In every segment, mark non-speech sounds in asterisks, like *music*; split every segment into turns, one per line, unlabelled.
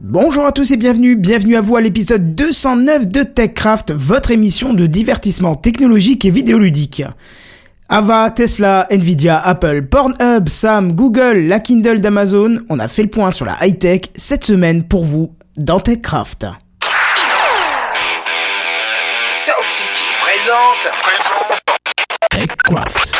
Bonjour à tous et bienvenue, bienvenue à vous à l'épisode 209 de TechCraft, votre émission de divertissement technologique et vidéoludique. Ava, Tesla, Nvidia, Apple, Pornhub, Sam, Google, la Kindle d'Amazon, on a fait le point sur la high-tech cette semaine pour vous dans TechCraft.
Sound City présente.
TechCraft.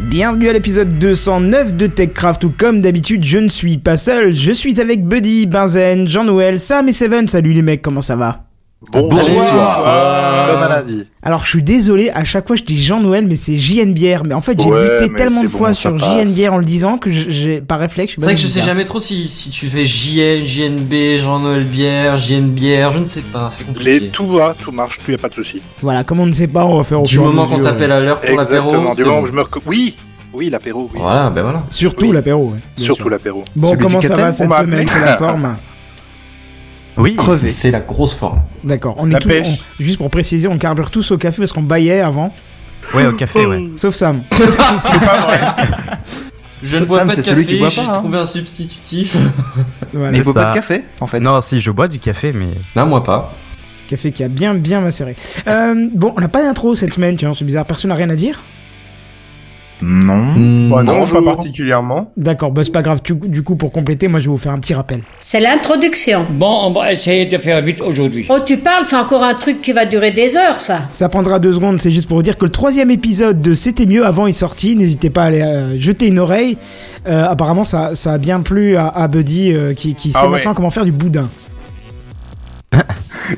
Bienvenue à l'épisode 209 de TechCraft où comme d'habitude je ne suis pas seul, je suis avec Buddy, Benzen, Jean-Noël, Sam et Seven. Salut les mecs, comment ça va
Bonsoir.
Comme à lundi.
Alors je suis désolé, à chaque fois je dis Jean-Noël mais c'est JNBR, mais en fait j'ai
Ouais,
buté
mais
tellement
c'est
de
bon,
fois
ça
sur
passe.
JNBR en le disant que je- j'ai par réflexe...
C'est vrai que je sais jamais trop si, si tu fais JN, JNB, Jean-Noël Bière, JN Bière, je ne sais pas, c'est compliqué.
Les, tout va, tout marche, tout y a pas de souci.
Voilà, comme on ne sait pas, on va faire au
Du
fur et à
moment
mesure,
qu'on t'appelle
ouais.
à l'heure pour l'apéro,
Exactement. Du
c'est
moment
bon.
où je me rec- Oui, oui, l'apéro, oui.
Voilà, ben voilà.
Surtout
Oui.
l'apéro, ouais. bien
Surtout
sûr.
l'apéro.
Bon,
Celui
comment
du
ça
Capitaine,
va cette
hein, on m'a
semaine
appelé.
C'est la forme
Oui. Crevé.
C'est la grosse forme.
D'accord, on est
La
tous...
pêche.
on- juste pour préciser, on carbure tous au café parce qu'on baillait avant,
Ouais, au café, ouais.
sauf
*laughs*
Sam.
Je ne bois
Sam,
pas de
c'est
café,
celui qui boit
j'ai
pas, hein.
trouvé un substitutif.
Voilà.
Mais
le
faut
faut
pas
pas
de
de café, en
Oh.
fait.
Non, si, je bois du café, mais.
*laughs* non, moi pas.
Café qui a bien, bien macéré. Euh, bon, on n'a pas d'intro cette semaine, tiens, c'est bizarre, personne n'a rien à dire
Non.
Mm,
non,
non,
Bonjour.
pas
pas
particulièrement.
D'accord, bah c'est pas grave, tu- du coup pour compléter, moi je vais vous faire un petit rappel.
C'est l'introduction.
Bon, on va essayer de faire vite aujourd'hui.
Oh, tu parles, c'est encore un truc qui va durer des heures, ça.
Ça prendra deux secondes, c'est juste pour vous dire que le troisième épisode de C'était mieux avant est sorti. N'hésitez pas à aller euh, jeter une oreille. Euh, apparemment, ça, ça a bien plu à, à Buddy euh, qui, qui sait
Ah ouais.
maintenant comment faire du boudin.
*laughs*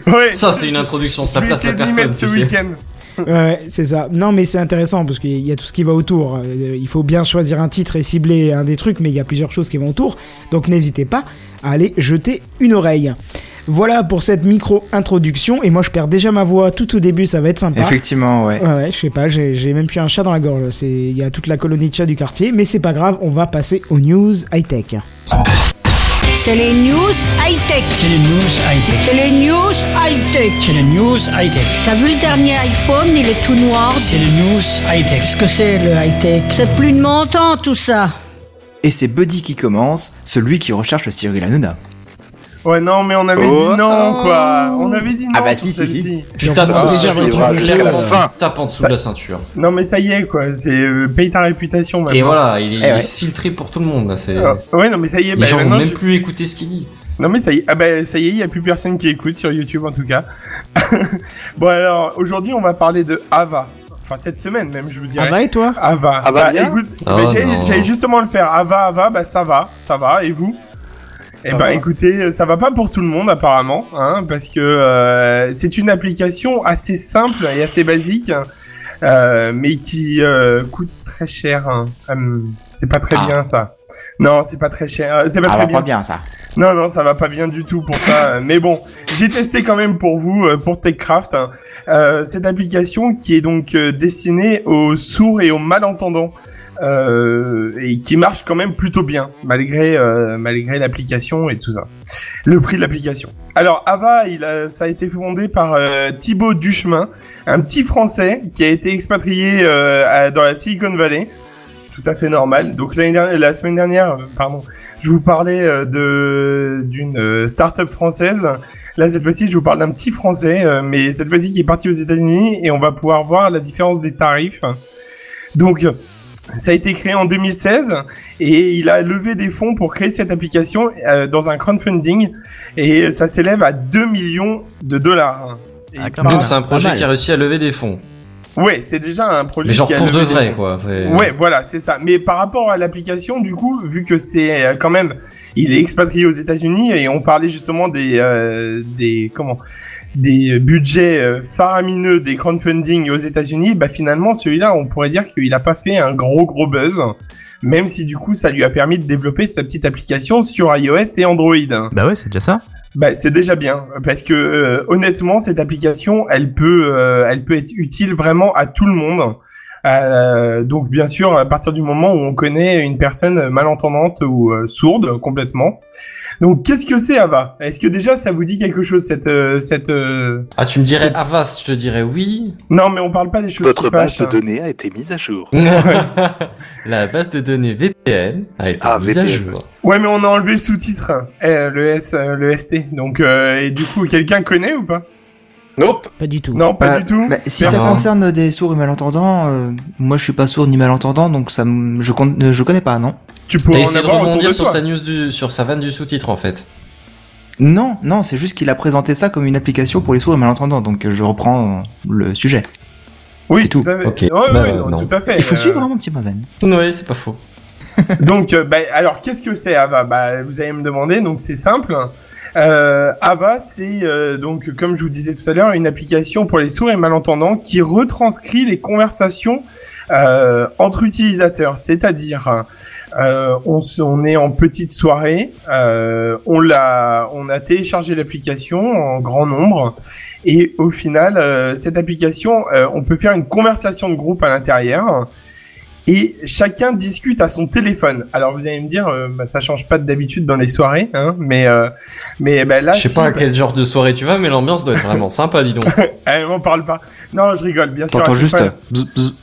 Ouais.
Ça, c'est une introduction, ça
Je vais
place la
essayer de m'y
personne,
mettre ce
tu sais.
week-end.
Ouais, ouais, c'est ça. Non, mais c'est intéressant parce qu'il y a tout ce qui va autour. Euh, Il faut bien choisir un titre et cibler un des trucs, mais il y a plusieurs choses qui vont autour. Donc n'hésitez pas à aller jeter une oreille. Voilà pour cette micro-introduction. Et moi, je perds déjà ma voix tout au début, ça va être
Ah.
sympa.
Effectivement, ouais.
Ouais, ouais, je sais pas, j'ai j'ai même plus un chat dans la gorge. C'est- Il y a toute la colonie de chats du quartier, mais c'est pas grave, on va passer aux news high-tech.
C'est les news high-tech.
C'est les news high-tech.
C'est les news high-tech.
C'est les news high-tech.
T'as vu le dernier iPhone, il est tout noir.
C'est les news high-tech.
que c'est le high-tech C'est plus de mon temps tout ça.
Et c'est Buddy qui commence, celui qui recherche Cyril Hanouna.
Ah,
Ouais, non, mais on avait
Oh.
dit non, quoi. On avait dit non.
Ah bah
sur
si, si,
celle-ci.
Tu
on
tapes
fera
en
ça
dessous,
sur
tu
Ivra jusqu'à la
clairement,
fin.
tu tapes en dessous de la ceinture.
Non, mais ça y est, quoi. C'est euh, paye ta réputation maintenant.
Et voilà, il est, il
Eh ouais.
est filtré pour tout le monde. là, c'est-
Ah, ouais, non, mais ça y est.
Les
bah,
gens vont
maintenant,
même
je-
plus écouter ce qu'il dit.
Non, mais ça y est. Ah bah ça y est, il y a plus personne qui écoute sur YouTube en tout cas. *laughs* bon alors, aujourd'hui, on va parler de Ava. Enfin, cette semaine même, je vous dirais.
Ah bah et toi
Ava.
Ava
Bah,
bien
écoute,
Oh
Ah
bah,
non.
j'allais j'allais justement le faire. Ava, Ava, bah ça va, ça va. Et vous Eh
Ça
bah
va.
écoutez, ça va pas pour tout le monde apparemment, hein, parce que euh, c'est une application assez simple et assez basique, euh, mais qui euh, coûte très cher. hein. Hum, c'est pas très
Ah.
bien ça. Non, c'est pas très cher. euh, C'est pas
Ah,
très
va
bien.
pas bien ça.
Non, non, ça va pas bien du tout pour ça. euh, Mais bon, j'ai testé quand même pour vous, euh, pour TechCraft, hein, euh, cette application qui est donc euh, destinée aux sourds et aux malentendants. euh, et qui marche quand même plutôt bien malgré euh, malgré l'application et tout ça. Le prix de l'application. Alors Ava, il a, ça a été fondé par euh, Thibaut Duchemin, un petit Français qui a été expatrié euh, à- dans la Silicon Valley tout à fait normal. Donc l'année dernière- la semaine dernière, euh, pardon, je vous parlais euh, de d'une euh, start-up française. Là cette fois-ci, je vous parle d'un petit français, euh, mais cette fois-ci qui est parti aux États-Unis et on va pouvoir voir la différence des tarifs. Donc ça a été créé en 2016 et il a levé des fonds pour créer cette application euh, dans un crowdfunding et ça s'élève à 2 millions de dollars. Et
Ah, quand
par-
même.
Donc c'est un projet
mal.
qui a réussi à lever des fonds.
Ouais, c'est déjà un projet
Mais genre
qui a
pour de
levé des
vrai
fonds.
quoi. c'est-
Ouais, voilà, c'est ça. Mais par rapport à l'application, du coup, vu que c'est euh, quand même, il est expatrié aux États-Unis et on parlait justement des euh, des comment des budgets euh, faramineux des crowdfunding aux États-Unis, bah finalement celui-là, on pourrait dire qu'il n'a pas fait un gros gros buzz, même si du coup ça lui a permis de développer sa petite application sur iOS et Android.
Bah ouais, c'est déjà ça.
Bah, c'est déjà bien parce que euh, honnêtement cette application elle peut euh, elle peut être utile vraiment à tout le monde. Euh, donc bien sûr à partir du moment où on connaît une personne malentendante ou euh, sourde complètement. Donc qu'est-ce que c'est Ava Est-ce que déjà ça vous dit quelque chose cette euh, cette euh,
Ah tu me dirais Avast, je te dirais oui.
Non mais on parle pas des choses
Votre
qui
base
fâchent,
de
hein.
données a été mise à jour.
*laughs* La base de données VPN a été
Ah,
mise à
VPN.
jour.
Ouais mais on a enlevé le sous-titre euh, le S euh, le ST. Donc euh, et du coup quelqu'un connaît ou pas
Nope.
Pas du tout.
Non pas
Bah,
du tout.
bah, si
Personne
ça concerne des sourds et malentendants, euh, moi je suis pas sourd ni malentendant, donc ça, me- je, con- euh, je connais pas, non
Tu
T'as
pourrais en
essayé de
avoir autour de
rebondir sur
toi.
sa news du, sur sa vanne du sous-titre en fait.
Non, non, c'est juste qu'il a présenté ça comme une application pour les sourds et malentendants, donc euh, je reprends euh, le sujet.
Oui,
C'est tout.
à fait.
Ok.
Ouais, ouais,
Bah, euh,
non,
non.
tout à fait.
Il faut
Euh,
suivre, hein, mon petit Marzen.
Ouais, c'est pas faux.
Donc, euh, bah, alors, qu'est-ce que c'est Ava bah, Vous allez me demander, donc c'est simple. Euh, Ava, c'est euh, donc, comme je vous disais tout à l'heure, une application pour les sourds et malentendants qui retranscrit les conversations euh, entre utilisateurs. C'est-à-dire, euh, on, se- on est en petite soirée, euh, on, l'a, on a téléchargé l'application en grand nombre, et au final, euh, cette application, euh, on peut faire une conversation de groupe à l'intérieur et chacun discute à son téléphone. Alors vous allez me dire, euh, bah, ça change pas d'habitude dans les soirées, hein, mais euh, mais bah, là,
je sais
si,
pas à
parce-
quel genre de soirée tu vas, mais l'ambiance doit être
*laughs*
vraiment sympa, dis donc.
Eh, on parle pas. Non, je rigole, bien sûr.
T'entends
à chaque
juste.
fois-
euh, bzz,
*laughs*
bzz.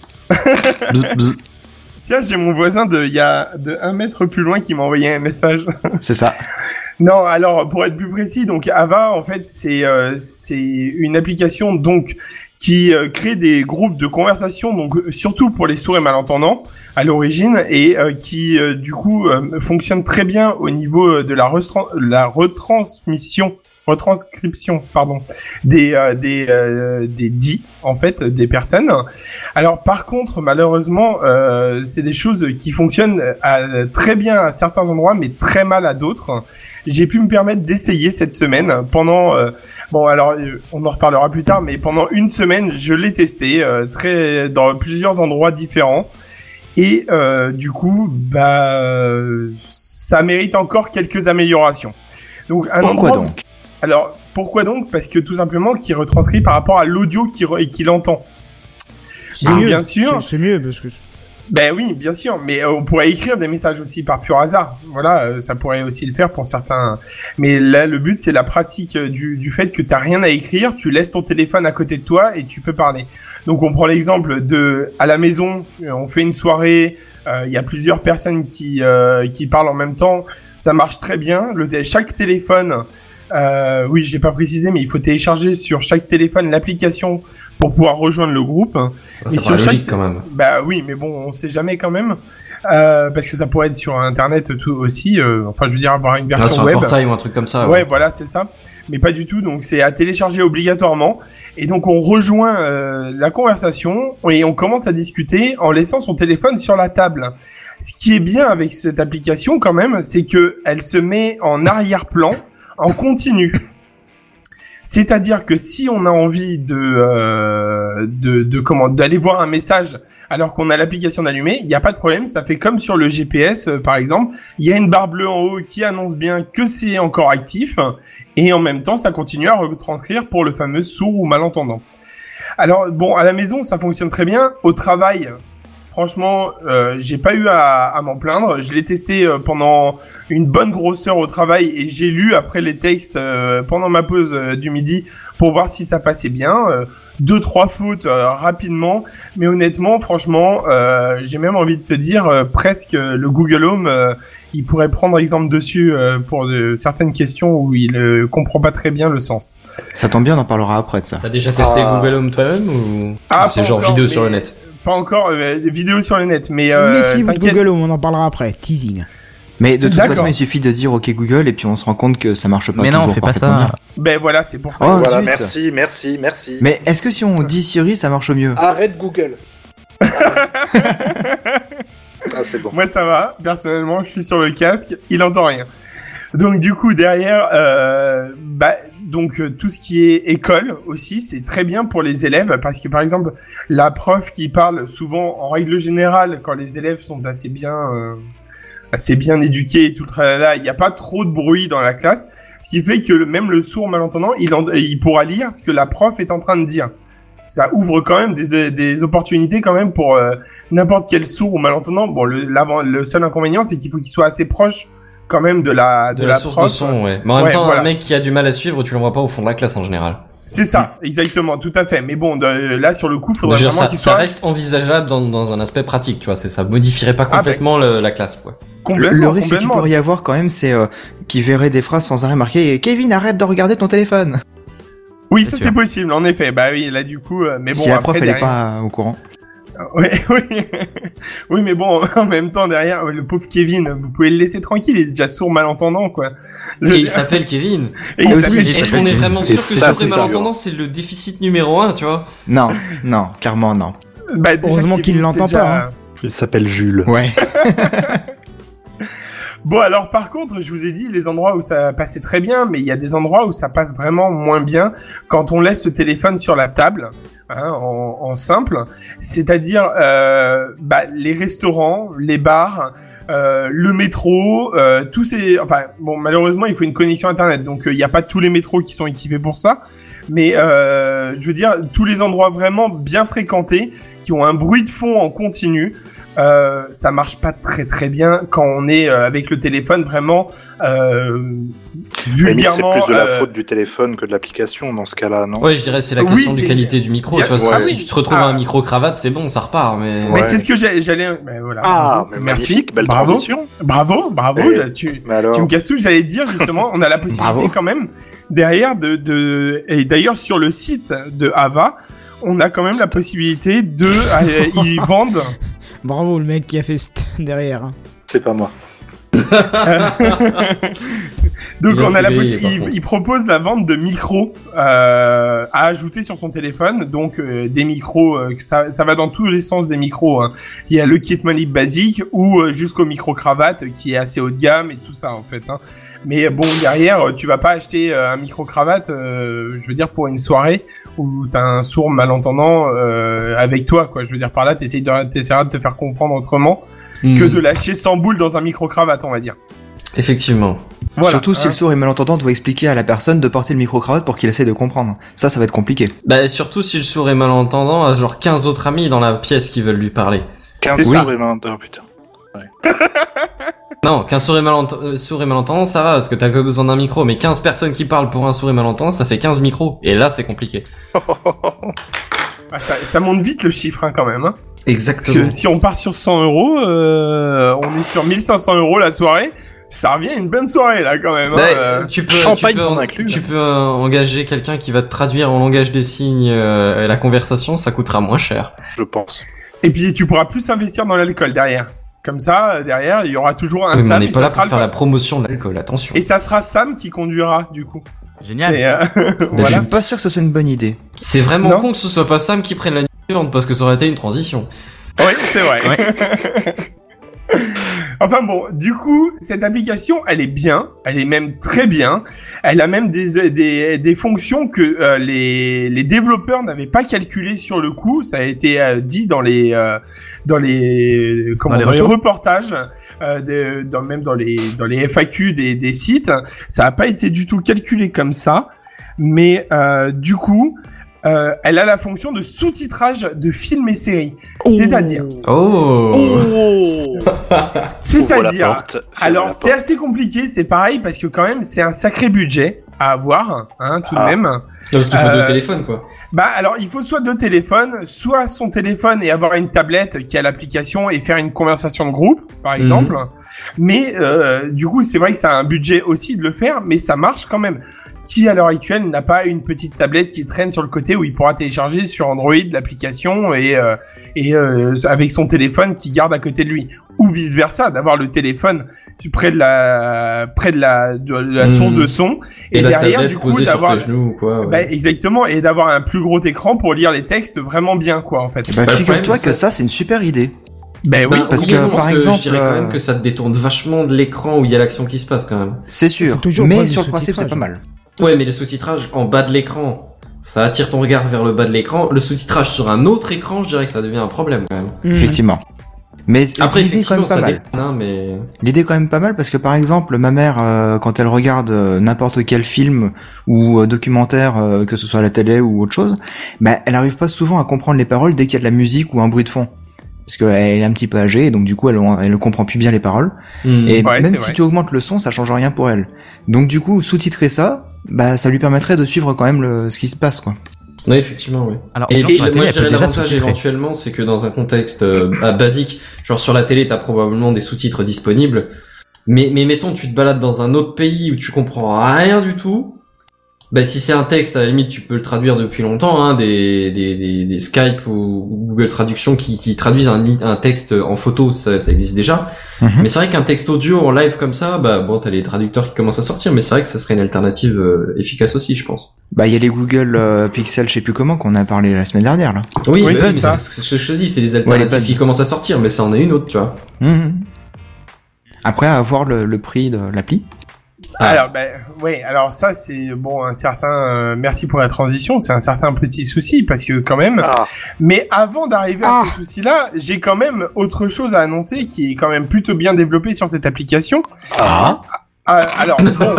Bzz, bzz.
Tiens, j'ai mon voisin de il y a de un mètre plus loin qui m'a envoyé un message.
C'est ça.
Non, alors pour être plus précis, donc Ava, en fait, c'est euh, c'est une application donc qui euh, crée des groupes de conversation, donc euh, surtout pour les sourds et malentendants à l'origine, et euh, qui euh, du coup euh, fonctionne très bien au niveau euh, de la, restran- la retransmission, retranscription, pardon, des euh, des euh, des dits en fait des personnes. Alors par contre, malheureusement, euh, c'est des choses qui fonctionnent à- très bien à certains endroits, mais très mal à d'autres j'ai pu me permettre d'essayer cette semaine pendant euh, bon alors euh, on en reparlera plus tard mais pendant une semaine je l'ai testé euh, très dans plusieurs endroits différents et euh, du coup bah euh, ça mérite encore quelques améliorations donc
Ah
un
Pourquoi
endroit-
donc
alors pourquoi donc parce que tout simplement qu'il retranscrit par rapport à l'audio qu'il re- qu'il entend
C'est
Ah,
mieux.
bien sûr.
C'est c'est mieux parce que.
ben oui, bien sûr, mais euh, on pourrait écrire des messages aussi par pur hasard. Voilà, euh, ça pourrait aussi le faire pour certains. Mais là, le but, c'est la pratique euh, du, du fait que t'as rien à écrire, tu laisses ton téléphone à côté de toi et tu peux parler. Donc on prend l'exemple de à la maison, euh, on fait une soirée, euh, il y a plusieurs personnes qui euh, qui parlent en même temps, ça marche très bien. Le té- chaque téléphone, euh, oui, j'ai pas précisé, mais il faut télécharger sur chaque téléphone l'application pour pouvoir rejoindre le groupe.
Ça
sur
paraît
chaque-
logique quand même.
Bah oui, mais bon, on sait jamais quand même. Euh, parce que ça pourrait être sur internet tout aussi. euh, enfin, je veux dire, avoir une
Ah,
version
sur un
web.
portail ou un truc comme ça.
ouais. voilà, c'est ça. Mais pas du tout, donc c'est à télécharger obligatoirement. Et donc on rejoint euh, la conversation et on commence à discuter en laissant son téléphone sur la table. Ce qui est bien avec cette application quand même, c'est que elle se met en arrière-plan, en continu. C'est-à-dire que si on a envie de, euh, de, de comment d'aller voir un message alors qu'on a l'application allumée, il n'y a pas de problème. Ça fait comme sur le GPS euh, par exemple, il y a une barre bleue en haut qui annonce bien que c'est encore actif et en même temps ça continue à retranscrire pour le fameux sourd ou malentendant. Alors bon, à la maison ça fonctionne très bien. Au travail, Franchement, euh, j'ai pas eu à, à m'en plaindre. Je l'ai testé euh, pendant une bonne grosse heure au travail et j'ai lu après les textes euh, pendant ma pause euh, du midi pour voir si ça passait bien. Euh, deux trois fautes euh, rapidement, mais honnêtement, franchement, euh, j'ai même envie de te dire euh, presque euh, le Google Home, euh, il pourrait prendre exemple dessus euh, pour de- certaines questions où il euh, comprend pas très bien le sens.
Ça tombe bien, on en parlera après de ça.
T'as déjà testé
Ah.
Google Home toi-même ou
Ah,
ou c'est
pas
genre
encore,
vidéo
mais-
sur le net
Pas encore euh, des vidéos sur le net, mais euh,
Méfiez-vous de
t'inquiète,
Google Home, on en parlera après. Teasing.
Mais de toute
D'accord.
façon, il suffit de dire OK Google et puis on se rend compte que ça marche pas
Mais non,
toujours
fais pas
parfaitement
ça.
bien.
Ben voilà, c'est pour
Ah,
ça.
Oh,
Ah, Voilà,
zut.
merci, merci, merci.
Mais est-ce que si on dit Siri, ça marche
Ah,
mieux
Arrête Google.
Ah, c'est bon.
Moi ça va, personnellement je suis sur le casque, il entend rien. Donc du coup derrière, euh, bah, donc euh, tout ce qui est école aussi, c'est très bien pour les élèves parce que par exemple la prof qui parle souvent en règle générale quand les élèves sont assez bien, euh, assez bien éduqués et tout le tralala, il n'y a pas trop de bruit dans la classe, ce qui fait que le- même le sourd malentendant, il, en- euh, il pourra lire ce que la prof est en train de dire. Ça ouvre quand même des, euh, des opportunités quand même pour euh, n'importe quel sourd ou malentendant. Bon, le, l'avant- le seul inconvénient, c'est qu'il faut qu'il soit assez proche quand même Ah, de la
De la source de
prof.
son, ouais. Mais en même
Ouais,
temps,
voilà.
un mec qui a du mal à suivre, tu l'envoies pas au fond de la classe en général.
C'est ça, exactement, tout à fait. Mais bon, de- euh, là sur le coup, faudrait
Déjà,
vraiment
ça,
qu'il
ça
soit
reste envisageable dans, dans un aspect pratique, tu vois. c'est- Ça modifierait pas
Ah,
complètement le- la classe, quoi.
Le,
complètement.
le risque qu'il
complètement.
pourrait y avoir quand même, c'est euh, qu'il verrait des phrases sans arrêt marquées et Kevin, arrête de regarder ton téléphone.
Oui,
C'est
ça
sûr.
c'est possible, en effet. Bah oui, là du coup, euh, mais bon.
si la prof
après,
elle est
derrière-
pas euh, au courant.
Oui, *laughs* oui. oui, mais bon, en même temps, derrière, le pauvre Kevin, vous pouvez le laisser tranquille, il est déjà sourd, malentendant, quoi. Je-
Et il s'appelle Kevin.
et il
aussi,
s'appelle-
il
Est-ce
s'appelle
qu'on est
Kevin.
vraiment
Et
sûr que
ça,
sourd et
c'est sûr.
malentendant, c'est le déficit numéro un, tu vois
Non, non, clairement non.
Bah, déjà,
Heureusement qu'il
Kevin,
l'entend
c'est
pas, hein.
déjà-
Il s'appelle Jules.
Ouais.
Bon, alors par contre, je vous ai dit les endroits où ça passait très bien, mais il y a des endroits où ça passe vraiment moins bien quand on laisse le téléphone sur la table, hein, en, en simple. C'est-à-dire euh, bah, les restaurants, les bars, euh, le métro, euh, tous ces... Enfin, bon, malheureusement, il faut une connexion Internet, donc euh, il n'y a pas tous les métros qui sont équipés pour ça. Mais euh, je veux dire, tous les endroits vraiment bien fréquentés, qui ont un bruit de fond en continu, euh, ça marche pas très très bien quand on est euh, avec le téléphone vraiment euh,
Limite, c'est
vulgairement.
plus de la
euh,
faute du téléphone que de l'application dans ce cas-là, non
Ouais, je dirais c'est la
Ah Oui,
question
c'est-
de qualité du micro,
Y a-
tu vois.
Ah
si
oui.
tu te retrouves à
Ah.
un micro cravate, c'est bon, ça repart, mais.
Mais
Ouais.
c'est ce que j'allais. j'allais- ben voilà.
Ah, mais
Merci.
magnifique, belle
bravo,
transition.
bravo, bravo.
Et-
Tu,
Mais alors
tu me casses tout. J'allais dire justement, on a la possibilité
Bravo.
quand même derrière de, de et d'ailleurs sur le site de Ava, on a quand même la possibilité de euh, ils vendent.
Bravo le mec qui a fait st- *laughs* derrière. hein.
C'est pas moi.
Donc
Il a
on a
essayé,
la
par
possi- il,
contre.
il propose la vente de micros euh, à ajouter sur son téléphone. Donc euh, des micros, euh, que ça, ça va dans tous les sens des micros. hein. Il y a le kit manip basique ou euh, jusqu'au micro cravate euh, qui est assez haut de gamme et tout ça en fait. hein. Mais bon derrière, euh, tu vas pas acheter euh, un micro cravate, euh, je veux dire pour une soirée où t'as un sourd malentendant euh, avec toi quoi. Je veux dire par là, t'essayes de, t'essaieras de te faire comprendre autrement
Hmm.
que de lâcher 100 boules dans un micro cravate, on va dire.
Effectivement.
*laughs* Voilà,
Surtout si
hein.
le sourd et malentendant doit expliquer à la personne de porter le micro-cravate pour qu'il essaie de comprendre. Ça, ça va être
Euh,
compliqué.
Bah, surtout si le sourd est malentendant, a genre 15 autres amis dans la pièce qui veulent lui parler.
15
ça.
sourds et non- oh, putain.
Non, qu'un sourd et, malent- euh, sourd et malentendant, ça va, parce que t'as que besoin d'un micro, mais 15 personnes qui parlent pour un sourd et malentendant, ça fait 15 micros. Et là, c'est compliqué.
Ah, ça, ça monte vite le chiffre hein, quand même. Hein. Parce
Exactement.
que si on part sur 100 euros, euh, on est sur 1500 euros la soirée. Ça revient à une bonne soirée là quand même. hein,
Bah,
euh.
tu peux,
champagne
tu peux,
non inclus,
tu peux, euh, engager quelqu'un qui va te traduire en langage des signes euh, la conversation, ça coûtera moins cher.
Je pense.
Et puis tu pourras plus investir dans l'alcool derrière. Comme ça, euh, derrière, il y aura toujours un
Oui, Ah, mais on
Sam.
n'est
et
pas
ça
là
sera
pour
le-
faire la promotion de l'alcool, attention.
Et ça sera Sam qui conduira du coup.
Ah,
Génial.
Et, euh,
Je
voilà.
suis pas sûr que ce soit une bonne idée.
C'est vraiment
Non.
con que ce soit pas Sam qui prenne la nuit suivante, parce que ça aurait été une transition.
Oui, c'est vrai. *laughs* enfin bon, du coup, cette application, elle est bien, elle est même très bien. Elle a même des, des, des fonctions que euh, les, les développeurs n'avaient pas calculées sur le coup. Ça a été euh, dit dans les euh, dans les comment
Dans les
dans les
retours.
reportages, euh, de- dans, même dans les dans les FAQ des, des sites. Ça n'a pas été du tout calculé comme ça. Mais euh, du coup, euh, elle a la fonction de sous-titrage de films et séries. C'est-à-dire.
Oh.
Oh. Ouvre la
C'est-à-dire.
porte, ferme
Alors
la
c'est
porte.
assez compliqué, c'est pareil parce que quand même c'est un sacré budget à avoir, hein, tout
Ah.
de même.
Non, parce qu'il faut
Euh,
deux téléphones, quoi.
Bah alors il faut soit deux téléphones, soit son téléphone et avoir une tablette qui a l'application et faire une conversation de groupe par
Mhm.
exemple. Mais euh, du coup c'est vrai que ça a un budget aussi de le faire, mais ça marche quand même. Qui à l'heure actuelle n'a pas une petite tablette qui traîne sur le côté où il pourra télécharger sur Android l'application et, euh, et euh, avec son téléphone qui garde à côté de lui ou vice versa d'avoir le téléphone près de la près de la, de la
Mhm.
source de son et,
la
derrière
tablette
du coup
posée sur
d'avoir
tes genoux ou quoi. ouais.
bah, exactement, et d'avoir un plus gros écran pour lire les textes vraiment bien, quoi, en fait.
Eh ben,
Bah, le
figure-toi
problème,
que ça, c'est une super idée.
Ben
Bah,
oui, parce
et
que,
non,
par
je
exemple,
dirais quand
euh,
même que ça te détourne vachement de l'écran où il y a l'action qui se passe quand même.
C'est
C'est
sûr.
toujours pas
Mais
du
sur le principe, c'est
sous-titrage.
pas mal.
Ouais, mais le sous-titrage en bas de l'écran, ça attire ton regard vers le bas de l'écran. Le sous-titrage sur un autre écran, je dirais que ça devient un problème quand même.
Hmm. Mmh.
Effectivement. Mais c-
Après,
l'idée est quand
effectivement,
même pas
ça
mal.
détonne, hein, mais...
L'idée est quand même pas mal parce que par exemple, ma mère, euh, quand elle regarde euh, n'importe quel film ou euh, documentaire, euh, que ce soit à la télé ou autre chose, bah, elle arrive pas souvent à comprendre les paroles dès qu'il y a de la musique ou un bruit de fond. Parce qu'elle est un petit peu âgée, donc du coup, elle, elle ne comprend plus bien les paroles.
Hmm.
Et
Mmh. Ouais,
même
c'est
si
vrai.
tu augmentes le son, ça change rien pour elle. Donc du coup, sous-titrer ça, bah ça lui permettrait de suivre quand même le, ce qui se passe quoi.
Ouais, effectivement, oui.
Alors,
Et,
sinon, sur
et
la
moi,
télé,
je
elle peut
dirais
déjà
l'avantage
sous-titrer.
éventuellement, c'est que dans un contexte euh, bah, basique, genre sur la télé, t'as probablement des sous-titres disponibles. Mais, mais mettons, tu te balades dans un autre pays où tu comprends rien du tout. Bah, si c'est un texte, à la limite, tu peux le traduire depuis longtemps, hein, des, des, des, des Skype ou, ou Google Traduction qui, qui traduisent un, un texte en photo, ça, ça existe déjà.
Mhm.
Mais c'est vrai qu'un texte audio en live comme ça, bah bon, t'as les traducteurs qui commencent à sortir, mais c'est vrai que ça serait une alternative euh, efficace aussi, je pense.
Bah il y a les Google euh, Pixel, je sais plus comment, qu'on a parlé la semaine dernière là.
Oui,
Oui,
bah
c'est
oui, mais
ça.
c'est ce que je, je te dis, c'est des
les
alternatives
buds.
qui commencent à sortir, mais ça en est une autre, tu vois.
Mhm. Après avoir le, le prix de l'appli.
Ah.
Alors, ben, ouais, alors ça, c'est, bon, un certain, euh, merci pour la transition, c'est un certain petit souci, parce que quand même,
Ah,
mais avant d'arriver
Ah.
à ce souci-là, j'ai quand même autre chose à annoncer qui est quand même plutôt bien développée sur cette application.
Ah.
Ah, alors, bon.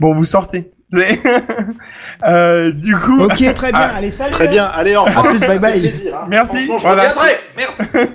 bon, vous sortez. C'est- *laughs* euh, du coup,
Ok, très bien.
Ah.
Allez, salut.
très bien, allez, en *laughs*
En plus bye bye.
Merci.
hein. Franchement, je
Voilà.
reviendrai. Merde.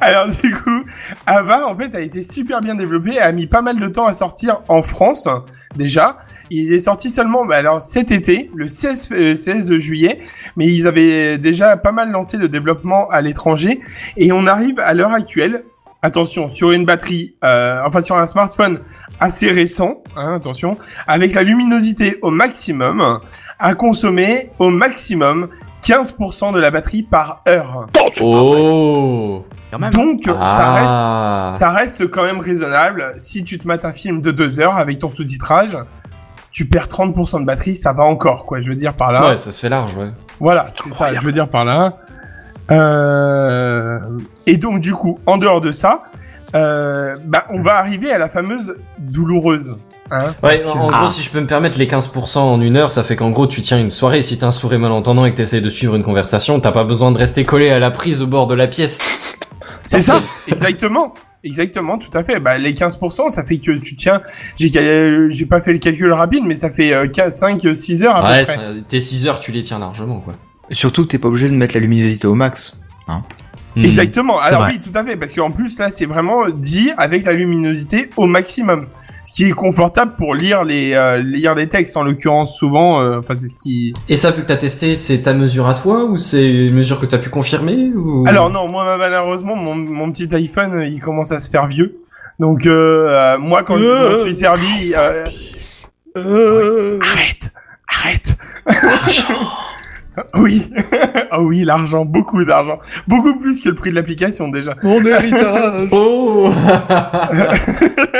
Alors du coup, Ava en fait a été super bien développée, a mis pas mal de temps à sortir en France déjà. Il est sorti seulement bah, alors cet été, le 16, euh, 16 juillet, mais ils avaient déjà pas mal lancé le développement à l'étranger et on arrive à l'heure actuelle. Attention, sur une batterie, euh, enfin sur un smartphone assez récent, hein, attention, avec la luminosité au maximum, à consommer au maximum 15% de la batterie par heure.
Oh
Quand même.
Donc ça reste
ah.
ça reste quand même raisonnable. Si tu te mates un film de deux heures avec ton sous-titrage, tu perds 30% de batterie, ça va encore, quoi. Je veux dire par là.
Ouais, ça se fait large, ouais.
Voilà, c'est ça, je veux dire par là. Euh, Et donc, du coup, en dehors de ça, euh, bah, on va arriver à la fameuse douloureuse. Hein,
Ouais,
parce
en,
que-
en gros, si je peux me permettre, les 15% en une heure, ça fait qu'en gros, tu tiens une soirée. Si t'es un sourd et malentendant et que t'essayes de suivre une conversation, t'as pas besoin de rester collé à la prise au bord de la pièce. *laughs*
C'est ça, exactement. Exactement, tout à fait. Bah, les 15%, ça fait que tu tiens. J'ai cal- j'ai pas fait le calcul rapide, mais ça fait euh, 5-6 heures Ah, à peu
ouais,
près.
ça- tes 6 heures, tu les tiens largement, quoi.
Surtout que t'es pas obligé de mettre la luminosité au max.
Hmm. Mhm. Exactement. Alors
vrai.
oui, tout à fait, parce qu'en plus là, c'est vraiment dit avec la luminosité au maximum, ce qui est confortable pour lire les euh, lire les textes en l'occurrence souvent. euh, Enfin, c'est ce qui.
Et ça, vu que t'as testé, c'est ta mesure à toi ou c'est une mesure que t'as pu confirmer ou...
Alors non, moi malheureusement, mon, mon petit iPhone, euh, il commence à se faire vieux. Donc euh, euh, moi, quand je m'en suis servi, euh, euh, arrête, arrête. *laughs* oui, *laughs* oh oui, l'argent, beaucoup d'argent, beaucoup plus que le prix de l'application déjà.
Mon héritage.
Oh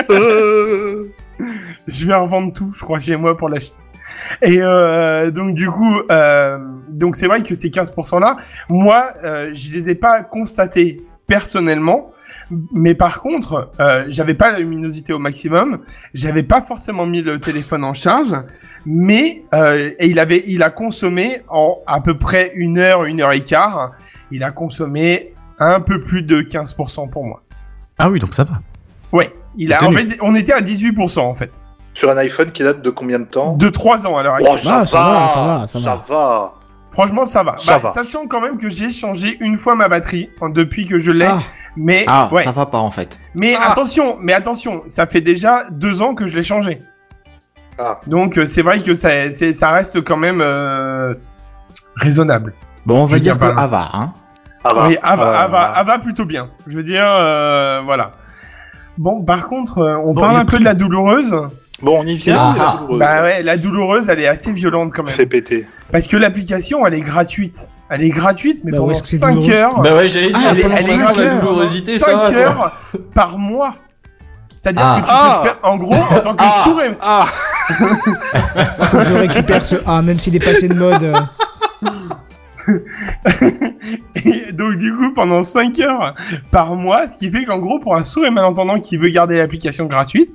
*laughs* je vais revendre tout, je crois, chez moi pour l'acheter. Et euh, donc du coup, euh, donc c'est vrai que ces 15% là, moi, euh, je les ai pas constatés personnellement, mais par contre, euh, j'avais pas la luminosité au maximum, j'avais pas forcément mis le téléphone en charge, mais euh, et il avait, il a consommé en à peu près une heure, une heure et quart, il a consommé un peu plus de 15% pour moi.
Ah oui, donc ça va.
Ouais, il a. En
Tenu.
fait, on était à 18% en fait.
Sur un iPhone qui date de combien de temps
De 3 ans à l'heure
Oh,
actuelle.
ça,
Ah,
va,
ça va, ça va, ça va.
va.
Franchement, ça va.
Ça
Bah,
va.
Sachant quand même que j'ai changé une fois ma batterie hein, depuis que je l'ai. Mais,
Ah,
ouais.
ça va pas en fait.
mais
Ah.
attention, mais attention, ça fait déjà deux ans que je l'ai changé. Donc euh, c'est vrai que ça, c'est- ça reste quand même euh, raisonnable.
Bon, on
Je
va dire que
veux pas-
Ava, hein.
Ah,
Oui, ah, Ava, Ava, Ava plutôt bien. Je veux dire, euh, voilà. Bon, par contre, euh, on
Bon,
parle
le
un peu de la douloureuse.
Bon, on y vient, mais la
Ah,
douloureuse.
Bah ouais, la douloureuse, elle est assez violente quand même.
Fait péter.
Parce que l'application, elle est gratuite. Elle est gratuite, mais
Bah ouais,
pendant
c'est
5
douloureux.
*laughs*
heures.
Bah ouais, j'allais dire,
Ah, elle, est-
pendant
elle est
cinq heures,
gratuite
la doulourosité, ça
5
va, quoi.
heures par mois. C'est-à-dire
Ah.
que tu peux
Ah.
te faire, en gros, en tant que sourd et-
Faut que je récupère ce A, même s'il est passé de mode. euh.
*laughs* Et donc du coup pendant 5 heures par mois, ce qui fait qu'en gros pour un sourd et malentendant qui veut garder l'application gratuite,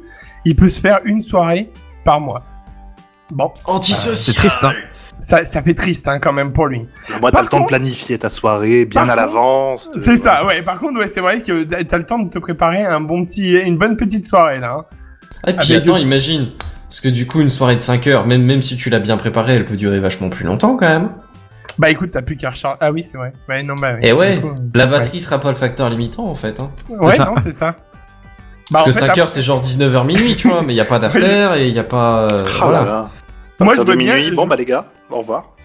il peut se faire une soirée par mois. Bon.
Antisocial.
C'est triste, hein.
Ça, ça fait triste hein, quand même pour lui.
Moi, t'as
Par
le temps de
contre-
planifier ta soirée bien
Par
à
contre-
l'avance. Ah, de-
C'est ça, ouais. Par contre, ouais, c'est vrai que t'as t'as le temps de te préparer un bon petit, une bonne petite soirée là. hein.
Ah, et puis
Avec
attends,
le-
imagine. Parce que du coup, une soirée de 5 heures, même, même si tu l'as bien préparée, elle peut durer vachement plus longtemps quand même.
Bah écoute, t'as plus qu'à recharger. Ah oui, c'est vrai. Ouais, non, bah,
Et Eh ouais,
du coup,
la
ouais.
batterie sera pas le facteur limitant en fait. Hein.
Ouais, non, c'est ça. Bah,
Parce
en
que
fait,
5
après-
heures, c'est genre 19h minuit, tu vois, mais il a
*laughs*
pas d'after et il y a pas. euh,
Ah
voilà.
là là. À
Moi, je
partir de
veux bien-
minuit, Bon, bah les gars, au revoir.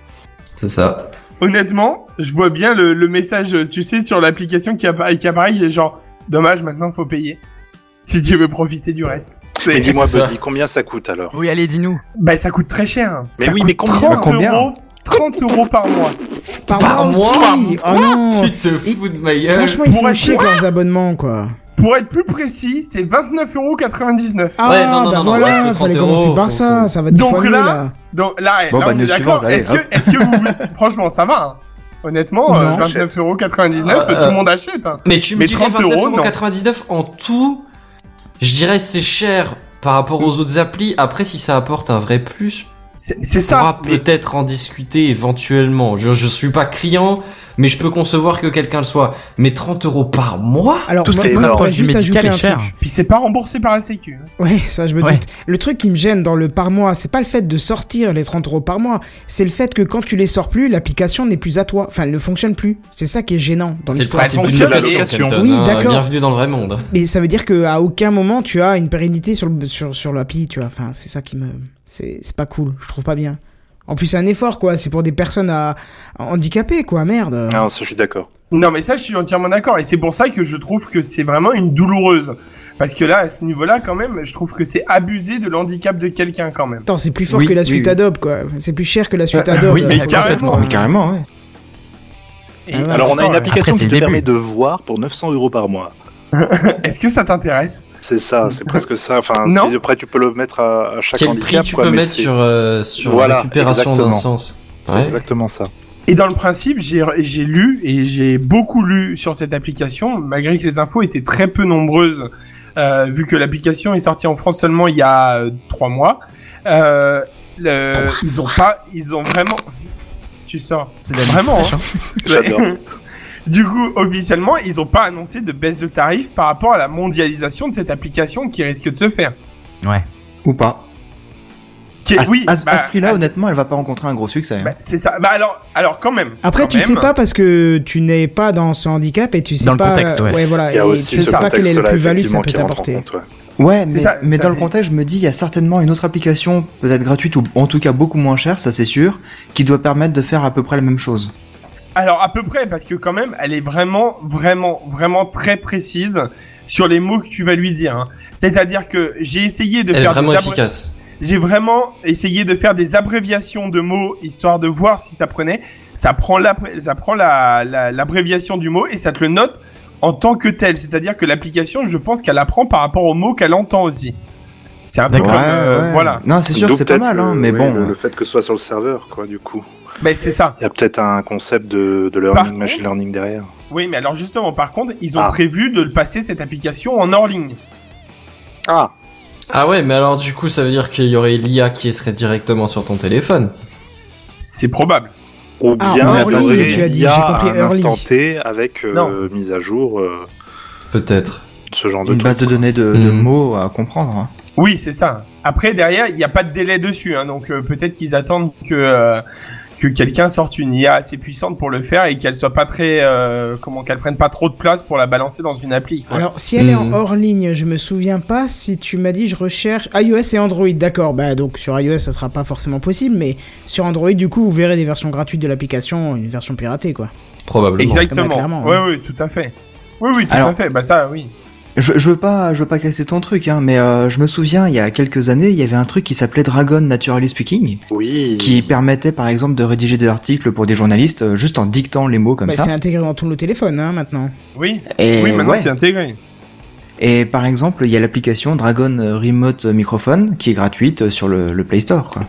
C'est ça.
Honnêtement, je vois bien le, le message, tu sais, sur l'application qui apparaît, qui apparaît, il est genre, dommage, maintenant faut payer. Si tu veux profiter du reste.
Mais dis-moi,
c'est ça.
Buddy, combien ça coûte alors
Oui, allez, dis-nous.
Bah, ça coûte très cher.
Mais
Ça
oui,
coûte
mais combien
30
Bah, combien
euros, 30 euros par mois.
Par,
Par
mois,
mois
aussi Oh non
Tu te fous de ma gueule.
Franchement, ils
Pour
font
être-
chier avec leurs abonnements, quoi.
Pour être plus précis, c'est 29,99 euros.
Ah,
Ouais, non, non,
bah
non, non,
voilà,
parce que
fallait
30 euros,
commencer par
faut-
ça, ça va être
Donc
fois mieux,
là, Donc là,
Bon,
là,
bah,
on
ne
est
suivante,
d'accord.
allez,
Est-ce
hop.
que, est-ce que vous... *laughs* Franchement, ça va. hein. Honnêtement, euh,
Non.
29,99€,
Ah,
tout
euh,
le monde achète. hein.
Mais tu me
Mais
dirais
30 euros,
29,99€ en tout, je dirais c'est cher par rapport aux autres applis. Après, si ça apporte un vrai plus,
C'est c'est
on pourra
ça. mais-
peut-être en discuter éventuellement. Je, je suis pas client, mais je peux concevoir que quelqu'un le soit. Mais 30 euros par mois
Alors,
Tout
moi,
c'est
je
énorme.
voudrais
Proche du
juste ajouter
médical est
un
cher.
truc.
Puis c'est pas remboursé par la Sécu. hein.
Ouais, ça je me
Ouais.
doute. Le truc qui me gêne dans le par mois, c'est pas le fait de sortir les 30 euros par mois, c'est le fait que quand tu les sors plus, l'application n'est plus à toi. Enfin, elle ne fonctionne plus. C'est ça qui est gênant dans
C'est le
l'histoire.
principe d'une
fonctionne, la
location,
location.
Kenton,
Oui,
hein.
d'accord.
Bienvenue dans le vrai monde.
Mais ça veut dire qu'à aucun moment tu as une pérennité sur le sur, sur l'appli, tu vois. Enfin, c'est ça qui me. C'est c'est pas cool, je trouve pas bien. En plus, c'est un effort, quoi. C'est pour des personnes à, à handicapées, quoi. Merde.
Ah,
Non, ça, je suis d'accord.
Non, mais ça, je suis entièrement d'accord. Et c'est pour ça que je trouve que c'est vraiment une douloureuse. Parce que là, à ce niveau-là, quand même, je trouve que c'est abusé de l'handicap de quelqu'un, quand même.
Attends, c'est plus fort
Oui,
que la
oui,
suite
oui. Euh,
Adobe, quoi. C'est plus cher que la suite Adobe.
oui, mais
Faut
carrément.
pas-
Mais carrément, ouais.
Et-
Ah ouais.
Alors, on a une
Attends,
application
c'est
qui
le
te
début.
permet de voir pour 900 euros par mois.
Est-ce que ça t'intéresse
C'est ça, c'est presque ça. Enfin,
Non.
c'est- après, tu peux le mettre à, à chaque
Quel prix
handicap.
tu
quoi,
peux
mais
mettre
c'est-
sur, euh, sur
Voilà,
récupération d'un
exactement.
sens
C'est
Ouais.
exactement ça.
Et dans le principe, j'ai j'ai lu et j'ai beaucoup lu sur cette application, malgré que les infos étaient très peu nombreuses, euh, vu que l'application est sortie en France seulement il y a euh, trois mois. Euh, le- ils ont pas, ils ont vraiment. Tu sors.
C'est de la
Vraiment,
musique fraîche,
J'adore.
*laughs* Du coup, officiellement, ils n'ont pas annoncé de baisse de tarif par rapport à la mondialisation de cette application qui risque de se faire.
hein. Ouais.
Ou pas.
Qui est-
À, à- à
bah,
ce prix-là, honnêtement, elle va pas rencontrer un gros succès. hein.
bah, c'est ça. Bah alors, alors quand même.
Après,
quand
tu sais
même.
pas parce que tu n'es pas dans ce handicap et tu sais
Dans le
pas.
contexte, ouais.
voilà.
Il y a
et
aussi
tu
ce
sais pas quelle est la
contexte-là,
plus-value que ça
effectivement,
peut
qui rentre en
t'apporter.
compte, ouais.
Ouais,
C'est
mais,
ça,
mais
ça
dans le
fait-
contexte, je me dis, il y a certainement une autre application, peut-être gratuite ou en tout cas beaucoup moins chère, ça c'est sûr, qui doit permettre de faire à peu près la même chose.
Alors à peu près, parce que quand même, elle est vraiment, vraiment, vraiment très précise sur les mots que tu vas lui dire. hein. C'est-à-dire que j'ai essayé de
Elle est
faire
vraiment
des abré-
efficace.
j'ai vraiment essayé de faire des abréviations de mots histoire de voir si ça prenait. Ça prend l'appré- ça prend la- la- l'abréviation du mot et ça te le note en tant que tel. C'est-à-dire que l'application, je pense qu'elle apprend par rapport aux mots qu'elle entend aussi. C'est un peu
D'accord.
comme, euh,
ouais.
voilà.
Non, c'est sûr que
D'où
c'est pas
peut-être
mal, hein,
le-
mais
ouais,
bon.
Le, le fait que ce soit sur le serveur, quoi, du coup.
Mais c'est ça.
Il y a peut-être un concept de, de learning,
Par contre-
machine learning derrière.
Oui, mais alors justement, par contre, ils ont
Ah.
prévu de le passer cette application en hors ligne.
Ah,
Ah ouais, mais alors du coup, ça veut dire qu'il y aurait l'IA qui serait directement sur ton téléphone.
C'est probable.
ou
Ah,
bien
en
il y
early,
aurait
tu as dit,
l'IA
j'ai compris,
à un
early.
instant T avec euh,
Non.
mise à jour, euh,
Peut-être.
ce genre de
Une
truc.
base de données de, de
Hmm.
mots à comprendre. hein.
Oui, c'est ça. Après, derrière, il n'y a pas de délai dessus, hein, donc euh, peut-être qu'ils attendent que euh, que quelqu'un sorte une IA assez puissante pour le faire et qu'elle soit pas très, euh, comment qu'elle prenne pas trop de place pour la balancer dans une appli. quoi.
Alors, si elle est
Hmm.
en hors ligne, je me souviens pas si tu m'as dit je recherche iOS et Android, d'accord. Bah donc sur iOS, ça sera pas forcément possible, mais sur Android, du coup, vous verrez des versions gratuites de l'application, une version piratée, quoi.
Probablement.
Bah,
Exactement.
clairement,
Oui,
hein.
oui, tout à fait. Oui, oui, tout
Alors-
à fait. Bah ça, oui.
Je, je veux pas, je veux pas casser ton truc, hein, mais euh, je me souviens, il y a quelques années, il y avait un truc qui s'appelait Dragon Naturally Speaking,
Oui.
qui permettait par exemple de rédiger des articles pour des journalistes euh, juste en dictant les mots comme
Bah,
ça.
c'est intégré dans tout le téléphone, hein, maintenant.
Oui.
Et
oui, maintenant
ouais.
c'est intégré.
Et par exemple, il y a l'application Dragon Remote Microphone qui est gratuite euh, sur le, le Play Store. Quoi.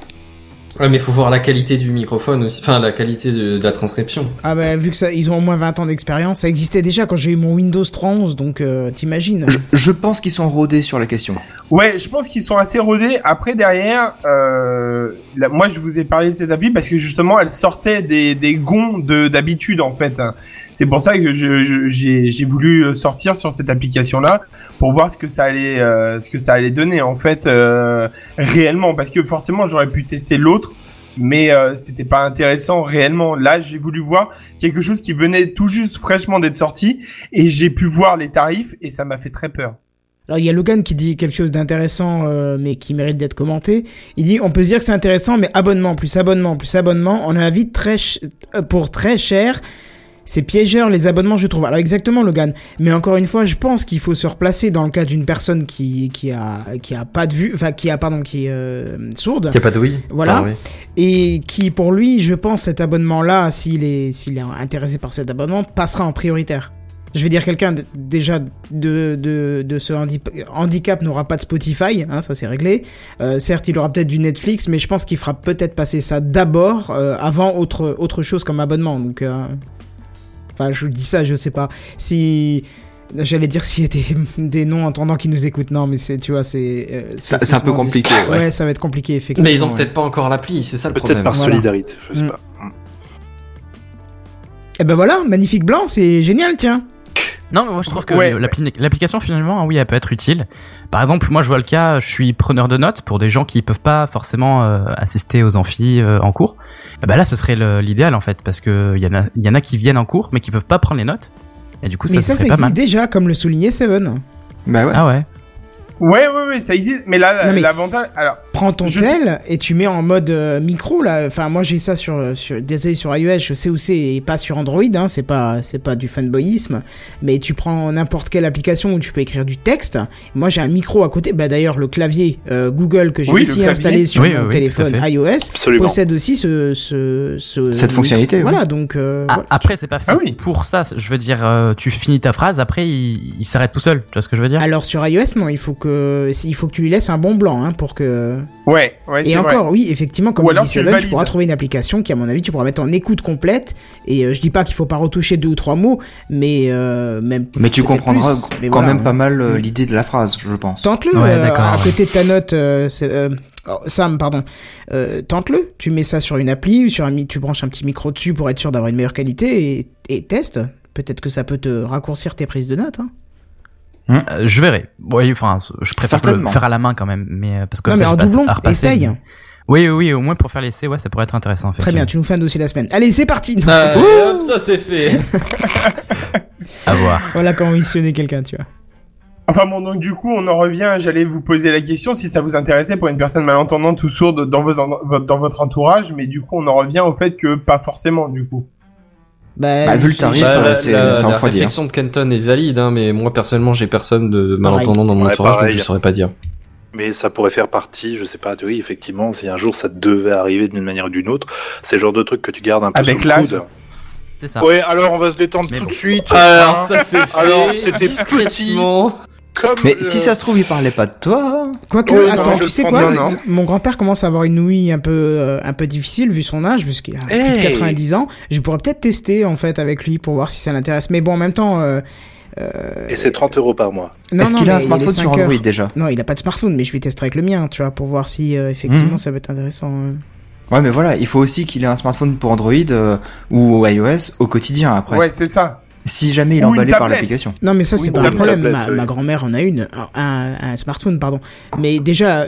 Ouais, mais faut voir la qualité du microphone aussi, enfin la qualité de, de la transcription.
Ah bah vu que ça, ils ont au moins 20 ans d'expérience, ça existait déjà quand j'ai eu mon Windows 3.11, donc euh, t'imagines.
Je, je pense qu'ils sont rodés sur la question.
Ouais, je pense qu'ils sont assez rodés. Après, derrière, euh, là, moi, je vous ai parlé de cette appli parce que justement, elle sortait des, des gonds de- d'habitude, en fait. hein. C'est pour ça que je- je- j'ai j'ai voulu euh, sortir sur cette application-là pour voir ce que ça allait, euh, ce que ça allait donner, en fait, euh, réellement. Parce que forcément, j'aurais pu tester l'autre, mais euh, c'était pas intéressant réellement. Là, j'ai voulu voir quelque chose qui venait tout juste fraîchement d'être sorti et j'ai pu voir les tarifs et ça m'a fait très peur.
Alors il y a Logan qui dit quelque chose d'intéressant euh, mais qui mérite d'être commenté. Il dit on peut se dire que c'est intéressant mais abonnement plus abonnement plus abonnement, on a un vide très ch- euh, pour très cher. C'est piégeur les abonnements je trouve. Alors exactement Logan, mais encore une fois je pense qu'il faut se replacer dans le cas d'une personne qui qui a qui a pas de vue, enfin qui a pardon qui est euh, sourde.
Qui a pas de oui.
Voilà.
Enfin, oui.
et qui pour lui, je pense, cet abonnement-là, s'il est, s'il est intéressé par cet abonnement, passera en prioritaire. Je vais dire quelqu'un d- déjà de, de, de ce handi- handicap n'aura pas de Spotify, hein, ça c'est réglé. Euh, certes, il aura peut-être du Netflix, mais je pense qu'il fera peut-être passer ça d'abord, euh, avant autre, autre chose comme abonnement. Donc, euh, enfin, je vous dis ça, je sais pas. Si j'allais dire s'il y a des, des non-entendants qui nous écoutent, non, mais c'est, tu vois, c'est euh,
Ça-
c'est
c'est un peu
souvent dit.
compliqué, ouais.
Ouais. ça va être compliqué effectivement.
Mais ils ont
ouais.
peut-être pas encore l'appli, c'est ça le
Peut-être
problème.
par
Voilà.
solidarité, je sais
Mm.
pas.
Eh ben voilà, magnifique blanc, c'est génial, tiens.
Non, mais moi je trouve que
Ouais.
le- l'appli- l'application finalement, oui, elle peut être utile. Par exemple, moi je vois le cas, je suis preneur de notes pour des gens qui peuvent pas forcément euh, assister aux amphis euh, en cours. Eh ben là, ce serait le- l'idéal en fait, parce que il y en a, il y en a qui viennent en cours mais qui peuvent pas prendre les notes. Et du coup,
Mais
ça,
ça,
ce
ça
serait pas
existe
mal.
déjà, comme le soulignait Seven.
Bah ouais.
Ah ouais.
Ouais, ouais, ouais, ça existe. Mais là,
Non, mais-
l'avantage. Alors,
Prends ton
Je
tel et tu mets en mode euh, micro là. Enfin, moi j'ai ça sur, sur désolé sur iOS, je sais où c'est et pas sur Android. Hein, c'est pas c'est pas du fanboyisme, mais tu prends n'importe quelle application où tu peux écrire du texte. Moi j'ai un micro à côté. Bah d'ailleurs le clavier euh, Google que j'ai
Oui, le
aussi
clavier.
installé sur
Oui,
mon
oui, oui,
téléphone
tout à fait.
iOS
Absolument.
possède aussi ce, ce, ce-
Cette fonctionnalité, oui.
Voilà donc. euh,
Ah,
voilà.
après, c'est pas fait
Ah oui.
pour ça. Je veux dire, euh, tu finis ta phrase, après il, il s'arrête tout seul. Tu vois ce que je veux dire
Alors sur iOS non, il faut que il faut que tu lui laisses un bon blanc hein, pour que.
ouais, ouais,
Et
c'est
encore, oui, effectivement, comme
Ou
on
alors
dit
tu le
Seven, tu
valides.
pourras trouver une application qui, à mon avis, tu pourras mettre en écoute complète. Et euh, je dis pas qu'il faut pas retoucher deux ou trois mots, mais euh, même.
Mais tu
peut-être
comprendras
plus. Mais
quand
voilà,
même
ouais.
pas mal euh,
Mm.
l'idée de la phrase, je pense.
Tente-le
Ouais,
euh,
d'accord,
à
ouais.
côté de ta note, euh, c'est, euh, oh, Sam, pardon. Euh, Tente-le. Tu mets ça sur une appli, ou sur un, mi- tu branches un petit micro dessus pour être sûr d'avoir une meilleure qualité et, et teste. Peut-être que ça peut te raccourcir tes prises de notes. Hein.
Euh, Je verrai. Oui, enfin, je préfère le
Certainement.
faire à la main quand même, mais euh, parce que
Non,
comme
mais
ça,
en
j'ai pas
doublon,
à repasser.
essaye.
Oui, oui, oui, au moins pour faire l'essai, ouais, ça pourrait être intéressant.
Très bien, tu nous fais un dossier la semaine. Allez, c'est parti.
Ah,
*laughs*
Euh,
hop, ça c'est fait.
À voir.
voilà comment missionner quelqu'un, tu vois.
Enfin bon, donc du coup, on en revient. J'allais vous poser la question si ça vous intéressait pour une personne malentendante ou sourde dans, vos en- vo- dans votre entourage, mais du coup, on en revient au fait que pas forcément, du coup.
Bah, vu le tarif,
Bah,
euh,
la-
c'est
la,
c'est
la
refroidi. hein.
réflexion de Kenton est valide, hein, mais moi personnellement j'ai personne de malentendant dans mon
Ouais,
entourage, donc
pareil.
je saurais pas dire.
Mais ça pourrait faire partie, je sais pas, oui, effectivement, si un jour ça devait arriver d'une manière ou d'une autre, c'est le genre de truc que tu gardes un peu
Avec
sous le
l'âge.
coude.
C'est ça.
Ouais, alors on va se détendre
Mais
tout
bon.
de suite.
Alors
hein.
ça c'est fait.
Alors, c'était
discrètement.
Comme,
Mais
euh,
si ça se trouve, il parlait pas de toi. hein.
Quoique,
Ouais, non,
attends,
je
tu
le
sais
prends
quoi
bien, non
Mon grand-père commence à avoir une ouïe un peu, euh, un peu difficile vu son âge, puisqu'il a plus de
Hey
90 ans. Je pourrais peut-être tester en fait avec lui pour voir si ça l'intéresse. Mais bon, en même temps, euh, euh,
Et c'est 30 euros par mois.
non,
Est-ce
non,
qu'il a un
mais il est
smartphone
5
sur
heures.
Android déjà
Non, il a pas de smartphone, mais je vais tester avec le mien, tu vois, pour voir si euh, effectivement
Mhm.
ça peut être intéressant. euh.
Ouais, mais voilà, il faut aussi qu'il ait un smartphone pour Android euh, ou iOS au quotidien après.
Ouais, c'est ça.
Si jamais il est
Ou une
emballé par
tablette.
l'application.
Non, mais ça
Oui,
c'est
bon,
pas un
une
problème.
tablette,
ma
oui.
ma grand-mère en a une, un, un smartphone, pardon. Mais déjà,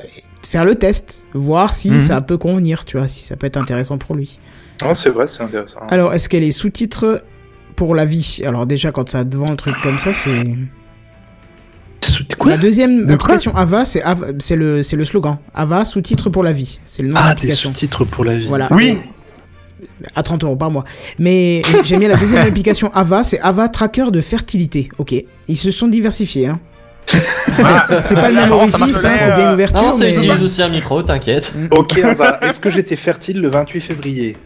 faire le test, voir si
Mhm.
ça peut convenir, tu vois, si ça peut être intéressant pour lui.
Non, Ah, c'est vrai, c'est intéressant.
Alors, est-ce qu'elle est sous-titre pour la vie Alors déjà, quand ça devant un truc comme ça, c'est... la deuxième
De quoi
application AVA, c'est Ava- c'est le, c'est le slogan. AVA, sous-titre pour la vie. C'est le nom de
Ah, des
l'application.
sous-titres pour la vie.
Voilà.
Oui,
à 30 euros par mois. Mais *laughs* j'aime bien la deuxième application Ava, c'est Ava Tracker de fertilité. Ok, ils se sont diversifiés. Hein. c'est pas le même
apparemment, ça
orifice,
marche
hein, c'est
bien,
bien
euh,
une ouverture.
Non, ça
mais-
utilise aussi un micro, t'inquiète.
Ok, Ava, est-ce que j'étais fertile le 28 février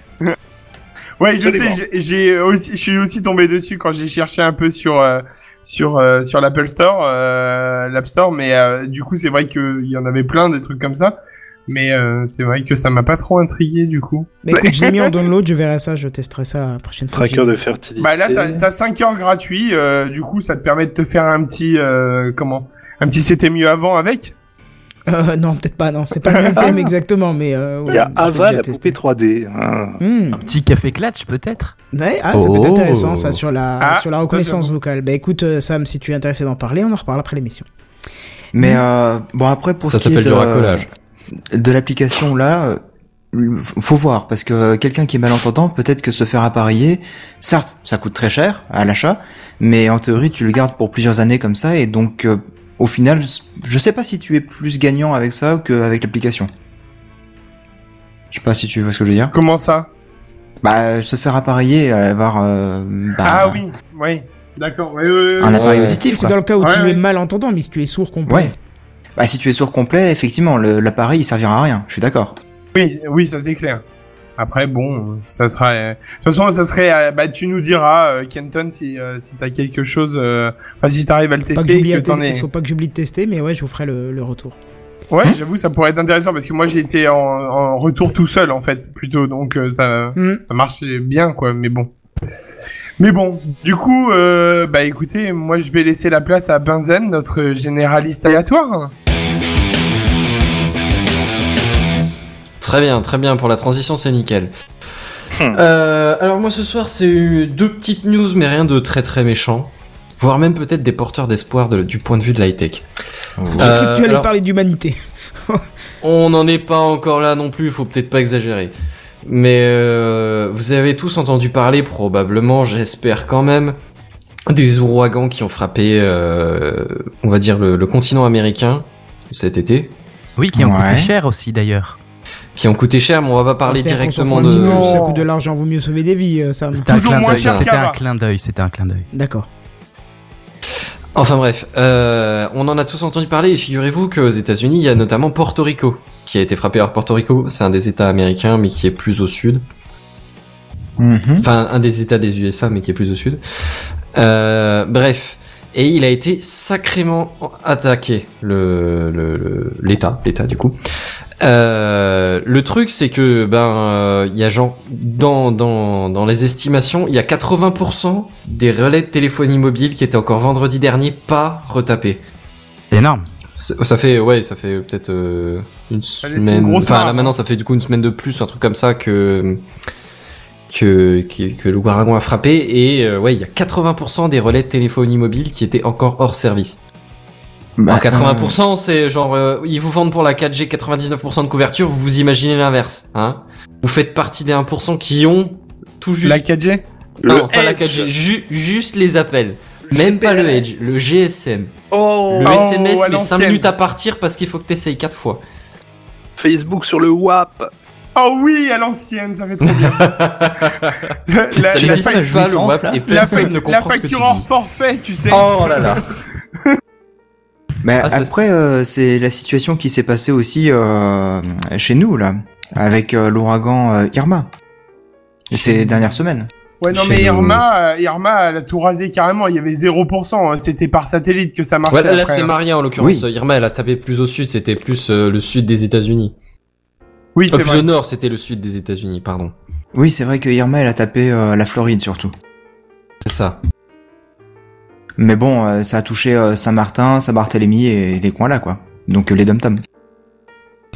Ouais, je
Absolument.
sais, j'ai- j'ai aussi, je suis aussi tombé dessus quand j'ai cherché un peu sur euh, sur euh, sur l'Apple Store, euh, l'App Store, mais euh, du coup c'est vrai que il y en avait plein des trucs comme ça, mais euh, c'est vrai que ça m'a pas trop intrigué du coup.
Bah écoute, je l'ai mis en download, je verrai ça, je testerai ça la prochaine fois. que
Tracker
j'ai-
de fertilité.
Bah là t'as t'as cinq heures gratuits, euh, du coup ça te permet de te faire un petit euh, comment, un petit c'était mieux avant avec.
Euh, non, peut-être pas, non, c'est pas le même
*laughs*
thème exactement, mais. euh, ouais,
Il y a
je l'ai
Ava,
déjà
la
testé.
poupée 3D. hein.
Hmm.
Petit café clutch peut-être
Ouais, ah, ça peut
Oh.
être intéressant ça sur la,
Ah,
sur la
ça,
reconnaissance
j'avoue.
vocale. Bah écoute, euh, Sam, si tu es intéressé d'en parler, on en reparle après l'émission.
Mais
Mm.
euh, bon après pour
Ça
ce qui est
s'appelle
de,
du racolage.
de l'application là, euh, f- faut voir parce que euh, quelqu'un qui est malentendant peut-être que se faire appareiller, certes ça coûte très cher à l'achat, mais en théorie tu le gardes pour plusieurs années comme ça et donc euh, au final je sais pas si tu es plus gagnant avec ça qu'avec l'application. Je sais pas si tu vois ce que je veux dire.
Comment ça
Bah se faire appareiller, avoir euh, bah, Ah.
Ah, oui, oui, d'accord. Ouais, ouais, ouais.
un appareil
Ouais.
auditif.
C'est
quoi.
dans le cas où
Ouais,
tu
ouais.
es malentendant, mais si tu es sourd complet.
Ouais. Bah, si tu es sur complet, effectivement, le- l'appareil il servira à rien. Je suis d'accord.
Oui, oui, ça c'est clair. Après, bon, euh, ça sera. euh, De toute façon, ça serait. euh, Bah, tu nous diras, euh, Kenton, si, euh, si t'as quelque chose. euh, Enfin, si t'arrives à le
Pas que
tester
j'oublie
et que
à
t'en
tester-
es.
faut pas que j'oublie de tester, mais ouais, je vous ferai le, le retour.
Ouais,
Hmm
j'avoue, ça pourrait être intéressant parce que moi, j'ai été en, en retour tout seul, en fait, plutôt. Donc, euh, ça,
Hmm.
ça marchait bien, quoi. Mais bon. Mais bon, du coup, euh, bah écoutez, moi je vais laisser la place à Benzen, notre généraliste aléatoire.
Très bien, très bien. Pour la transition, c'est nickel.
Hmm.
Euh, alors moi ce soir c'est eu deux petites news mais rien de très très méchant, voire même peut-être des porteurs d'espoir de- du point de vue de l'high tech.
J'ai
Euh,
cru que tu allais parler d'humanité.
On n'en est pas encore là non plus, faut peut-être pas exagérer. Mais euh, vous avez tous entendu parler, probablement, j'espère quand même, des ouragans qui ont frappé, euh, on va dire, le, le continent américain cet été,
Oui, qui ont
Ouais.
coûté cher aussi d'ailleurs.
qui ont coûté cher, mais on va pas parler
C'est-à-dire qu'on s'en
directement
fout Ah,
de...
un petit peu, Ça coûte de l'argent, vaut mieux sauver des vies, euh, Sam.
C'était un
Toujours
clin
moins
d'œil.
cher
C'était
qu'avant.
un clin d'œil. C'était un clin d'œil.
D'accord.
Enfin bref, euh, on en a tous entendu parler, et figurez-vous qu'aux États-Unis, il y a notamment Porto Rico, qui a été frappé. Alors Porto Rico, c'est un des États américains, mais qui est plus au sud.
Mhm.
Enfin, un des États des USA, mais qui est plus au sud. Euh, bref. Et il a été sacrément attaqué, le le- le- l'État, l'État du coup. Euh, le truc, c'est que ben, euh, il y a genre dans dans dans les estimations, il y a 80% des relais de téléphonie mobile qui étaient encore vendredi dernier pas retapés.
Énorme.
C'est- Ça fait ouais, ça fait peut-être euh, une
laisse une
semaine.
grosse
Enfin
marge,
là
hein.
maintenant, ça fait du coup une semaine de plus, un truc comme ça que que que, que le Guaragon a frappé et euh, ouais, il y a 80% des relais de téléphonie mobile qui étaient encore hors service.
Bah,
Alors 80%, c'est genre euh, ils vous vendent pour la 4G 99% de couverture, vous vous imaginez l'inverse, hein Vous faites partie des 1% qui ont tout juste
La 4G
non, pas la
Edge.
4G, ju- juste les appels. Même pas le Edge, le GSM.
euh,
Oh
Le
Oh,
SMS,
à
mais 5
l'ancienne.
minutes à partir parce qu'il faut que t'essayes 4 fois.
Facebook sur le WAP
Oh oui, à l'ancienne, ça fait trop
*laughs*
bien. La- la-
ça
la
n'existe
fac-
pas,
jouissance,
le WAP,
là.
et
la,
personne
fac-
ne
la
comprend ce que tu
facture hors
dis.
forfait, tu sais.
Oh là
*laughs*
là.
Mais
Ah, ça-
après, euh, c'est la situation qui s'est passée aussi euh, chez nous là, avec euh, l'ouragan euh, Irma.
Mmh.
Ces dernières semaines.
Ouais, non,
Chez
mais
nous,
Irma, euh, Irma, elle a tout rasé carrément. Il y avait 0%. hein. C'était par satellite que ça marchait.
Ouais, là,
après,
c'est
hein.
Maria en l'occurrence.
Oui.
Irma, elle a tapé plus au sud, c'était plus euh, le sud des États-Unis.
Oui,
Euh,
c'est
plus
vrai.
au nord, c'était le sud des États-Unis, pardon.
Oui, c'est vrai que Irma elle a tapé euh, la Floride surtout.
C'est ça.
Mais bon, euh, ça a touché euh, Saint-Martin, Saint-Barthélemy et les coins là quoi. Donc euh, les dom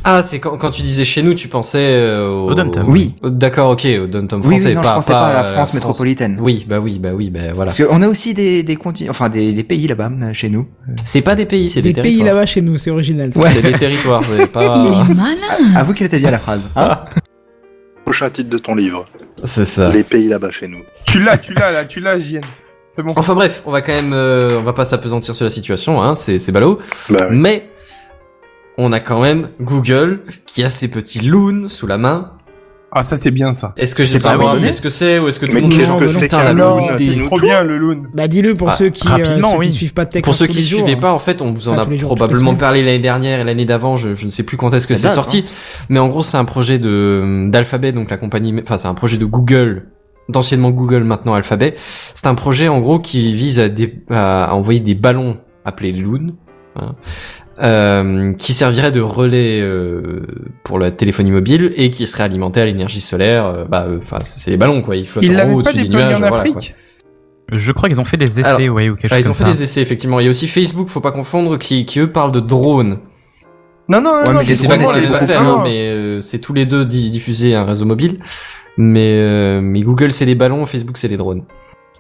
Ah, c'est quand, quand tu disais chez nous, tu pensais euh, au...
Au Dom-Tom.
Oui.
D'accord, ok, au Dom-Tom
Oui,
français.
oui, non, je pensais pas à la
euh,
France métropolitaine.
Oui, bah oui, bah oui, bah voilà.
Parce qu'on a aussi des, des continents, enfin des, des pays là-bas, euh, chez nous.
C'est pas des pays, c'est des,
Des pays
territoires.
là-bas chez nous, c'est original.
C'est des territoires, c'est
Il
pas...
est
Hein
malin.
Ah.
Avoue qu'elle était bien la phrase.
Prochain titre de ton livre.
c'est ça.
Les pays là-bas chez nous.
Tu l'as, tu l'as, là, tu l'as, JN. C'est bon.
Enfin bref, on va quand même, euh, on va pas s'apesantir sur la situation, hein, c'est c'est ballot.
Bah oui.
Mais on a quand même Google qui a ses petits loons sous la main.
Ah, ça, c'est bien, ça.
Est-ce que c'est
C'est pas
pas
abandonné
Est-ce que c'est ou est-ce que tout
Mais
le monde
qu'est-ce
Non,
que
mais non,
c'est
putain,
qu'un
la
loon
loon
Ah,
C'est
dis-nous
trop
tout.
bien, le loon.
Bah dis-le pour
Ah,
ceux qui
rapidement,
ceux qui
oui.
suivent pas Tech
Pour
Craft
ceux
tous
qui
les jours,
suivaient
hein.
pas, en fait, on vous en
Enfin,
a
tous les jours,
probablement
toutes les
parlé l'année dernière et l'année d'avant. Je, je ne sais plus quand est-ce que
Ça
c'est
date,
sorti,
hein.
mais en gros, c'est un projet de d'Alphabet, donc la compagnie, enfin, c'est un projet de Google, d'anciennement Google, maintenant Alphabet. C'est un projet en gros qui vise à, dé- à envoyer des ballons appelés Loon. hein, euh, qui servirait de relais euh, pour la téléphonie mobile et qui serait alimenté à l'énergie solaire. euh, bah, euh, enfin, c'est c'est les ballons quoi. Ils flottent
Il
en haut
l'avait pas
au-dessus des
déployé
nuages.
en
voilà, quoi.
Afrique
Je crois qu'ils ont fait des essais,
Alors,
ouais, ou quelque
Ah,
chose
ils ont
comme
fait
ça.
des essais effectivement. Il y a aussi Facebook, faut pas confondre, qui, qui eux parlent de drones.
Non, non, non,
Ouais,
non,
mais
C'est
les
c'est pas
drones
qu'on
vraiment
étaient
les
la-
a
beaucoup
pas fait,
non,
hein,
non.
mais euh, c'est tous les deux di- diffusés à un réseau mobile. Mais, euh, mais Google c'est les ballons, Facebook c'est les drones.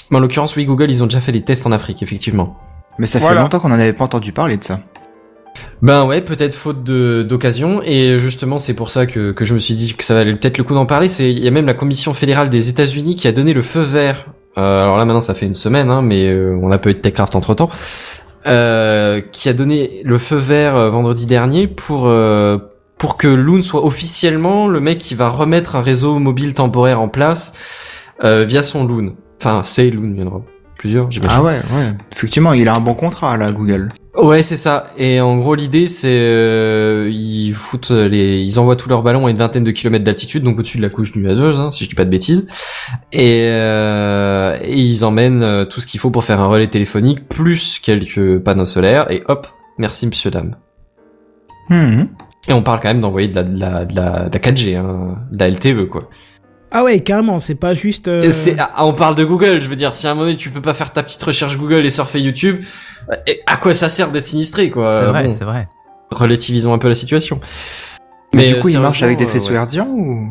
Mais en l'occurrence, oui, Google, ils ont déjà fait des tests en Afrique, effectivement.
Mais ça fait
Voilà.
longtemps qu'on en avait pas entendu parler de ça.
Ben ouais, peut-être faute de- d'occasion, et justement c'est pour ça que, que je me suis dit que ça valait peut-être le coup d'en parler. C'est il y a même la Commission fédérale des États-Unis qui a donné le feu vert. euh, alors là maintenant ça fait une semaine, hein, mais euh, on a peu eu de Techcraft entre temps, qui a donné le feu vert euh, vendredi dernier pour euh, pour que Loon soit officiellement le mec qui va remettre un réseau mobile temporaire en place euh, via son Loon. Enfin c'est Loon, il y en aura plusieurs. j'imagine.
Ah ouais, ouais. Effectivement, il a un bon contrat là, Google.
Ouais, c'est ça. Et en gros, l'idée, c'est euh, ils foutent les, ils envoient tous leurs ballons à une vingtaine de kilomètres d'altitude, donc au-dessus de la couche nuageuse, hein, si je dis pas de bêtises. Et, euh, et ils emmènent euh, tout ce qu'il faut pour faire un relais téléphonique, plus quelques panneaux solaires, et hop, merci monsieur dame.
Hum,
Et on parle quand même d'envoyer de la, de la, de la, de la 4G, hein, de la LTE quoi.
Ah ouais, carrément, c'est pas juste. euh,
Et c'est- ah, on parle de Google, je veux dire, si à un moment donné, tu peux pas faire ta petite recherche Google et surfer YouTube, euh, et à quoi ça sert d'être sinistré quoi
C'est vrai,
euh, Bon
c'est vrai.
relativisons un peu la situation.
Mais,
euh,
du coup, il marche avec des faits
sérieusement, euh, ouais.
sourdiants ou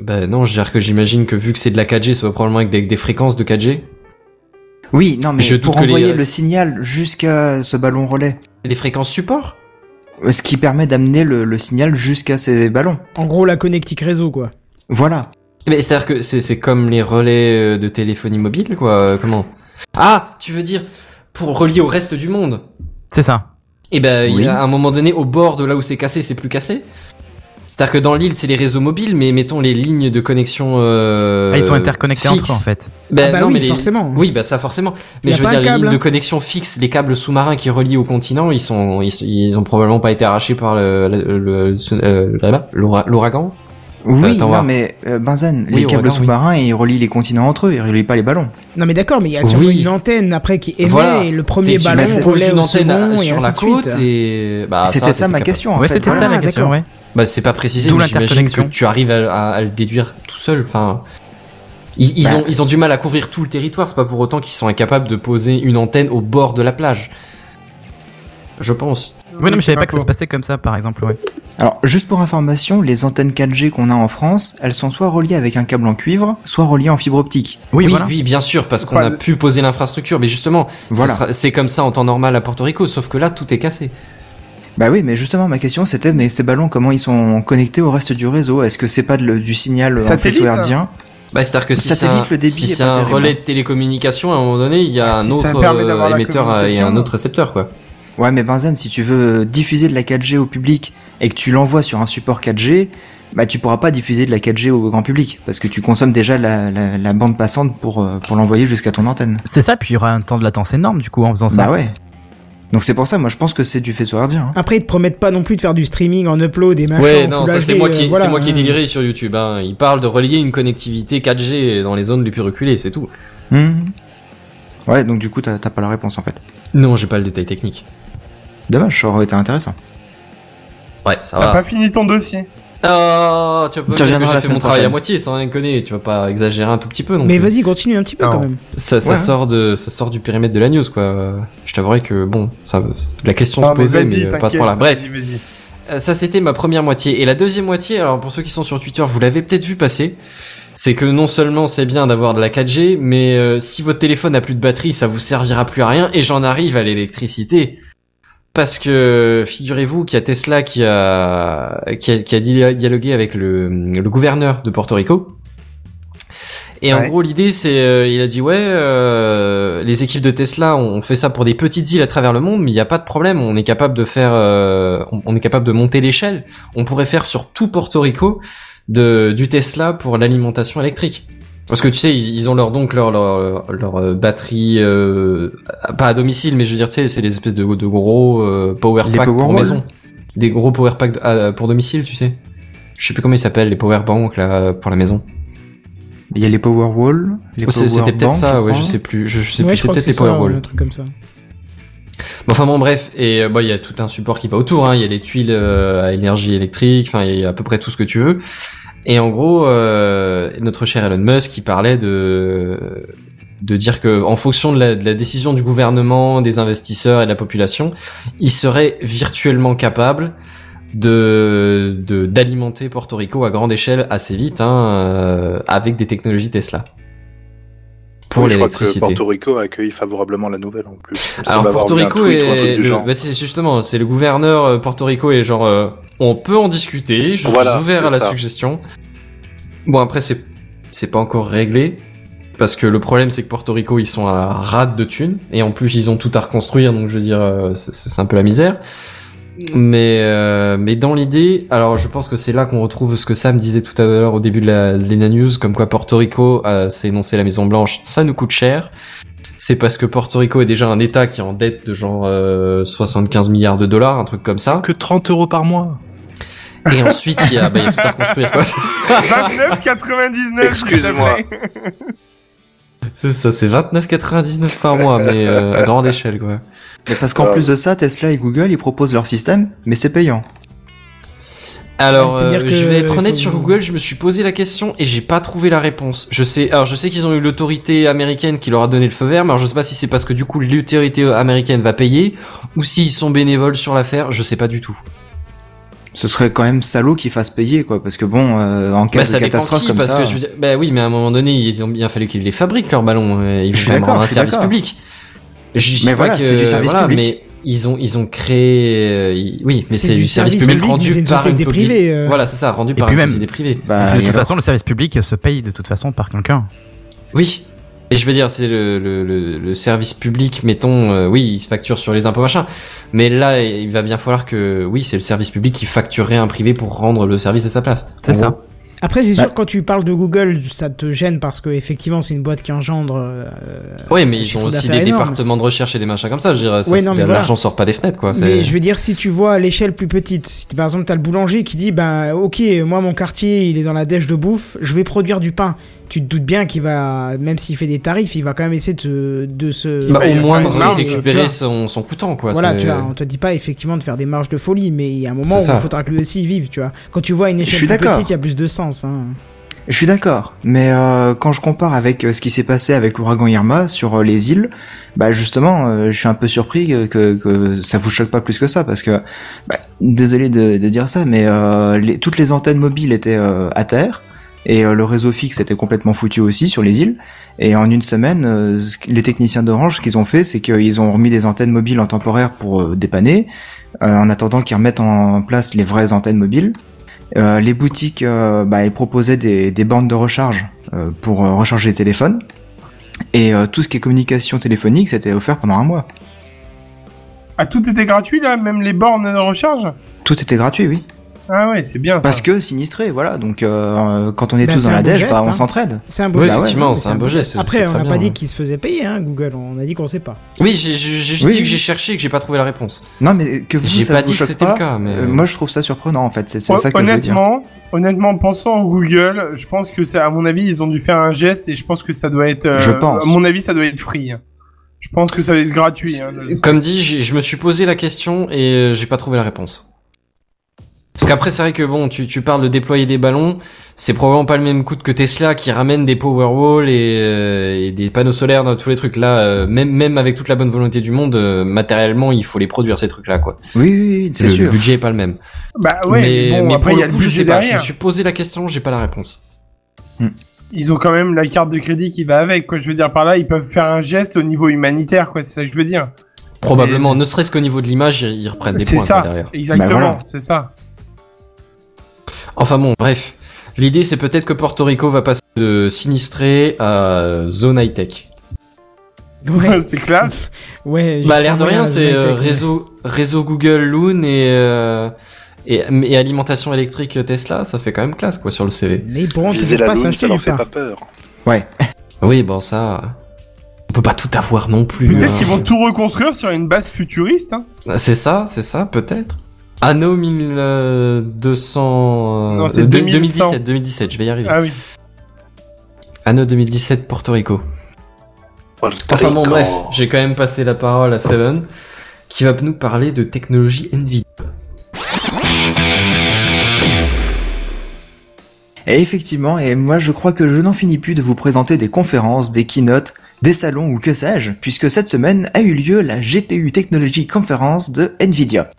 Bah non, je veux dire que j'imagine que vu que c'est de la 4G, ça va probablement avec des, des fréquences de 4G.
Oui, non, mais
Je doute
pour
que les-
envoyer le signal jusqu'à ce ballon relais,
Les fréquences support
ce qui permet d'amener le, le signal jusqu'à ces ballons.
En gros, la connectique réseau, quoi.
Voilà.
Mais c'est-à-dire que c'est c'est comme les relais euh, de téléphonie mobile, quoi. euh, Comment Ah, tu veux dire pour relier au reste du monde
C'est ça.
Eh ben, il y
Oui.
a à un moment donné, au bord de là où c'est cassé, c'est plus cassé. C'est-à-dire que dans l'île, c'est les réseaux mobiles, mais mettons les lignes de connexion. Euh,
Ah, ils sont interconnectés
fixes.
entre eux, en fait.
Ben,
Ah bah
non,
oui,
mais les-
forcément.
Oui, bah ça forcément.
Y
Mais
a
je veux
pas
dire,
un
les
câble,
lignes
hein.
de connexion fixes, les câbles sous-marins qui relient au continent, ils sont, ils, ils ont probablement pas été arrachés par le, le- le- euh, là-bas, l'aura- l'ouragan.
Oui,
Bah, attends,
non,
voir.
mais euh, Benzen,
Oui,
les
on
câbles
regarde, oui.
sous-marins, ils relient les continents entre eux, ils relient pas les ballons.
Non, mais d'accord, mais il y a sûrement
Oui.
une antenne après qui émet
Voilà.
et le premier
C'est- tu
ballon
mets-
on
pour
poses
l'air
une
au
antenne à-
second et
sur
ainsi
la
de suite.
côte et bah
C'était ça, ma
capable.
question. En
Ouais,
fait,
c'était
voilà.
ça la
Ah,
question,
d'accord.
ouais.
Bah c'est pas précisé.
D'où
mais j'imagine que
l'interconnexion.
tu arrives à, à- à le déduire tout seul. Enfin, ils, ils
Bah.
ont ils ont du mal à couvrir tout le territoire. C'est pas pour autant qu'ils sont incapables de poser une antenne au bord de la plage. Je pense.
Oui, non, mais je savais
c'est
pas que ça
faux.
se passait comme ça, par exemple, ouais.
Alors, juste pour information, les antennes 4G qu'on a en France, elles sont soit reliées avec un câble en cuivre, soit reliées en fibre optique.
Oui,
Oui,
voilà.
oui, bien sûr, parce qu'on
Pas
a
le-
pu poser l'infrastructure, mais justement, ça
Voilà.
sera- c'est comme ça en temps normal à Porto Rico, sauf que là, tout est cassé.
Bah oui, mais justement, ma question c'était, mais ces ballons, comment ils sont connectés au reste du réseau Est-ce que c'est pas de- du signal euh, en
Satellite,
faisceau
hein.
herdien
Bah, c'est-à-dire que si c'est
Satellite,
un,
le débit
si
est
c'est
pas
un
terrible. hein.
relais de télécommunication, à un moment donné, il y a
Ah,
un
si ça
autre
permet
euh,
d'avoir la
émetteur et un
communication.
autre récepteur, quoi.
Ouais, mais Benzen, si tu veux diffuser de la 4G au public et que tu l'envoies sur un support 4G, bah tu pourras pas diffuser de la 4G au grand public parce que tu consommes déjà la, la- la bande passante pour, euh, pour l'envoyer jusqu'à ton antenne.
C'est ça, puis il y aura un temps de latence énorme, du coup, en faisant ça.
Bah ouais. Donc c'est pour ça, moi je pense que c'est du faisceau herdien. hein.
Après, ils te promettent pas non plus de faire du streaming en upload et machin.
Ouais,
en
non,
full
ça c'est
HD,
moi qui,
euh, voilà,
c'est moi qui ai
hein.
déliré sur YouTube. Hein. Il parle de relier une connectivité 4G dans les zones les plus reculées, c'est tout.
Mhm. Ouais, donc du coup t'as t'as pas la réponse en fait.
Non, j'ai pas le détail technique.
Dommage, ça aurait été intéressant.
Ouais, ça
T'as
va.
Ah, pas fini ton dossier.
Ah, tu vas pas
Tu
me dire que
reviendras
j'ai
la
fait
semaine
mon travail à
prochaine.
moitié, sans rien connaître. Tu vas pas exagérer un tout petit peu, non
Mais
plus.
vas-y, continue un petit peu
Non.
quand même.
Ça, ça
Ouais.
sort de, ça sort du périmètre de la news, quoi. Je t'avouerai que bon, ça, la question
Ah,
se
mais
posait,
vas-y,
mais, euh, pas à ce
t'inquiète,
point-là. Bref,
*laughs* vas-y, vas-y.
euh, ça c'était ma première moitié. Et la deuxième moitié, alors pour ceux qui sont sur Twitter, vous l'avez peut-être vu passer, c'est que non seulement c'est bien d'avoir de la 4G, mais euh, si votre téléphone a plus de batterie, ça vous servira plus à rien. Et j'en arrive à l'électricité. Parce que figurez-vous qu'il y a Tesla qui a, qui a, qui a dia- dialogué avec le, le gouverneur de Porto Rico. Et en
Ouais.
gros, l'idée, c'est, euh, il a dit ouais, euh, les équipes de Tesla ont fait ça pour des petites îles à travers le monde, mais il n'y a pas de problème, on est capable de faire, euh, on, on est capable de monter l'échelle. On pourrait faire sur tout Porto Rico de du Tesla pour l'alimentation électrique. Parce que tu sais, ils, ils ont leur donc leur leur, leur, euh, batterie euh, pas à domicile, mais je veux dire, tu sais, c'est des espèces de, de gros euh, power
Les
pack pour
Powerwall.
maison, des gros power pack de- ah, pour domicile, tu sais. Je sais plus comment ils s'appellent les power banks là pour la maison.
Il y a les Powerwall, les
Oh, c'est- C'était peut-être
Powerbank,
ça, ouais, je
crois.
sais plus, je, je sais
Ouais,
plus,
je
c'est
crois que
peut-être les
ça,
Powerwall.
Un truc comme ça.
Mais enfin bon, bref, et euh, bah il y a tout un support qui va autour, hein. il y a les tuiles euh, à énergie électrique, enfin il y a à peu près tout ce que tu veux. Et en gros, euh, notre cher Elon Musk qui parlait de de dire que en fonction de la, de la décision du gouvernement, des investisseurs et de la population, il serait virtuellement capable de de- d'alimenter Porto Rico à grande échelle assez vite hein, euh, avec des technologies Tesla pour
Oui, je crois que
l'électricité.
Porto Rico a accueilli favorablement la nouvelle en plus. Il me semble
Alors
avoir
Porto
vu un
Rico
tweet ou un
et
truc du
le-
genre.
bah, c'est justement c'est le gouverneur euh, Porto Rico et genre euh, on peut en discuter. Je
Voilà,
suis ouvert à
c'est
la
ça.
suggestion. Bon après c'est c'est pas encore réglé parce que le problème c'est que Porto Rico ils sont à rade de thunes et en plus ils ont tout à reconstruire donc je veux dire euh, c'est- c'est un peu la misère. Mais euh, mais dans l'idée, alors je pense que c'est là qu'on retrouve ce que Sam disait tout à l'heure au début de la de l'Ena News, comme quoi Porto Rico euh, s'est énoncé à la Maison Blanche, ça nous coûte cher. C'est parce que Porto Rico est déjà un État qui est en dette de genre euh, 75 milliards de dollars, un truc comme ça.
Que 30 euros par mois.
Et ensuite il y a, bah, il y a tout à reconstruire quoi. *laughs*
29,99.
*laughs* Excuse-moi.
s'il te plaît.
C'est ça, c'est 29,99 par mois, mais euh, à grande échelle quoi.
Mais parce qu'en
Ah.
plus de ça, Tesla et Google, ils proposent leur système, mais c'est payant.
Alors,
Ouais, c'est-à-dire que
euh, je vais être
il
honnête
faut-
sur Google, je me suis posé la question et j'ai pas trouvé la réponse. Je sais, alors je sais qu'ils ont eu l'autorité américaine qui leur a donné le feu vert, mais alors je sais pas si c'est parce que du coup l'autorité américaine va payer ou s'ils sont bénévoles sur l'affaire, je sais pas du tout.
Ce serait quand même salaud qu'ils fassent payer, quoi, parce que bon, euh, en cas
Bah,
de
dépend
catastrophe
qui,
comme
parce
ça.
que je veux dire- bah oui, mais à un moment donné, ils ont bien fallu qu'ils les fabriquent leurs ballons. euh, Ils
Je suis
vont
d'accord,
rendre un
je suis
service
d'accord.
public. Je dis
Mais
pas
voilà,
que-
c'est du service
voilà,
public.
Mais ils ont ils ont créé, euh, ils- oui, mais c'est du service public
mais c'est
rendu
une
par une
société
publi-
privée, euh.
Voilà, c'est ça, rendu par
puis
une
même-
société privée.
Bah,
de
et
toute
alors
façon, le service public se paye de toute façon par quelqu'un.
Oui. Et je veux dire, c'est le, le, le, le service public, mettons, euh, oui, il se facture sur les impôts, machin. Mais là, il va bien falloir que, oui, c'est le service public qui facturerait un privé pour rendre le service à sa place.
C'est
En
ça.
gros.
Après, c'est
Bah-
sûr, quand tu parles de Google, ça te gêne parce que effectivement, c'est une boîte qui engendre. euh,
Oui, mais
Un
ils
chiffre
ont aussi des
d'affaires énorme.
départements de recherche et des machins comme ça. Je veux dire, ça,
Ouais,
c'est-
non, mais
l'argent
voilà.
sort pas des fenêtres, quoi. c'est-
Mais je veux dire, si tu vois à l'échelle plus petite, si par exemple t'as le boulanger qui dit, bah ok, moi mon quartier il est dans la dèche de bouffe, je vais produire du pain. Tu te doutes bien qu'il va, même s'il fait des tarifs, il va quand même essayer de, de se.
Bah,
il y
au
a pas
moins
une
de
marge,
tu
récupérer
vois.
son, son coûtant, quoi.
voilà,
c'est-
tu vois, on te dit pas effectivement de faire des marges de folie, mais il y a un moment où
C'est ça.
il faudra que lui aussi il vive, tu vois. Quand tu vois à une
Je suis
échelle plus
d'accord.
petite, il y a plus de sens. Hein.
Je suis d'accord, mais euh, quand je compare avec euh, ce qui s'est passé avec l'ouragan Irma sur euh, les îles, bah justement, euh, je suis un peu surpris que, que, que ça vous choque pas plus que ça, parce que, bah, désolé de, de dire ça, mais euh, les- toutes les antennes mobiles étaient euh, à terre, et euh, le réseau fixe était complètement foutu aussi sur les îles, et en une semaine, euh, ce que- les techniciens d'Orange, ce qu'ils ont fait, c'est qu'ils ont remis des antennes mobiles en temporaire pour euh, dépanner, euh, en attendant qu'ils remettent en place les vraies antennes mobiles. Euh, les boutiques, euh, bah, ils proposaient des, des bornes de recharge euh, pour euh, recharger les téléphones. Et euh, tout ce qui est communication téléphonique, c'était offert pendant un mois.
Ah, tout était gratuit là, même les bornes de recharge
Tout était gratuit, oui.
Ah ouais, c'est bien. ça.
Bah,
Parce que sinistré, voilà. Donc euh, quand on est
Bah,
tous
c'est
dans
un
la
beau
dèche,
geste,
bah, on
hein.
s'entraide.
C'est un beau
Oui,
geste.
effectivement,
mais
c'est un beau geste, c'est-
Après,
c'est
on
très
n'a pas
bien,
dit
hein.
qu'il se faisait payer, hein, Google. On a dit qu'on sait pas.
Oui, j'ai j'ai- j'ai juste
Oui,
dit que
oui.
j'ai cherché et que j'ai pas trouvé la réponse.
Non, mais que vous,
J'ai
ça
pas
vous
dit que
choque
c'était
pas,
le cas, mais-
euh, moi, je trouve ça surprenant, en fait. C'est c'est
Hon-
ça que je veux dire.
honnêtement, honnêtement, pensant au Google, je pense que c'est, à mon avis, ils ont dû faire un geste et je pense que ça doit être. euh,
Je pense.
À mon avis, ça doit être free. Je pense que ça va être gratuit. hein.
Comme dit, j'ai- je me suis posé la question et euh, j'ai pas trouvé la réponse. Parce qu'après, c'est vrai que bon, tu, tu parles de déployer des ballons, c'est probablement pas le même coût que Tesla qui ramène des Powerwall et, euh, et des panneaux solaires dans tous les trucs là. euh, même même avec toute la bonne volonté du monde, euh, matériellement, il faut les produire ces trucs là quoi.
Oui, oui, oui, c'est
le
sûr.
budget est pas le même.
Bah ouais, mais,
mais,
bon,
mais
après il
pour
y a
le
le
coup, je
budget
sais pas. Je
derrière.
me suis posé la question, j'ai pas la réponse.
Ils ont quand même la carte de crédit qui va avec, quoi. Je veux dire, par là, ils peuvent faire un geste au niveau humanitaire, quoi. C'est ça que je veux dire.
Probablement, ne serait-ce qu'au niveau de l'image, ils ils reprennent des
C'est
points quoi,
ça,
derrière.
exactement,
Bah voilà.
c'est ça.
Enfin bon, bref. L'idée, c'est peut-être que Porto Rico va passer de sinistré à zone high-tech.
Ouais,
*laughs* c'est classe.
ouais.
Bah,
j'ai
l'air de
pas moyen la
rien, c'est
high-tech,
euh,
mais-
réseau, réseau Google Loon et, euh, et, et alimentation électrique euh, Tesla, ça fait quand même classe, quoi, sur le CV.
Mais ils pourront
Viser
toujours
la
pas
lune,
s'acheter
ça
du
leur fait
phare.
pas peur.
Oui, bon, ça. On peut pas tout avoir non plus. hein.
Peut-être qu'ils vont tout reconstruire sur une base futuriste. Hein.
C'est ça, c'est ça, peut-être. Anno 1200.
Non, c'est
euh, deux-
2100.
2017, 2017, je vais y arriver.
Ah oui.
Anno 2017, Porto Rico. Enfin bon, bref, j'ai quand même passé la parole à Seven, qui va nous parler de technologie Nvidia.
Et effectivement, et moi je crois que je n'en finis plus de vous présenter des conférences, des keynotes, des salons ou que sais-je, puisque cette semaine a eu lieu la GPU Technology Conference de Nvidia.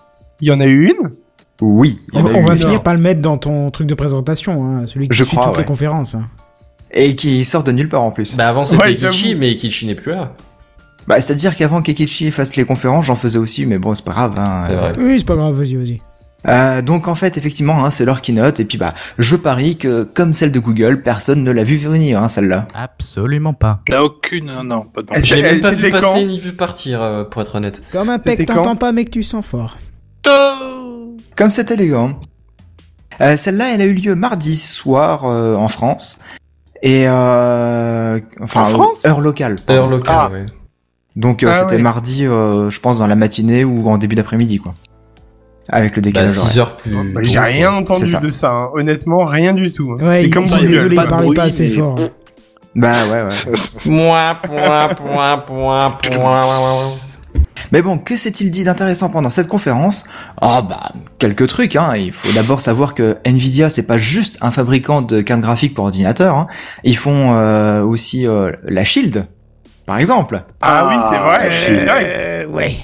Il y en a eu une
Oui, il y
On,
avait
on
eu
va
une-
finir par le mettre dans ton truc de présentation, hein, celui qui
Je
suit
crois,
toutes les
ouais.
conférences. hein.
et qui sort de nulle part en plus. Bah,
Bah avant c'était
Ouais,
Kichi,
j'avoue.
mais Kichi n'est plus là.
c'est-à-dire qu'avant qu'Ekichi fasse les conférences, j'en faisais aussi, mais bon, c'est pas grave. hein,
C'est
euh,
vrai.
Oui, c'est pas grave, vas-y, vas-y.
Euh, donc en fait, effectivement, hein, c'est leur keynote. Et puis bah, je parie que comme celle de Google, personne ne l'a vu venir, hein, celle-là.
Absolument pas.
T'as aucune. Non, pas de
Eh,
Est-ce
Je l'ai
Elle-
même pas vu
c'était
passer
quand
ni vu partir, euh, pour être honnête.
Comme un
C'était
pec, t'entends
quand
pas, mais que tu sens fort.
Comme c'est élégant. hein. Euh, celle-là, elle a eu lieu mardi soir euh, en France. Et euh, enfin
En France
heure locale. pardon.
Heure locale,
Ah.
ouais.
Donc euh,
Ah
c'était
ouais.
mardi, euh, je pense dans la matinée ou en début d'après-midi quoi. Avec le
Bah,
décalage. horaire.
6 heures plus.
Bah, J'ai rien entendu
c'est ça.
de ça, hein. honnêtement, rien du tout. hein.
Ouais,
c'est
ils
comme
sont
Google,
désolés,
quoi.
ils parlent pas
bruit,
assez
mais-
fort.
Bah ouais ouais.
Point, point, point,
*laughs*
point, point.
Mais bon, que s'est-il dit d'intéressant pendant cette conférence Ah bah, quelques trucs, hein. Il faut d'abord savoir que Nvidia, c'est pas juste un fabricant de cartes graphiques pour ordinateur, hein. Ils font euh, aussi euh, la Shield, par exemple.
Ah oui, c'est
Ah,
vrai,
je-
exact.
Euh, ouais.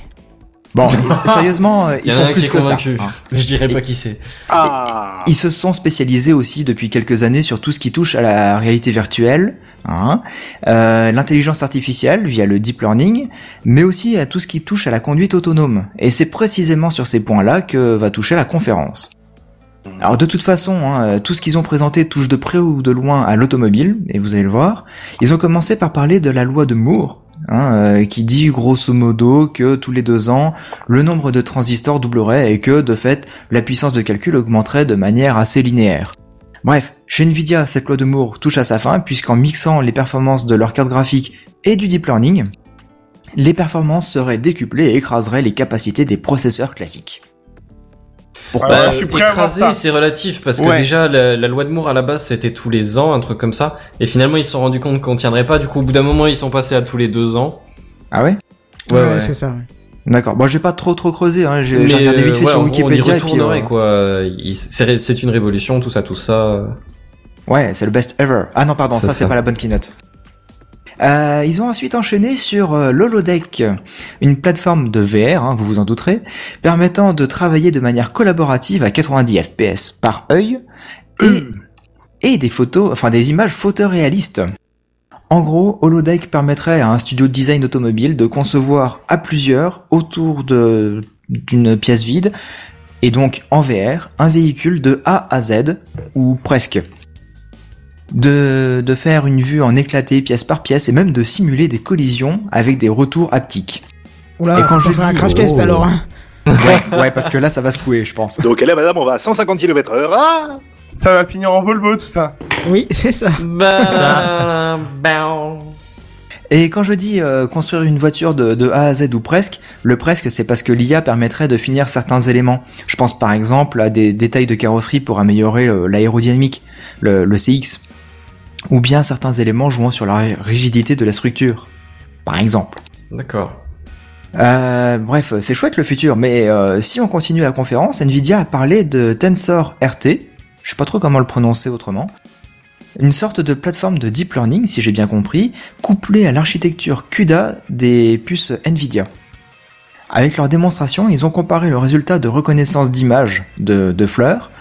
*laughs*
Bon, sérieusement, euh,
Il y
ils
en a un
font
qui
plus
est
que ça.
convaincu.
hein.
Je dirais pas qui c'est.
*laughs* Ah
Ils se sont spécialisés aussi depuis quelques années sur tout ce qui touche à la réalité virtuelle, hein, euh, l'intelligence artificielle via le deep learning, mais aussi à tout ce qui touche à la conduite autonome. Et c'est précisément sur ces points-là que va toucher la conférence. Alors de toute façon, hein, tout ce qu'ils ont présenté touche de près ou de loin à l'automobile, et vous allez le voir. Ils ont commencé par parler de la loi de Moore, hein, euh, qui dit grosso modo que tous les deux ans, le nombre de transistors doublerait et que, de fait, la puissance de calcul augmenterait de manière assez linéaire. Bref, chez Nvidia, cette loi de Moore touche à sa fin puisqu'en mixant les performances de leur carte graphique et du deep learning, les performances seraient décuplées et écraseraient les capacités des processeurs classiques. Pourquoi Euh,
Bah,
Bah,
je suis prêt à voir
écrasé,
ça.
c'est relatif parce que
Ouais.
déjà la, la loi de Moore à la base c'était tous les ans, un truc comme ça. Et finalement ils se sont rendus compte qu'on tiendrait pas. Du coup, au bout d'un moment, ils sont passés à tous les deux ans.
Ah ouais
Ouais, ouais.
c'est ça. ouais.
D'accord. Bon, j'ai pas trop trop creusé, hein. j'ai
Mais,
j'ai regardé vite fait
euh, ouais,
sur
en gros,
Wikipédia.
on y
et puis,
retournerait,
euh,
quoi. Il- C'est c'est une révolution, tout ça, tout ça.
Ouais, c'est le best ever. Ah non, pardon,
C'est
ça,
ça.
c'est pas la bonne keynote. Euh, ils ont ensuite enchaîné sur euh, l'Holodeck, une plateforme de VR, hein, vous vous en douterez, permettant de travailler de manière collaborative à 90 FPS par œil
Hum.
et, et des photos, enfin des images photoréalistes. En gros, Holodeck permettrait à un studio de design automobile de concevoir à plusieurs autour de d'une pièce vide et donc en VR un véhicule de A à Z ou presque de, de faire une vue en éclaté pièce par pièce et même de simuler des collisions avec des retours haptiques.
Oula,
Et quand
faut
je
faire un
dis-
crash test
Oh.
alors. hein.
Ouais, ouais, parce que là, ça va secouer, je pense.
Donc, allez, madame, on va à 150 km heure. Ah
Ça va finir en Volvo, tout ça.
Oui, *laughs* c'est ça.
Bah,
Et quand je dis euh, construire une voiture de, de A à Z ou presque, le presque, c'est parce que l'IA permettrait de finir certains éléments. Je pense par exemple à des détails de carrosserie pour améliorer euh, l'aérodynamique, le, le CX, ou bien certains éléments jouant sur la rigidité de la structure, par exemple.
D'accord.
Euh, bref, c'est chouette le futur, mais euh, si on continue la conférence, Nvidia a parlé de Tensor RT, je sais pas trop comment le prononcer autrement. Une sorte de plateforme de deep learning, si j'ai bien compris, couplée à l'architecture CUDA des puces Nvidia. Avec leur démonstration, ils ont comparé le résultat de reconnaissance d'images de, de fleurs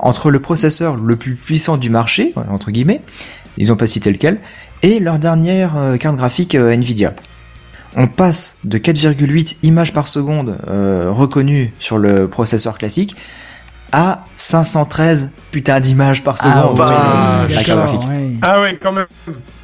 entre le processeur le plus puissant du marché, entre guillemets, ils ont pas cité lequel, et leur dernière euh, carte graphique euh, Nvidia. On passe de 4,8 images par seconde euh, reconnues sur le processeur classique à 513 putain d'images par
Ah,
seconde
ouais.
sur le- la carte
D'accord,
graphique.
ouais.
Ah ouais, quand même.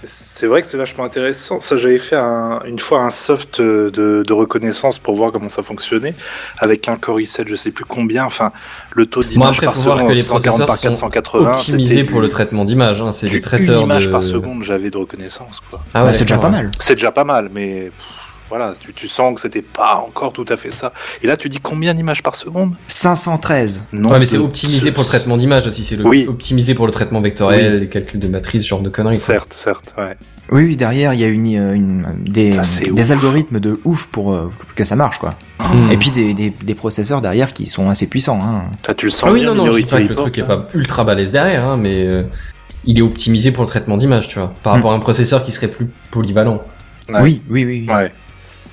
C'est vrai que c'est vachement intéressant. Ça, j'avais fait un- une fois un soft euh, de, de reconnaissance pour voir comment ça fonctionnait avec un Core i7, je sais plus combien. Enfin, le taux
Bon,
d'image
après,
par
faut voir
seconde,
que les
140
processeurs
par
sont
480,
optimisés
c'était
pour le traitement d'image. hein, C'est
une-
des traiteurs
Une image
de...
par seconde, j'avais de reconnaissance. quoi.
Ah
Bah,
ouais,
c'est déjà pas
d'accord, ouais.
mal.
C'est déjà pas mal, mais pff, voilà, tu, tu sens que c'était pas encore tout à fait ça. Et là, tu dis combien d'images par seconde
513.
Non.
Ouais, mais c'est
de-
optimisé pour le traitement d'image aussi. C'est le...
Oui.
optimisé pour le traitement vectoriel, les calculs de matrice, ce genre de conneries. quoi.
Certes, certes, ouais.
Oui, oui, derrière, il y a une, euh, une- des,
Ça, c'est
des
ouf.
algorithmes de ouf pour euh, que ça marche, quoi.
Hmm.
Et puis des, des- des processeurs derrière qui sont assez puissants. Hein.
Ça, tu le sens
Ah oui,
bien,
non, non, je dis
Minority
pas que le
Report,
truc est
là.
pas ultra balèze derrière, hein, mais euh, il est optimisé pour le traitement d'image, tu vois, par
Mm.
rapport à un processeur qui serait plus polyvalent.
Ouais.
Oui, oui, oui. oui.
Ouais.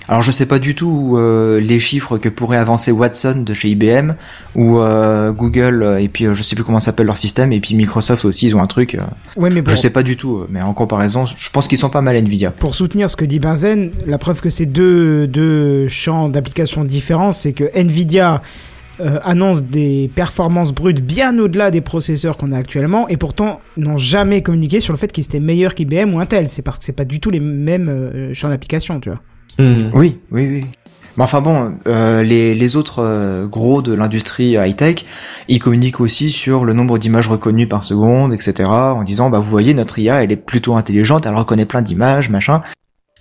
Alors je sais pas du tout euh, les chiffres que pourrait avancer Watson de chez IBM ou euh, Google euh, et puis euh, je sais plus comment s'appelle leur système et puis Microsoft aussi ils ont un truc. euh,
Ouais, mais
Je
bon,
sais pas du tout, euh, mais en comparaison, je pense qu'ils sont pas mal Nvidia.
pour soutenir ce que dit Benzen, la preuve que c'est deux, deux champs d'application différents, c'est que Nvidia euh, annonce des performances brutes bien au-delà des processeurs qu'on a actuellement, et pourtant n'ont jamais communiqué sur le fait qu'ils étaient meilleurs qu'IBM ou Intel. C'est parce que c'est pas du tout les mêmes euh, champs d'application, tu vois.
Hmm.
Hmm.
Oui, oui, oui. Mais enfin bon, euh, les, les autres euh, gros de l'industrie euh, high-tech, ils communiquent aussi sur le nombre d'images reconnues par seconde, etc. En disant, bah vous voyez, notre IA, elle est plutôt intelligente, elle reconnaît plein d'images, machin.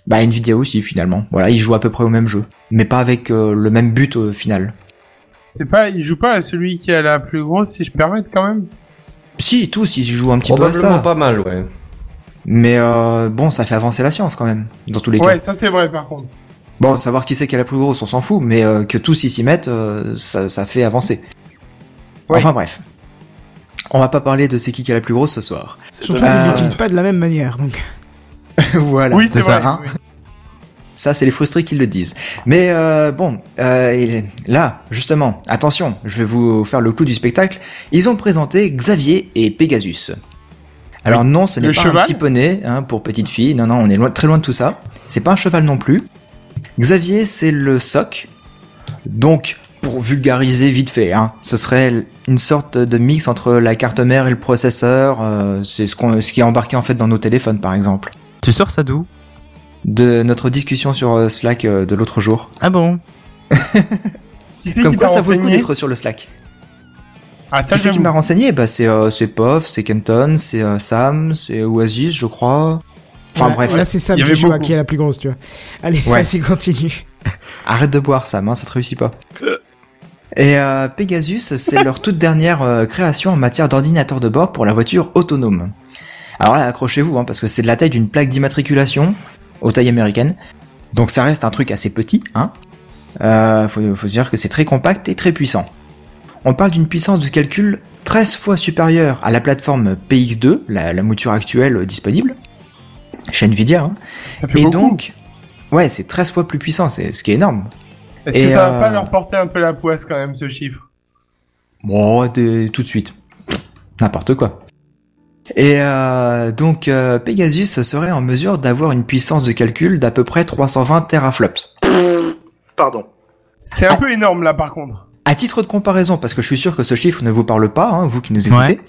Bah Nvidia aussi finalement. Voilà, ils jouent à peu près au même jeu, mais pas avec euh, le même but euh, final.
C'est pas, il joue pas à celui qui a la plus grosse, si je peux permettre quand même.
Si, tous, ils jouent un petit peu à
Probablement
ça.
pas mal, ouais.
Mais euh, bon, ça fait avancer la science quand même, dans tous les cas.
Ouais, ça c'est vrai par contre.
Bon, savoir qui c'est qui a la plus grosse, on s'en fout, mais euh, que tous ils s'y mettent, euh, ça, ça fait avancer.
Ouais.
Enfin bref. On va pas parler de c'est qui qui a la plus grosse ce soir. *laughs*
C'est
Surtout qu'ils
dommage.
Euh,
ne l'utilisent pas de la même manière, donc.
voilà.
oui, c'est
ça,
vrai.
hein.
oui.
Ça, c'est les frustrés qui le disent. Mais euh, bon, euh, et là, justement, attention, je vais vous faire le clou du spectacle. Ils ont présenté Xavier et Pegasus. Alors non, ce n'est
Le
pas un
cheval
petit poney hein, pour petite fille. Non, non, on est loin, très loin de tout ça. C'est pas un cheval non plus. Xavier, c'est le soc. Donc, pour vulgariser vite fait, hein, ce serait une sorte de mix entre la carte mère et le processeur. euh, c'est ce, qu'on- ce qui est embarqué en fait dans nos téléphones, par exemple
Tu sors ça d'où
de notre discussion sur euh, Slack euh, de l'autre jour.
Ah bon
Qui c'est
Comme
qui
quoi,
t'a
ça vaut le coup
renseigné
d'être sur le Slack.
Ah, ça
qui c'est qui
j'avoue.
m'a renseigné bah, C'est euh, c'est Pof, c'est Kenton, c'est euh, Sam, c'est Oasis, je crois. Enfin
Ouais,
bref,
Là, c'est ça
Il
qui
y avait
joue à
beaucoup.
qui est la plus grosse, tu vois. Allez,
Ouais.
vas-y, continue.
arrête de boire Sam, hein, ça te réussit pas. Et euh, Pegasus, c'est leur toute dernière euh, création en matière d'ordinateur de bord pour la voiture autonome. Alors là, accrochez-vous, hein, parce que c'est de la taille d'une plaque d'immatriculation, aux tailles américaines. Donc ça reste un truc assez petit, hein. Euh, faut, faut se dire que c'est très compact et très puissant. On parle d'une puissance de calcul 13 fois supérieure à la plateforme PX2, la, la mouture actuelle euh, disponible, chez Nvidia. hein.
Ça fait
Et
beaucoup.
donc, ouais, c'est 13 fois plus puissant, c'est ce qui est énorme.
Est-ce
et,
que ça va
euh,
pas leur porter un peu la poisse quand même ce chiffre
Bon, t'es- tout de suite. N'importe quoi. Et euh, donc, euh, Pegasus serait en mesure d'avoir une puissance de calcul d'à peu près 320 teraflops.
Pardon.
C'est un peu énorme là par contre.
À titre de comparaison, parce que je suis sûr que ce chiffre ne vous parle pas, hein, vous qui nous écoutez,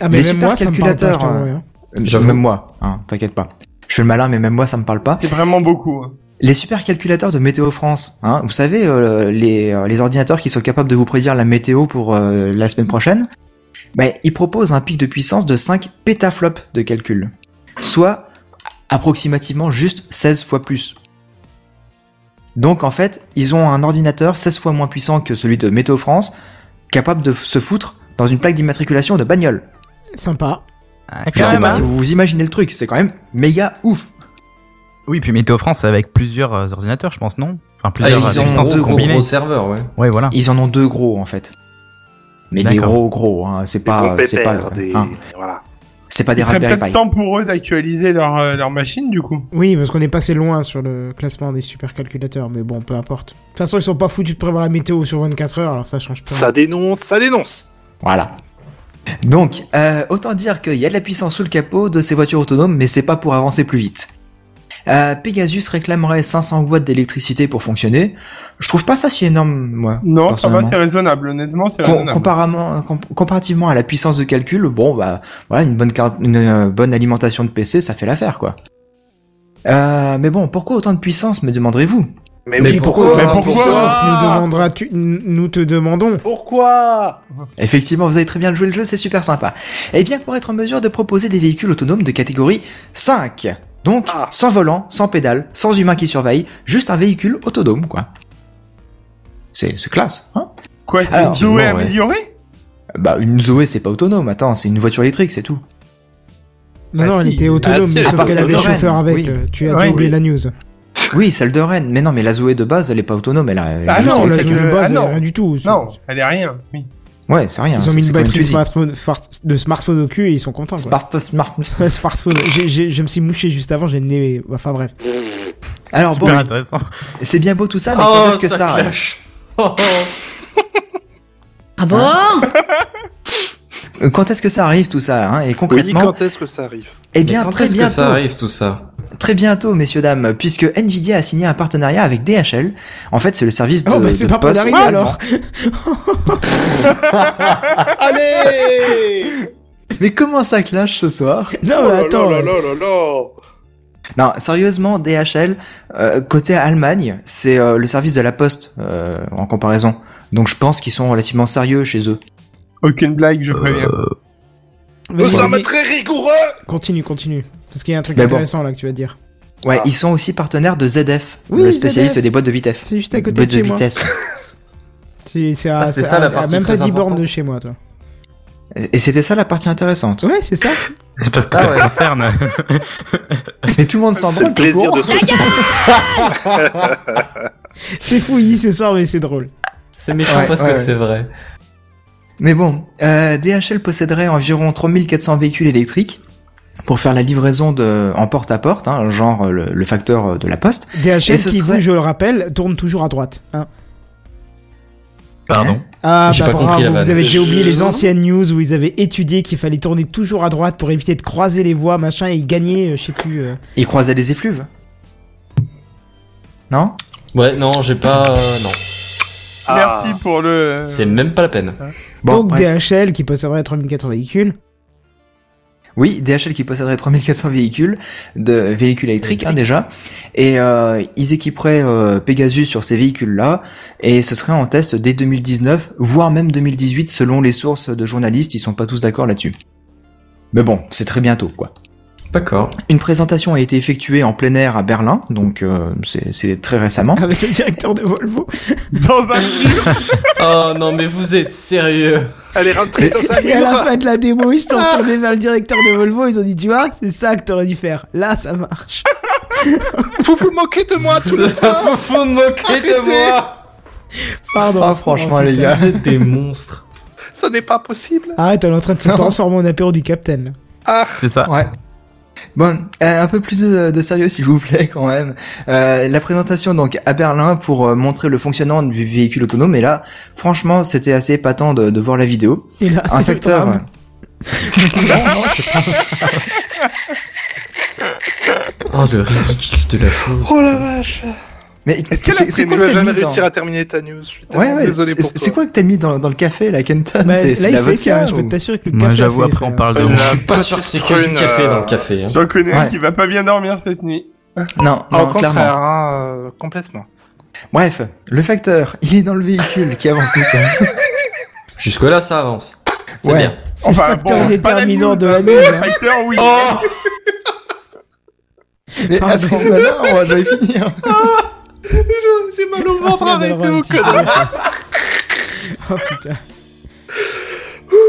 Ah,
Les
même moi, ça me parle pas,
supercalculateurs,
je t'avouerai, hein.
Euh,
J'avoue.
même moi, hein, t'inquiète pas. Je fais le malin, mais même moi, ça me parle pas.
C'est vraiment beaucoup. hein.
Les supercalculateurs de Météo France, hein, vous savez, euh, les, euh, les ordinateurs qui sont capables de vous prédire la météo pour euh, la semaine prochaine, ben, ils proposent un pic de puissance de 5 pétaflops de calcul. Soit approximativement juste 16 fois plus. Donc en fait, ils ont un ordinateur 16 fois moins puissant que celui de Météo France, capable de f- se foutre dans une plaque d'immatriculation de bagnole.
Sympa.
Ah,
Je sais
carrément.
pas si vous vous imaginez le truc, c'est quand même méga ouf.
Oui, puis Météo France c'est avec plusieurs euh, ordinateurs, je pense, non
Ah,
Enfin, plusieurs
ils
euh,
ont
licences
un gros, gros,
combinées.
Ah.
gros serveur, ouais.
Ouais, voilà.
Ils en ont deux gros en fait. Mais des
D'accord.
gros gros, hein, c'est
Des
pas,
bons
c'est pas,
pépères,
le-
des-
hein,
voilà.
c'est pas des
Il serait
Raspberry Pi.
peut-être temps pour eux d'actualiser leur, euh, leur machine, du coup.
Oui, parce qu'on est passé loin sur le classement des supercalculateurs, mais bon, peu importe. De toute façon, ils sont pas foutus de prévoir la météo sur 24 heures, alors ça change pas.
Ça dénonce, ça dénonce.
Voilà. Donc, euh, autant dire qu'il y a de la puissance sous le capot de ces voitures autonomes, mais c'est pas pour avancer plus vite. Euh, Pegasus réclamerait 500 watts d'électricité pour fonctionner. Je trouve pas ça si énorme, moi.
Non, ça va,
personnellement.
c'est raisonnable. Honnêtement, c'est
Com-
raisonnable.
comparamment- com- comparativement à la puissance de calcul, bon bah voilà une bonne carte- une euh, bonne alimentation de PC, ça fait l'affaire quoi. Euh, mais bon, pourquoi autant de puissance, me demanderez-vous
Mais,
Mais
oui,
pourquoi-
pourquoi
mais pourquoi
nous, demanderas tu... nous te demandons.
Pourquoi
Effectivement, vous avez très bien joué le jeu, c'est super sympa. Eh bien, pour être en mesure de proposer des véhicules autonomes de catégorie 5. Donc,
Ah.
sans volant, sans pédale, sans humain qui surveille, juste un véhicule autonome, quoi. C'est c'est classe, hein
Quoi, c'est
Alors,
une Zoé
effectivement, ouais.
améliorée
Bah, une Zoé, c'est pas autonome, attends, c'est une voiture électrique, c'est tout.
Non,
Ah,
non, elle
si.
était
Ah,
autonome,
si,
mais
elle
sauf
part
qu'elle
sur
avait le
Lorraine,
chauffeur avec.
oui.
euh, Tu as
Ouais,
dû
oui.
oublier la news.
Oui, celle de Rennes, mais non, mais la Zoé de base, elle est pas autonome, elle a... elle est
Ah
juste
non,
on
la
l'a
électrique.
joué de
euh,
base,
ah, non.
rien du tout. C'est-
Non, elle est rien. Oui.
Ouais, c'est rien.
Ils ont
c'est-
mis
c'est
une
comme
batterie
tu
de
dis.
smartphone, fart- de smartphone au cul et ils sont contents. Quoi.
Smart- smart-
smartphone. J'ai- j'ai- je me suis mouché juste avant, j'ai le nez. Enfin bref.
Alors bon,
Super intéressant.
c'est bien beau tout ça, mais quand est-ce que ça arrive
Ah bon
Quand est-ce que ça arrive tout ça hein Et
Oui,
concrètement,
quand est-ce que ça arrive
eh
Mais
bien
quand
très
est-ce que ça
bientôt.
arrive tout ça
Très bientôt, messieurs dames, puisque Nvidia a signé un partenariat avec DHL. En fait, c'est le service de,
Oh, bah,
de
c'est
poste
partenariat,
allemand.
alors.
Allez Oh
Mais comment ça clash ce soir
Non, Ah, mais attends.
là là là là là.
Non, sérieusement, DHL euh, côté Allemagne, c'est euh, le service de la poste euh, en comparaison. Donc, je pense qu'ils sont relativement sérieux chez eux.
Aucune blague, je préviens.
Nous
Vas-y,
sommes
vas-y,
très rigoureux
Continue, continue. Parce qu'il y a un truc
Mais bon.
intéressant là que tu vas dire.
Ouais,
Ah.
ils sont aussi partenaires de ZF,
Oui,
le spécialiste
ZF.
des boîtes de vitesse.
C'est juste à côté
Boîtes
de chez
de
moi.
vitesse.
C'est c'est à,
Ah, c'est
c'est
ça,
à-
la
à
partie
même pas
très
10 bornes de
importante.
chez moi, toi.
Et c'était ça la partie intéressante.
Ouais, c'est ça.
*laughs*
*laughs*
C'est parce que
Ah
ça
ouais.
concerne. euh,
Mais tout le monde s'en
C'est
branle.
le plaisir de
pourquoi
se
c'est fouillis ce soir, mais c'est drôle.
C'est méchant
Ouais,
parce
ouais,
que
ouais.
c'est vrai.
Mais bon, euh, DHL posséderait environ 3400 véhicules électriques pour faire la livraison de, en porte à porte, hein, genre euh, le, le facteur euh, de la poste.
DHL
Et ce
qui,
serait-
vous, je le rappelle, tourne toujours à droite. hein.
Pardon.
Ah,
J'ai
bah
pas
bravo,
compris la vanne.
vous avez déjà oublié les
Je-
anciennes news où ils avaient étudié qu'il fallait tourner toujours à droite pour éviter de croiser les voies, machin, et gagner, euh, je sais plus. euh,
Ils croisaient les effluves. Non
Ouais, non, j'ai pas. euh, non,
Ah.
Merci pour le.
c'est même pas la peine.
Bon,
donc
bref.
DHL qui posséderait 3400 véhicules. *laughs*
Oui, DHL qui posséderait 3400 véhicules, de véhicules électriques hein, déjà, et euh, ils équiperaient euh, Pegasus sur ces véhicules-là, et ce serait en test dès 2019, voire même 2018 selon les sources de journalistes, ils sont pas tous d'accord là-dessus. Mais bon, c'est très bientôt quoi.
D'accord.
Une présentation a été effectuée en plein air à Berlin, donc euh, c'est c'est très récemment.
Avec le directeur de
*laughs*
Volvo.
Dans
*laughs*
un
Oh non, mais vous êtes sérieux
Elle est rentrée dans sa
Et à la
Ah.
mire
fin de la démo, ils se sont retournés vers le directeur de Volvo. Ils ont dit, tu vois, c'est ça que t'aurais dû faire. Là, ça marche.
Vous vous moquez de moi tout
Vous
le
êtes
temps
vous vous moquez de
Arrêtez.
moi
Pardon.
Ah, franchement, les gars.
Vous êtes des monstres.
Ça n'est pas possible
*laughs* Arrête, on est en train de se
Non.
transformer en apéro du Captain. là.
C'est
Oh,
ça.
Ouais. Bon, euh, un peu plus de, de sérieux s'il vous plaît quand même. Euh, la présentation donc à Berlin pour euh, montrer le fonctionnement du véhicule autonome et là, franchement, c'était assez épatant de, de voir la vidéo.
Et là,
un
Ah, c'est
facteur.
le drame.
non, non, c'est pas-
Oh, le ridicule de la chose.
Oh la vache
Mais
Est-ce qu'elle a
c'est-
pris-
c'est
Tu
quoi
vas
que t'as
jamais
mis dans-
réussir à terminer ta news. Je suis
Ouais,
tellement
ouais.
désolé
c'est-
pour toi.
C'est quoi que t'as mis dans, dans le café, la Kenton
Bah,
C'est c'est
là,
la
il fait
vodka
fier, je
ou-
peux t'assurer que le
Moi,
café
j'avoue,
a fait
après, on
fier.
parle de
Euh,
moi.
la
Je suis pas
pote
sûr que c'est que
crune,
du café
euh,
dans le café. hein.
J'en connais un
Ouais.
qui va pas bien dormir cette nuit.
Non,
Ah,
non
Au
clairement.
contraire, hein, euh, complètement.
Bref, le facteur, il est dans le véhicule qui avance tout seul.
Jusque-là, ça avance. C'est
Ouais.
bien.
C'est
Enfin,
euh, le facteur
bon, pas
déterminant
la news,
de la
hein.
news. hein.
Facteur, oui.
Mais à ce
Pardon.
rythme-là, on va jamais finir.
J'ai mal au
*laughs* Après, on
ventre, arrêtez
donnera un
vos
petit
conneries
peu. *laughs* Oh putain.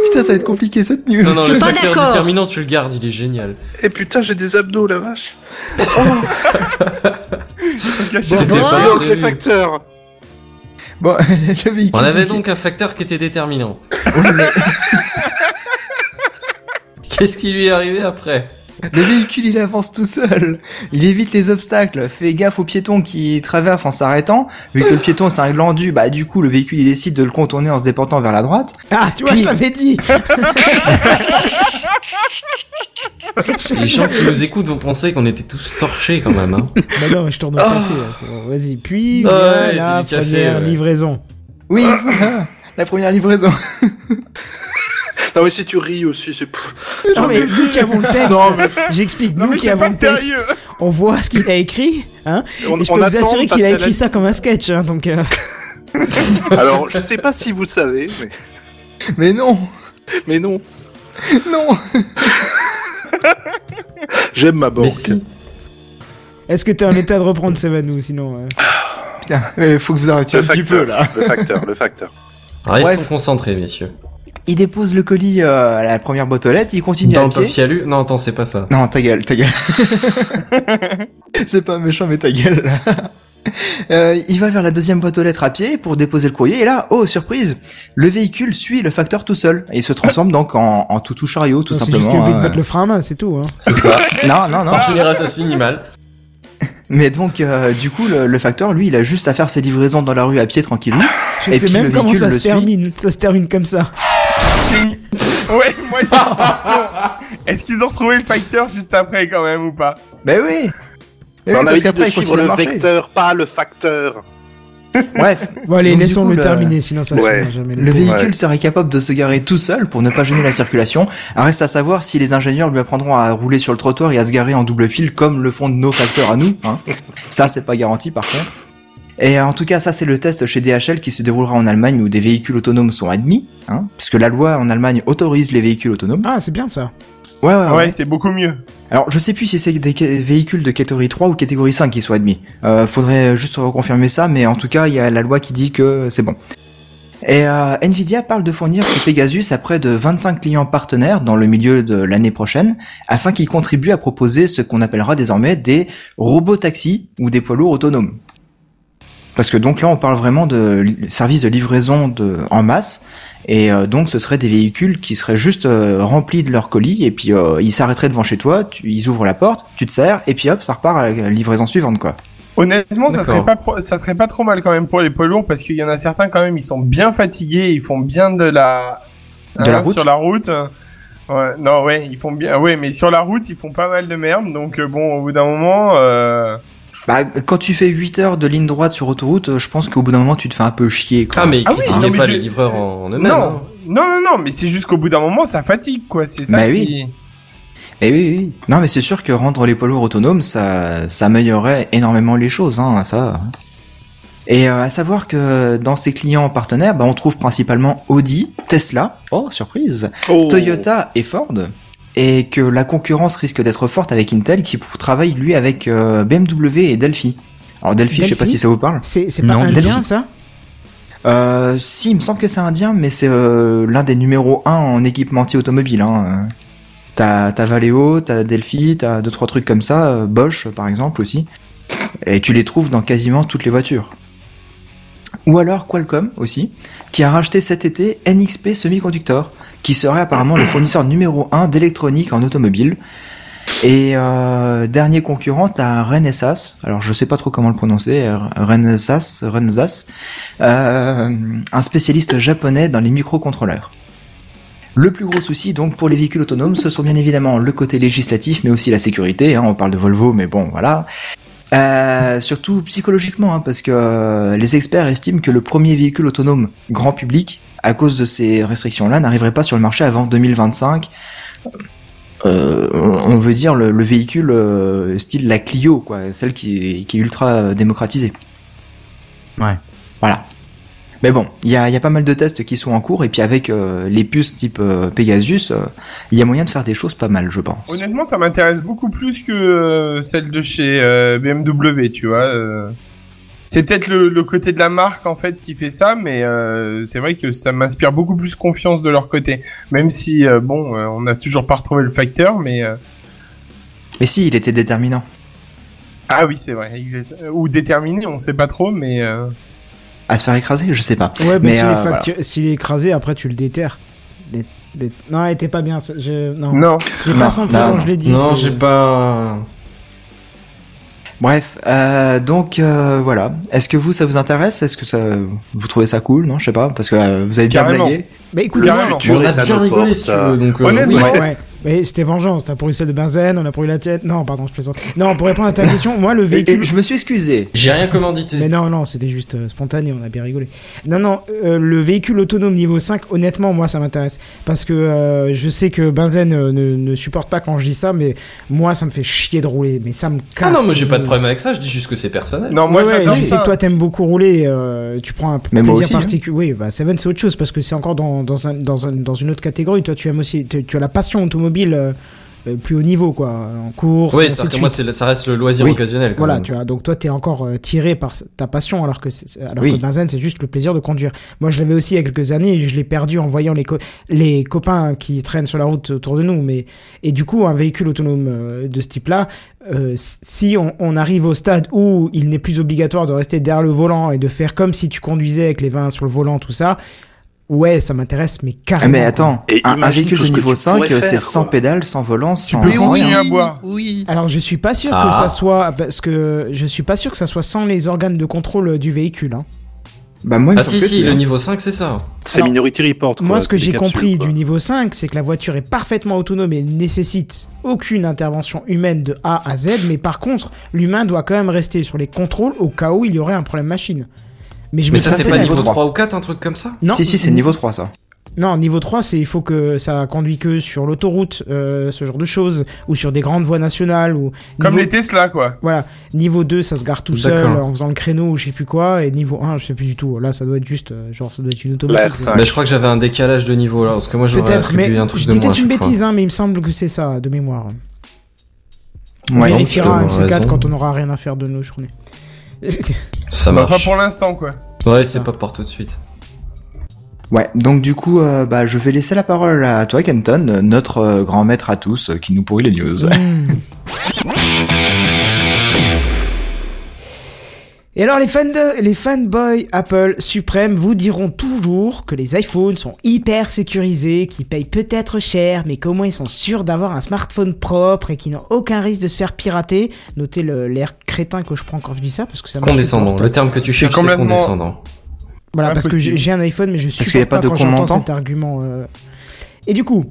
Putain, ça va être compliqué cette news.
Non, non, le
Pas
facteur
d'accord.
déterminant, tu le gardes, il est génial.
Et putain, j'ai des abdos, la vache
Caché.
C'était
bon,
pas
Donc,
prévu.
les facteurs
Bon, *laughs* le véhicule.
On avait
qui-
donc un facteur qui était déterminant.
Oui, mais
Qu'est-ce qui lui est arrivé après
le véhicule, il avance tout seul. Il évite les obstacles. Fait gaffe aux piétons qui traversent en s'arrêtant. Vu que le piéton c'est un glandu, bah du coup le véhicule il décide de le contourner en se déportant vers la droite.
Ah, tu vois,
Puis-
je l'avais dit.
Les gens qui nous écoutent vont penser qu'on était tous torchés quand même. Hein.
bah non, mais je tourne dans le café. là, c'est bon. Vas-y. Puis
Ah ouais,
voilà,
c'est du
la
café,
première
ouais.
livraison.
Oui, voilà, la première livraison.
Non, mais si tu ris aussi, c'est. pff,
Non mais nous qui avons le texte,
Non, mais-
j'explique.
Non,
Nous
mais
qui
c'est
avons
pas
le texte,
sérieux.
on voit ce qu'il a écrit, hein.
On,
et je
on
peux vous
attend
assurer
de
qu'il a
passer à *laughs* la-
écrit ça comme un sketch, hein. Donc euh,
Alors, je sais pas si vous savez, mais,
Mais non,
mais non,
non.
j'aime ma
Mais
banque.
si.
est-ce que t'es en état de reprendre Seven ou sinon euh,
Putain, euh, faut que vous arrêtiez un petit peu là.
Le facteur,
*laughs*
le facteur.
Restons
Bref.
concentrés, messieurs.
Il dépose le colis euh, à la première boîte aux lettres, il continue
Dans
à
le
pied.
papier alu Non, attends, c'est pas ça.
Non, ta gueule, ta gueule. *laughs* c'est pas méchant, mais ta gueule. *laughs* Euh, il va vers la deuxième boîte aux lettres à pied pour déposer le courrier et là, oh surprise, le véhicule suit le facteur tout seul et il se transforme donc en, en toutou chariot tout
non, C'est juste
simplement.
que Big
hein.
Bad le frein à main, c'est tout. Hein.
C'est ça.
Non, non, non.
En général, ça se finit mal.
Mais donc euh, du coup le, le facteur lui il a juste à faire ses livraisons dans la rue à pied tranquillement.
Ah.
Je
Et
sais
puis
même
le
comment
véhicule
ça
le
se
suit.
termine. Ça se termine comme ça.
Génie. Ouais, moi
*laughs*
j'ai une question. Est-ce qu'ils ont retrouvé le facteur juste après quand même ou pas
Ben oui. Ben oui,
on
parce
avait dit de
qu'après il
suivre
continue à
le
marcher.
vecteur, pas le facteur.
Bref,
Bon allez,
Donc, du
laissons
coup,
le
le-
terminer, sinon ça se
Ouais.
finira jamais.
Le
pauvre.
véhicule serait capable de se garer tout seul pour ne pas gêner la circulation. Ah, Reste à savoir si les ingénieurs lui apprendront à rouler sur le trottoir et à se garer en double fil comme le font nos facteurs à nous. hein. Ça, c'est pas garanti par contre. Et euh, en tout cas, ça c'est le test chez DHL qui se déroulera en Allemagne où des véhicules autonomes sont admis, hein, puisque la loi en Allemagne autorise les véhicules autonomes.
Ah, c'est bien ça.
Ouais,
Ah
ouais, ouais.
Ouais, c'est beaucoup mieux.
Alors, je sais plus si c'est des ca- véhicules de catégorie 3 ou catégorie 5 qui sont admis. Euh, faudrait juste reconfirmer ça, mais en tout cas, il y a la loi qui dit que c'est bon. Et euh, Nvidia parle de fournir ses Pegasus à près de 25 clients partenaires dans le milieu de l'année prochaine, afin qu'ils contribuent à proposer ce qu'on appellera désormais des robots taxis ou des poids lourds autonomes. Parce que donc là, on parle vraiment de li- service de livraison de, en masse, et euh, donc ce seraient des véhicules qui seraient juste euh, remplis de leur colis, et puis euh, ils s'arrêteraient devant chez toi, tu- ils ouvrent la porte, tu te sers, et puis hop, ça repart à la livraison suivante, quoi.
Honnêtement, ça
D'accord.
serait pas pro- ça serait pas trop mal quand même pour les poids lourds parce qu'il y en a certains quand même ils sont bien fatigués, ils font bien de la hein,
De la route.
sur la route. Ouais, non ouais, ils font bien ouais, mais sur la route, ils font pas mal de merde donc euh, bon, au bout d'un moment euh...
Bah, quand tu fais 8 heures de ligne droite sur autoroute, euh, je pense qu'au bout d'un moment, tu te fais un peu chier, quoi.
Ah, mais
Ah oui,
critiquez
non, mais
pas
je-
les livreurs en, en
non.
eux-mêmes.
non.
hein.
Non non mais c'est juste qu'au bout d'un moment ça fatigue quoi, c'est ça
Bah
qui-
oui. Eh oui, oui. Non, mais c'est sûr que rendre les poids lourds autonomes, ça, ça améliorerait énormément les choses, hein, ça. Et euh, à savoir que dans ses clients partenaires, bah, on trouve principalement Audi, Tesla, oh surprise,
Oh.
Toyota et Ford, et que la concurrence risque d'être forte avec Intel qui travaille lui avec euh, BMW et Delphi. Alors Delphi, je sais pas
Delphi
si ça vous parle.
C'est c'est pas
Non,
du
indien
tout.
ça
Euh, si, il me semble que c'est indien, mais c'est euh, l'un des numéros 1 en équipementier automobile. Hein. Euh, T'as t'as Valeo, t'as Delphi, t'as deux trois trucs comme ça, euh, Bosch par exemple aussi. Et tu les trouves dans quasiment toutes les voitures. Ou alors Qualcomm aussi, qui a racheté cet été NXP Semiconductor, qui serait apparemment le fournisseur numéro 1 d'électronique en automobile. Et euh, dernier concurrent, t'as Renesas, alors je sais pas trop comment le prononcer, euh, Renesas, Renesas, euh, un spécialiste japonais dans les microcontrôleurs. Le plus gros souci donc pour les véhicules autonomes, ce sont bien évidemment le côté législatif, mais aussi la sécurité. hein. on parle de Volvo, mais bon, voilà. Euh, surtout psychologiquement, hein, parce que euh, les experts estiment que le premier véhicule autonome grand public, à cause de ces restrictions-là, n'arriverait pas sur le marché avant 2025. Euh, on on veut dire le, le véhicule euh, style la Clio, quoi, celle qui, qui est ultra euh, démocratisée.
Ouais.
Voilà. Mais bon, il y a, il y a pas mal de tests qui sont en cours, et puis avec euh, les puces type euh, Pegasus, euh, il y a moyen de faire des choses pas mal, je pense.
Honnêtement, ça m'intéresse beaucoup plus que euh, celle de chez euh, BMW, tu vois. euh. C'est peut-être le, le côté de la marque en fait qui fait ça, mais euh, c'est vrai que ça m'inspire beaucoup plus confiance de leur côté. Même si euh, bon, euh, on n'a toujours pas retrouvé le facteur, mais euh,
Mais si, il était déterminant.
ah oui, c'est vrai, exact. Ou déterminé, on sait pas trop, mais euh,
à se faire écraser, je sais pas.
Ouais, mais,
Mais,
s'il,
euh,
est factu- s'il est écrasé, après tu le déterres. Dé- dé- Non, elle était pas bien. ça- Je... Non.
Non.
J'ai
Non,
pas senti
non,
quand
non.
je l'ai dit.
Non,
c'est-
j'ai pas.
Bref, euh, donc euh, voilà. Est-ce que vous, ça vous intéresse Est-ce que ça, vous trouvez ça cool Non, je sais pas, parce que euh, vous avez bien
Carrément.
blagué.
Mais écoute,
Le
moi-
futur.
Futur
on a
état
bien
de
rigolé
porte,
si tu
euh,
veux. Donc, euh,
honnêtement,
oui.
Ouais.
Ouais, mais c'était vengeance. T'as pourri celle de Benzen, on a pourri la tête. Non, pardon, je plaisante. Non, pour répondre à ta question, moi, le
Et, et
véhicule.
je me suis excusé.
J'ai rien commandité.
Mais non, non, c'était juste euh, spontané, on a bien rigolé. Non, non, euh, le véhicule autonome niveau 5, honnêtement, moi, ça m'intéresse. Parce que euh, je sais que Benzen euh, ne, ne supporte pas quand je dis ça, mais moi, ça me fait chier de rouler. Mais ça me casse.
Ah non, moi j'ai pas
le-
de problème avec ça, je dis juste que c'est personnel.
Non, moi
ouais, ouais,
j'adore
je sais
ça.
que toi t'aimes beaucoup rouler, euh, tu prends un p-
Mais moi
plaisir
aussi, hein.
particulier. Oui, bah Seven c'est autre chose parce que c'est encore dans, dans, un- dans, un- dans une autre catégorie. Toi tu aimes aussi, tu, tu as la passion automobile euh, euh, plus haut niveau quoi, en course.
Oui,
et ainsi
c'est-à-dire
de
que moi
suite.
c'est le- ça reste le loisir
Oui.
occasionnel. Quand
Voilà,
même.
tu vois. Donc toi t'es encore euh, tiré par c- ta passion alors que c'est- c'est- alors
Oui.
que Benzen c'est juste le plaisir de conduire. Moi je l'avais aussi il y a quelques années, et je l'ai perdu en voyant les co- les copains qui traînent sur la route autour de nous. Mais et du coup un véhicule autonome euh, de ce type-là, euh, si on, on arrive au stade où il n'est plus obligatoire de rester derrière le volant et de faire comme si tu conduisais avec les 20 sur le volant, tout ça, ouais, ça m'intéresse,
Ah,
mais carrément.
Ah, mais attends,
Et
un, un
imagine
véhicule
tout
de
ce que
niveau
tu
5,
pourrais
c'est
faire,
sans
quoi.
pédale, sans volant, sans,
peux hein.
sans
continuer
rien.
à boire.
Alors je suis pas sûr
Ah.
que ça soit parce que je suis pas sûr que ça soit sans les organes de contrôle du véhicule. hein.
Bah moi, il me
Ah
semble
si,
que
si,
c'est-
le niveau 5, c'est ça.
C'est
Alors,
Minority Report. Quoi.
Moi, ce que
c'est des
j'ai
capsules,
compris
quoi.
du niveau 5, c'est que la voiture est parfaitement autonome et ne nécessite aucune intervention humaine de A à Z, mais par contre, l'humain doit quand même rester sur les contrôles au cas où il y aurait un problème machine. je
Mais
me
ça,
ça,
suis
c'est
c'est
pas
fait-
niveau
niveau 3.
trois.
ou 4, un truc comme ça
Non, mm,
Si, si, c'est niveau 3, ça.
Non, niveau 3, c'est il faut que ça conduit que sur l'autoroute, euh, ce genre de choses, ou sur des grandes voies nationales, ou
Comme
niveau,
les Tesla, quoi.
voilà, niveau 2, ça se gare tout seul
D'accord.
en faisant le créneau ou je sais plus quoi, et niveau 1, je sais plus du tout. Là, ça doit être juste, euh, genre, ça doit être une automatique.
La R5.
Bah, je crois que j'avais un décalage de niveau là, parce que moi j'aurais
Peut-être, mais
attribué un truc
je
de
dis
moins. à
peut-être une
chaque fois.
bêtise, hein, mais il me semble que c'est ça, de mémoire. On
Ouais.
vérifiera
non,
un de
tu
ces
as
quatre
raison.
quand on aura rien à faire de nos journées. *laughs*
Ça
Bah, Pas
marche.
pour l'instant, quoi.
Ouais, c'est pas pour tout de suite.
Ouais, donc du coup, euh, bah, je vais laisser la parole à toi, Kenton, euh, notre euh, grand maître à tous, euh, qui nous pourrit les news.
Et alors les fans de, les fanboys Apple suprêmes vous diront toujours que les iPhones sont hyper sécurisés, qu'ils payent peut-être cher, mais qu'au moins ils sont sûrs d'avoir un smartphone propre et qu'ils n'ont aucun risque de se faire pirater. Notez le- l'air crétin que je prends quand je dis ça parce que ça marche
Condescendant.
pas.
Le terme que tu
C'est
cherches, c'est
complètement-
condescendant.
Voilà, parce que
Impossible.
j'ai j'ai un iPhone, mais je suis.
qu'il y a pas de
quand j'entends
commentant
cet argument. euh. Et du coup,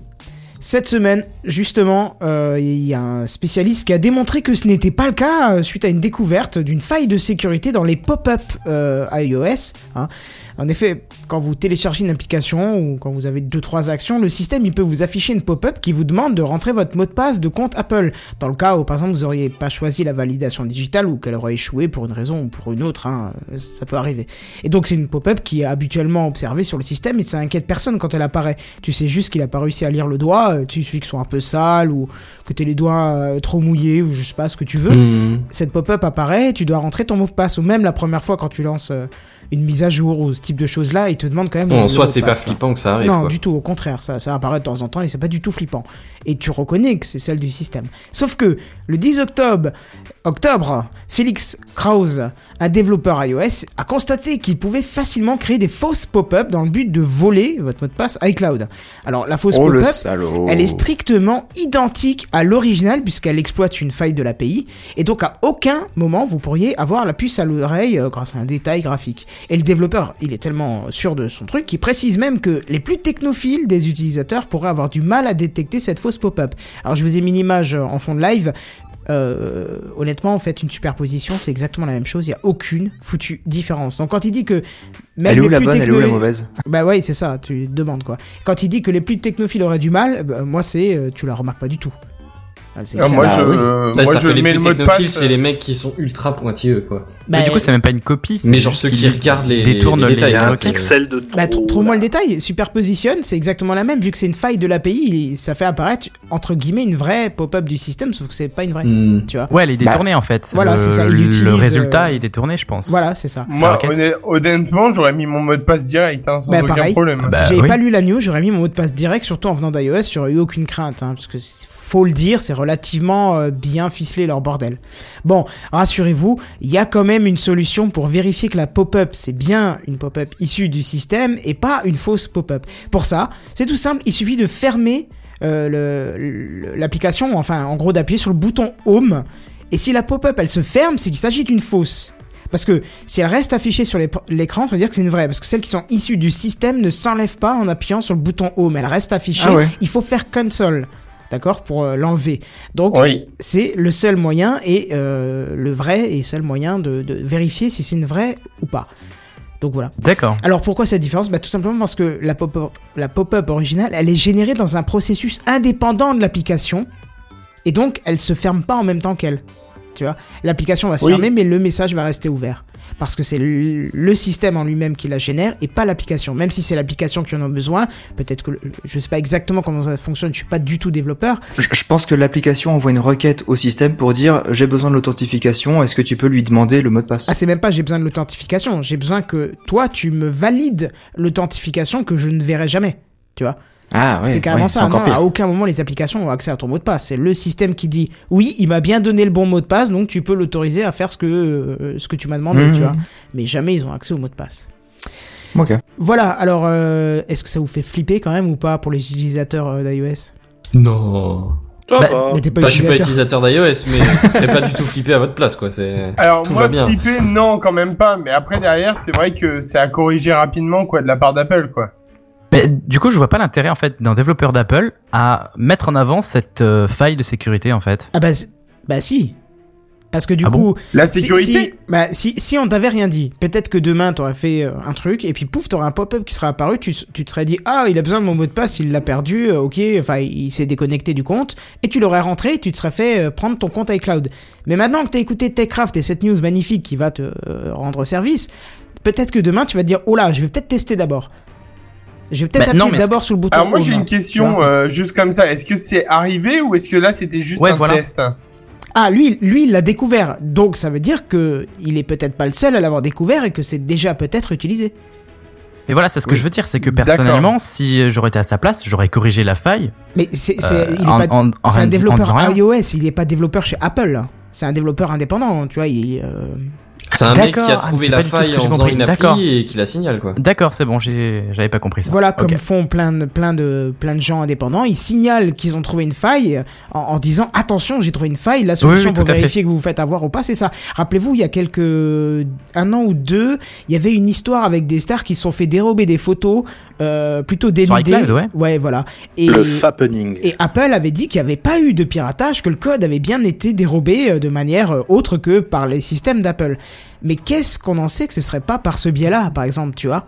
cette semaine, justement, euh, il y a un spécialiste qui a démontré que ce n'était pas le cas euh, suite à une découverte d'une faille de sécurité dans les pop-up euh, iOS. hein. En effet, quand vous téléchargez une application ou quand vous avez deux trois actions, le système il peut vous afficher une pop-up qui vous demande de rentrer votre mot de passe de compte Apple. Dans le cas où par exemple vous auriez pas choisi la validation digitale ou qu'elle aurait échoué pour une raison ou pour une autre, hein, euh, ça peut arriver. Et donc c'est une pop-up qui est habituellement observée sur le système et ça inquiète personne quand elle apparaît. Tu sais juste qu'il a pas réussi à lire le doigt, euh, tu suffit que ce soit un peu sale ou que t'aies les doigts euh, trop mouillés ou je sais pas ce que tu veux
Hmm.
cette pop-up apparaît, tu dois rentrer ton mot de passe, ou même la première fois quand tu lances euh, une mise à jour ou ce type de choses-là, il te demande quand même...
Bon,
le
en soi,
mot de
c'est pas
passe, quoi.
flippant que ça arrive.
Non,
quoi.
du tout, au contraire, ça, ça apparaît de temps en temps et c'est pas du tout flippant. Et tu reconnais que c'est celle du système. Sauf que le 10 octobre, octobre Félix Krause, un développeur iOS, a constaté qu'il pouvait facilement créer des fausses pop-up dans le but de voler votre mot de passe iCloud. Alors la fausse
oh le
pop-up,
salaud
elle est strictement identique à l'original puisqu'elle exploite une faille de l'API et donc à aucun moment vous pourriez avoir la puce à l'oreille euh, grâce à un détail graphique. Et le développeur, il est tellement euh, sûr de son truc qu'il précise même que les plus technophiles des utilisateurs pourraient avoir du mal à détecter cette fausse pop-up. Alors je vous ai mis une image euh, en fond de live. Euh, honnêtement, en fait, une superposition, c'est exactement la même chose. Il n'y a aucune foutue différence. Donc, quand il dit que même
Elle est où
les
la
plus
bonne, elle est où la
techno-
mauvaise
bah ouais, c'est ça, tu te demandes quoi. Quand il dit que les plus technophiles auraient du mal, bah, moi c'est euh, tu la remarques pas du tout. Ah, c'est
Ah,
clair.
moi,
bah
je,
oui.
euh,
Ça,
moi,
ça
je
s'appelle les
mets le
plus
mot de
technophiles,
passe. euh,
c'est les mecs qui sont ultra pointilleux, quoi.
Mais du coup, c'est même pas une copie. c'est
Mais genre
juste
ceux
qu'il
qui regardent les,
détourne
les
les
détails. hein,
requêtes.
c'est-
Pixel de trop.
Bah, tr- trouve-moi
là.
le détail. Superposition, c'est exactement la même, vu que c'est une faille de l'API, il- ça fait apparaître, entre guillemets, une vraie pop-up du système, sauf que c'est pas une vraie.
Hmm.
Tu vois
Ouais, elle est détournée en fait.
voilà,
le,
c'est ça, il
le
utilise,
résultat
euh,
est détourné, je pense.
Voilà, c'est ça.
Bah,
Moi,
requête.
honnêt- honnêtement, j'aurais mis mon mot de passe direct, hein, sans
Bah,
aucun
pareil.
problème.
Bah,
si j'avais
oui.
pas lu la news, j'aurais mis mon mot de passe direct, surtout en venant d'iOS, j'aurais eu aucune crainte, hein, parce que c'est- faut le dire, c'est relativement euh, bien ficelé leur bordel. Bon, rassurez-vous, il y a quand même une solution pour vérifier que la pop-up, c'est bien une pop-up issue du système et pas une fausse pop-up. Pour ça, c'est tout simple, il suffit de fermer euh, le- le- l'application, enfin en gros d'appuyer sur le bouton Home, et si la pop-up elle se ferme, c'est qu'il s'agit d'une fausse. Parce que si elle reste affichée sur l'ép- l'écran, ça veut dire que c'est une vraie. Parce que celles qui sont issues du système ne s'enlèvent pas en appuyant sur le bouton Home. Elle reste affichée.
Ah ouais.
Il faut faire console. D'accord Pour euh, l'enlever. Donc,
Oui.
c'est le seul moyen et euh, le vrai et seul moyen de, de vérifier si c'est une vraie ou pas. Donc voilà.
D'accord.
Alors pourquoi cette différence bah, Tout simplement parce que la pop-up la pop-up originale, elle est générée dans un processus indépendant de l'application, et donc elle se ferme pas en même temps qu'elle. Tu vois, l'application va se
Oui.
fermer, mais le message va rester ouvert. Parce que c'est le le système en lui-même qui la génère et pas l'application. Même si c'est l'application qui en a besoin, peut-être que le- je sais pas exactement comment ça fonctionne, je suis pas du tout développeur.
Je je pense que l'application envoie une requête au système pour dire j'ai besoin de l'authentification, est-ce que tu peux lui demander le mot de passe
Ah, c'est même pas j'ai besoin de l'authentification, j'ai besoin que toi tu me valides l'authentification que je ne verrai jamais. Tu vois
Ah ouais,
c'est carrément
ouais,
ça.
encore
Non,
pire.
à aucun moment les applications ont accès à ton mot de passe. C'est le système qui dit oui, il m'a bien donné le bon mot de passe, donc tu peux l'autoriser à faire ce que euh, ce que tu m'as demandé,
Mhm.
tu vois. Mais jamais ils ont accès au mot de passe.
Ok.
Voilà. Alors, euh, est-ce que ça vous fait flipper quand même ou pas pour les utilisateurs euh, d'iOS
Non.
Ça
Bah,
va.
Mais t'es pas
Bah, je suis pas
utilisateur.
utilisateur d'iOS, mais ça serait pas du tout flippé à votre place, quoi. C'est.
Alors
Tout va
moi
bien.
flipper non quand même pas mais après derrière c'est vrai que c'est à corriger rapidement quoi de la part d'Apple quoi.
Mais du coup, je vois pas l'intérêt en fait d'un développeur d'Apple à mettre en avant cette euh, faille de sécurité en fait.
Ah bah, c- bah si. Parce que du
Ah
coup,
bon
La
si-
sécurité
si, bah, si, si on t'avait rien dit, peut-être que demain t'aurais fait euh, un truc et puis pouf, t'aurais un pop-up qui serait apparu, tu, s- tu te serais dit ah il a besoin de mon mot de passe, il l'a perdu, euh, ok, enfin il s'est déconnecté du compte et tu l'aurais rentré et tu te serais fait euh, prendre ton compte iCloud. Mais maintenant que t'as écouté Techcraft et cette news magnifique qui va te euh, rendre service, peut-être que demain tu vas te dire oh là je vais peut-être tester d'abord. Je vais peut-être
Bah, non,
appuyer
mais est-ce
d'abord sur le bouton.
Alors moi j'ai
Home.
une question
vois.
euh, juste comme ça est-ce que c'est arrivé ou est-ce que là c'était juste
Ouais,
un
voilà.
test hein?
Ah, lui, lui, il l'a découvert. Donc, ça veut dire que il est peut-être pas le seul à l'avoir découvert et que c'est déjà peut-être utilisé.
Mais voilà, c'est ce que je veux dire, c'est que
D'accord.
personnellement, si j'aurais été à sa place, j'aurais corrigé la faille.
Mais c'est, c'est,
euh,
il est
en-
pas-
en- en
c'est
rien
un
dis- en
développeur
disant rien.
iOS, il n'est pas développeur chez Apple. C'est un développeur indépendant, tu vois. Il, euh,
C'est un mec qui a
D'accord. Ah,
trouvé
c'est
la
pas du tout ce
faille
que
en
j'ai
faisant
compris.
une
D'accord.
appli et qui la signale, quoi.
D'accord, c'est bon, j'ai- j'avais pas compris ça.
Voilà
Ok.
comme font plein de, plein, de, plein de gens indépendants. Ils signalent qu'ils ont trouvé une faille en, en disant attention, j'ai trouvé une faille. La solution
oui,
pour
tout à fait.
vérifier que vous vous faites avoir ou pas, c'est ça. Rappelez-vous, il y a quelques. un an ou deux, il y avait une histoire avec des stars qui se sont fait dérober des photos euh, plutôt dénudées.
iCloud, ouais.
voilà. Et,
Le fappening.
et Apple avait dit qu'il n'y avait pas eu de piratage, que le code avait bien été dérobé euh, de manière euh, autre que par les systèmes d'Apple. Mais qu'est-ce qu'on en sait que ce serait pas par ce biais-là, par exemple, tu vois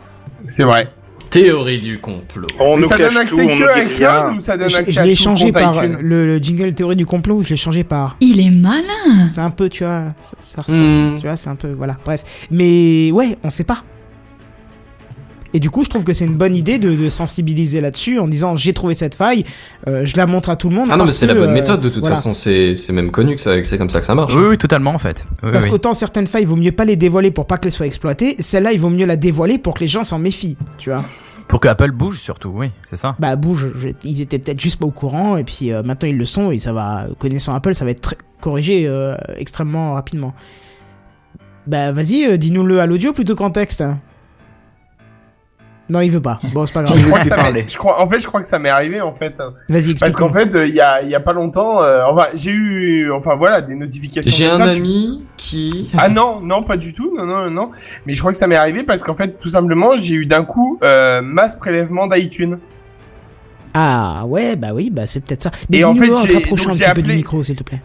C'est vrai.
Théorie du complot.
On
Mais
nous
ça
cache
donne
tout, on
accès
nous
que à
dit
iCloud
rien.
ou ça donne
Je,
accès
je
à
l'ai
tout le
changé
compte
par euh,
iTunes
le, le jingle théorie du complot, je l'ai changé par.
Il est malin.
C'est un peu, tu vois, ça, ça ressemble,
Mmh.
tu vois, c'est un peu, voilà, bref. Mais ouais, on sait pas. Et du coup, je trouve que c'est une bonne idée de, de sensibiliser là-dessus en disant j'ai trouvé cette faille, euh, je la montre à tout le monde.
Ah non, mais
parce
c'est la
que,
bonne
euh,
méthode, de toute
voilà.
façon, c'est c'est même connu que ça- que c'est comme ça que ça marche.
Oui, oui, totalement en fait. Oui,
Parce
oui.
qu'autant certaines failles, il vaut mieux pas les dévoiler pour pas qu'elles soient exploitées, celle-là, il vaut mieux la dévoiler pour que les gens s'en méfient, tu vois.
Pour que Apple bouge surtout, oui, c'est ça.
Bah, bouge, je- ils étaient peut-être juste pas au courant, et puis euh, maintenant ils le sont, et ça va, connaissant Apple, ça va être très- corrigé euh, extrêmement rapidement. Bah, vas-y, euh, dis-nous-le à l'audio plutôt qu'en texte. hein. Non, il veut pas. Bon, c'est pas
Je
*laughs* Je
grave.
laisse
crois que
plus
ça m'est-
parler.
je crois- en fait, je crois que ça m'est arrivé en fait.
Vas-y,
Parce
explique.
qu'en fait, euh, il y, a, il y a pas longtemps, euh, enfin, j'ai eu, enfin voilà, des notifications.
J'ai
comme
un
ça, tu-
ami qui.
Ah non, non, pas du tout, non, non, non. Mais je crois que ça m'est arrivé parce qu'en fait, tout simplement, j'ai eu d'un coup euh, masse prélèvement d'iTunes.
Ah, ouais, bah oui, bah c'est peut-être ça. Mais
Et en
dis-nous
fait,
en te
j'ai-
rapprochant
donc
un
j'ai
petit peu du
appelé-
micro, s'il te plaît.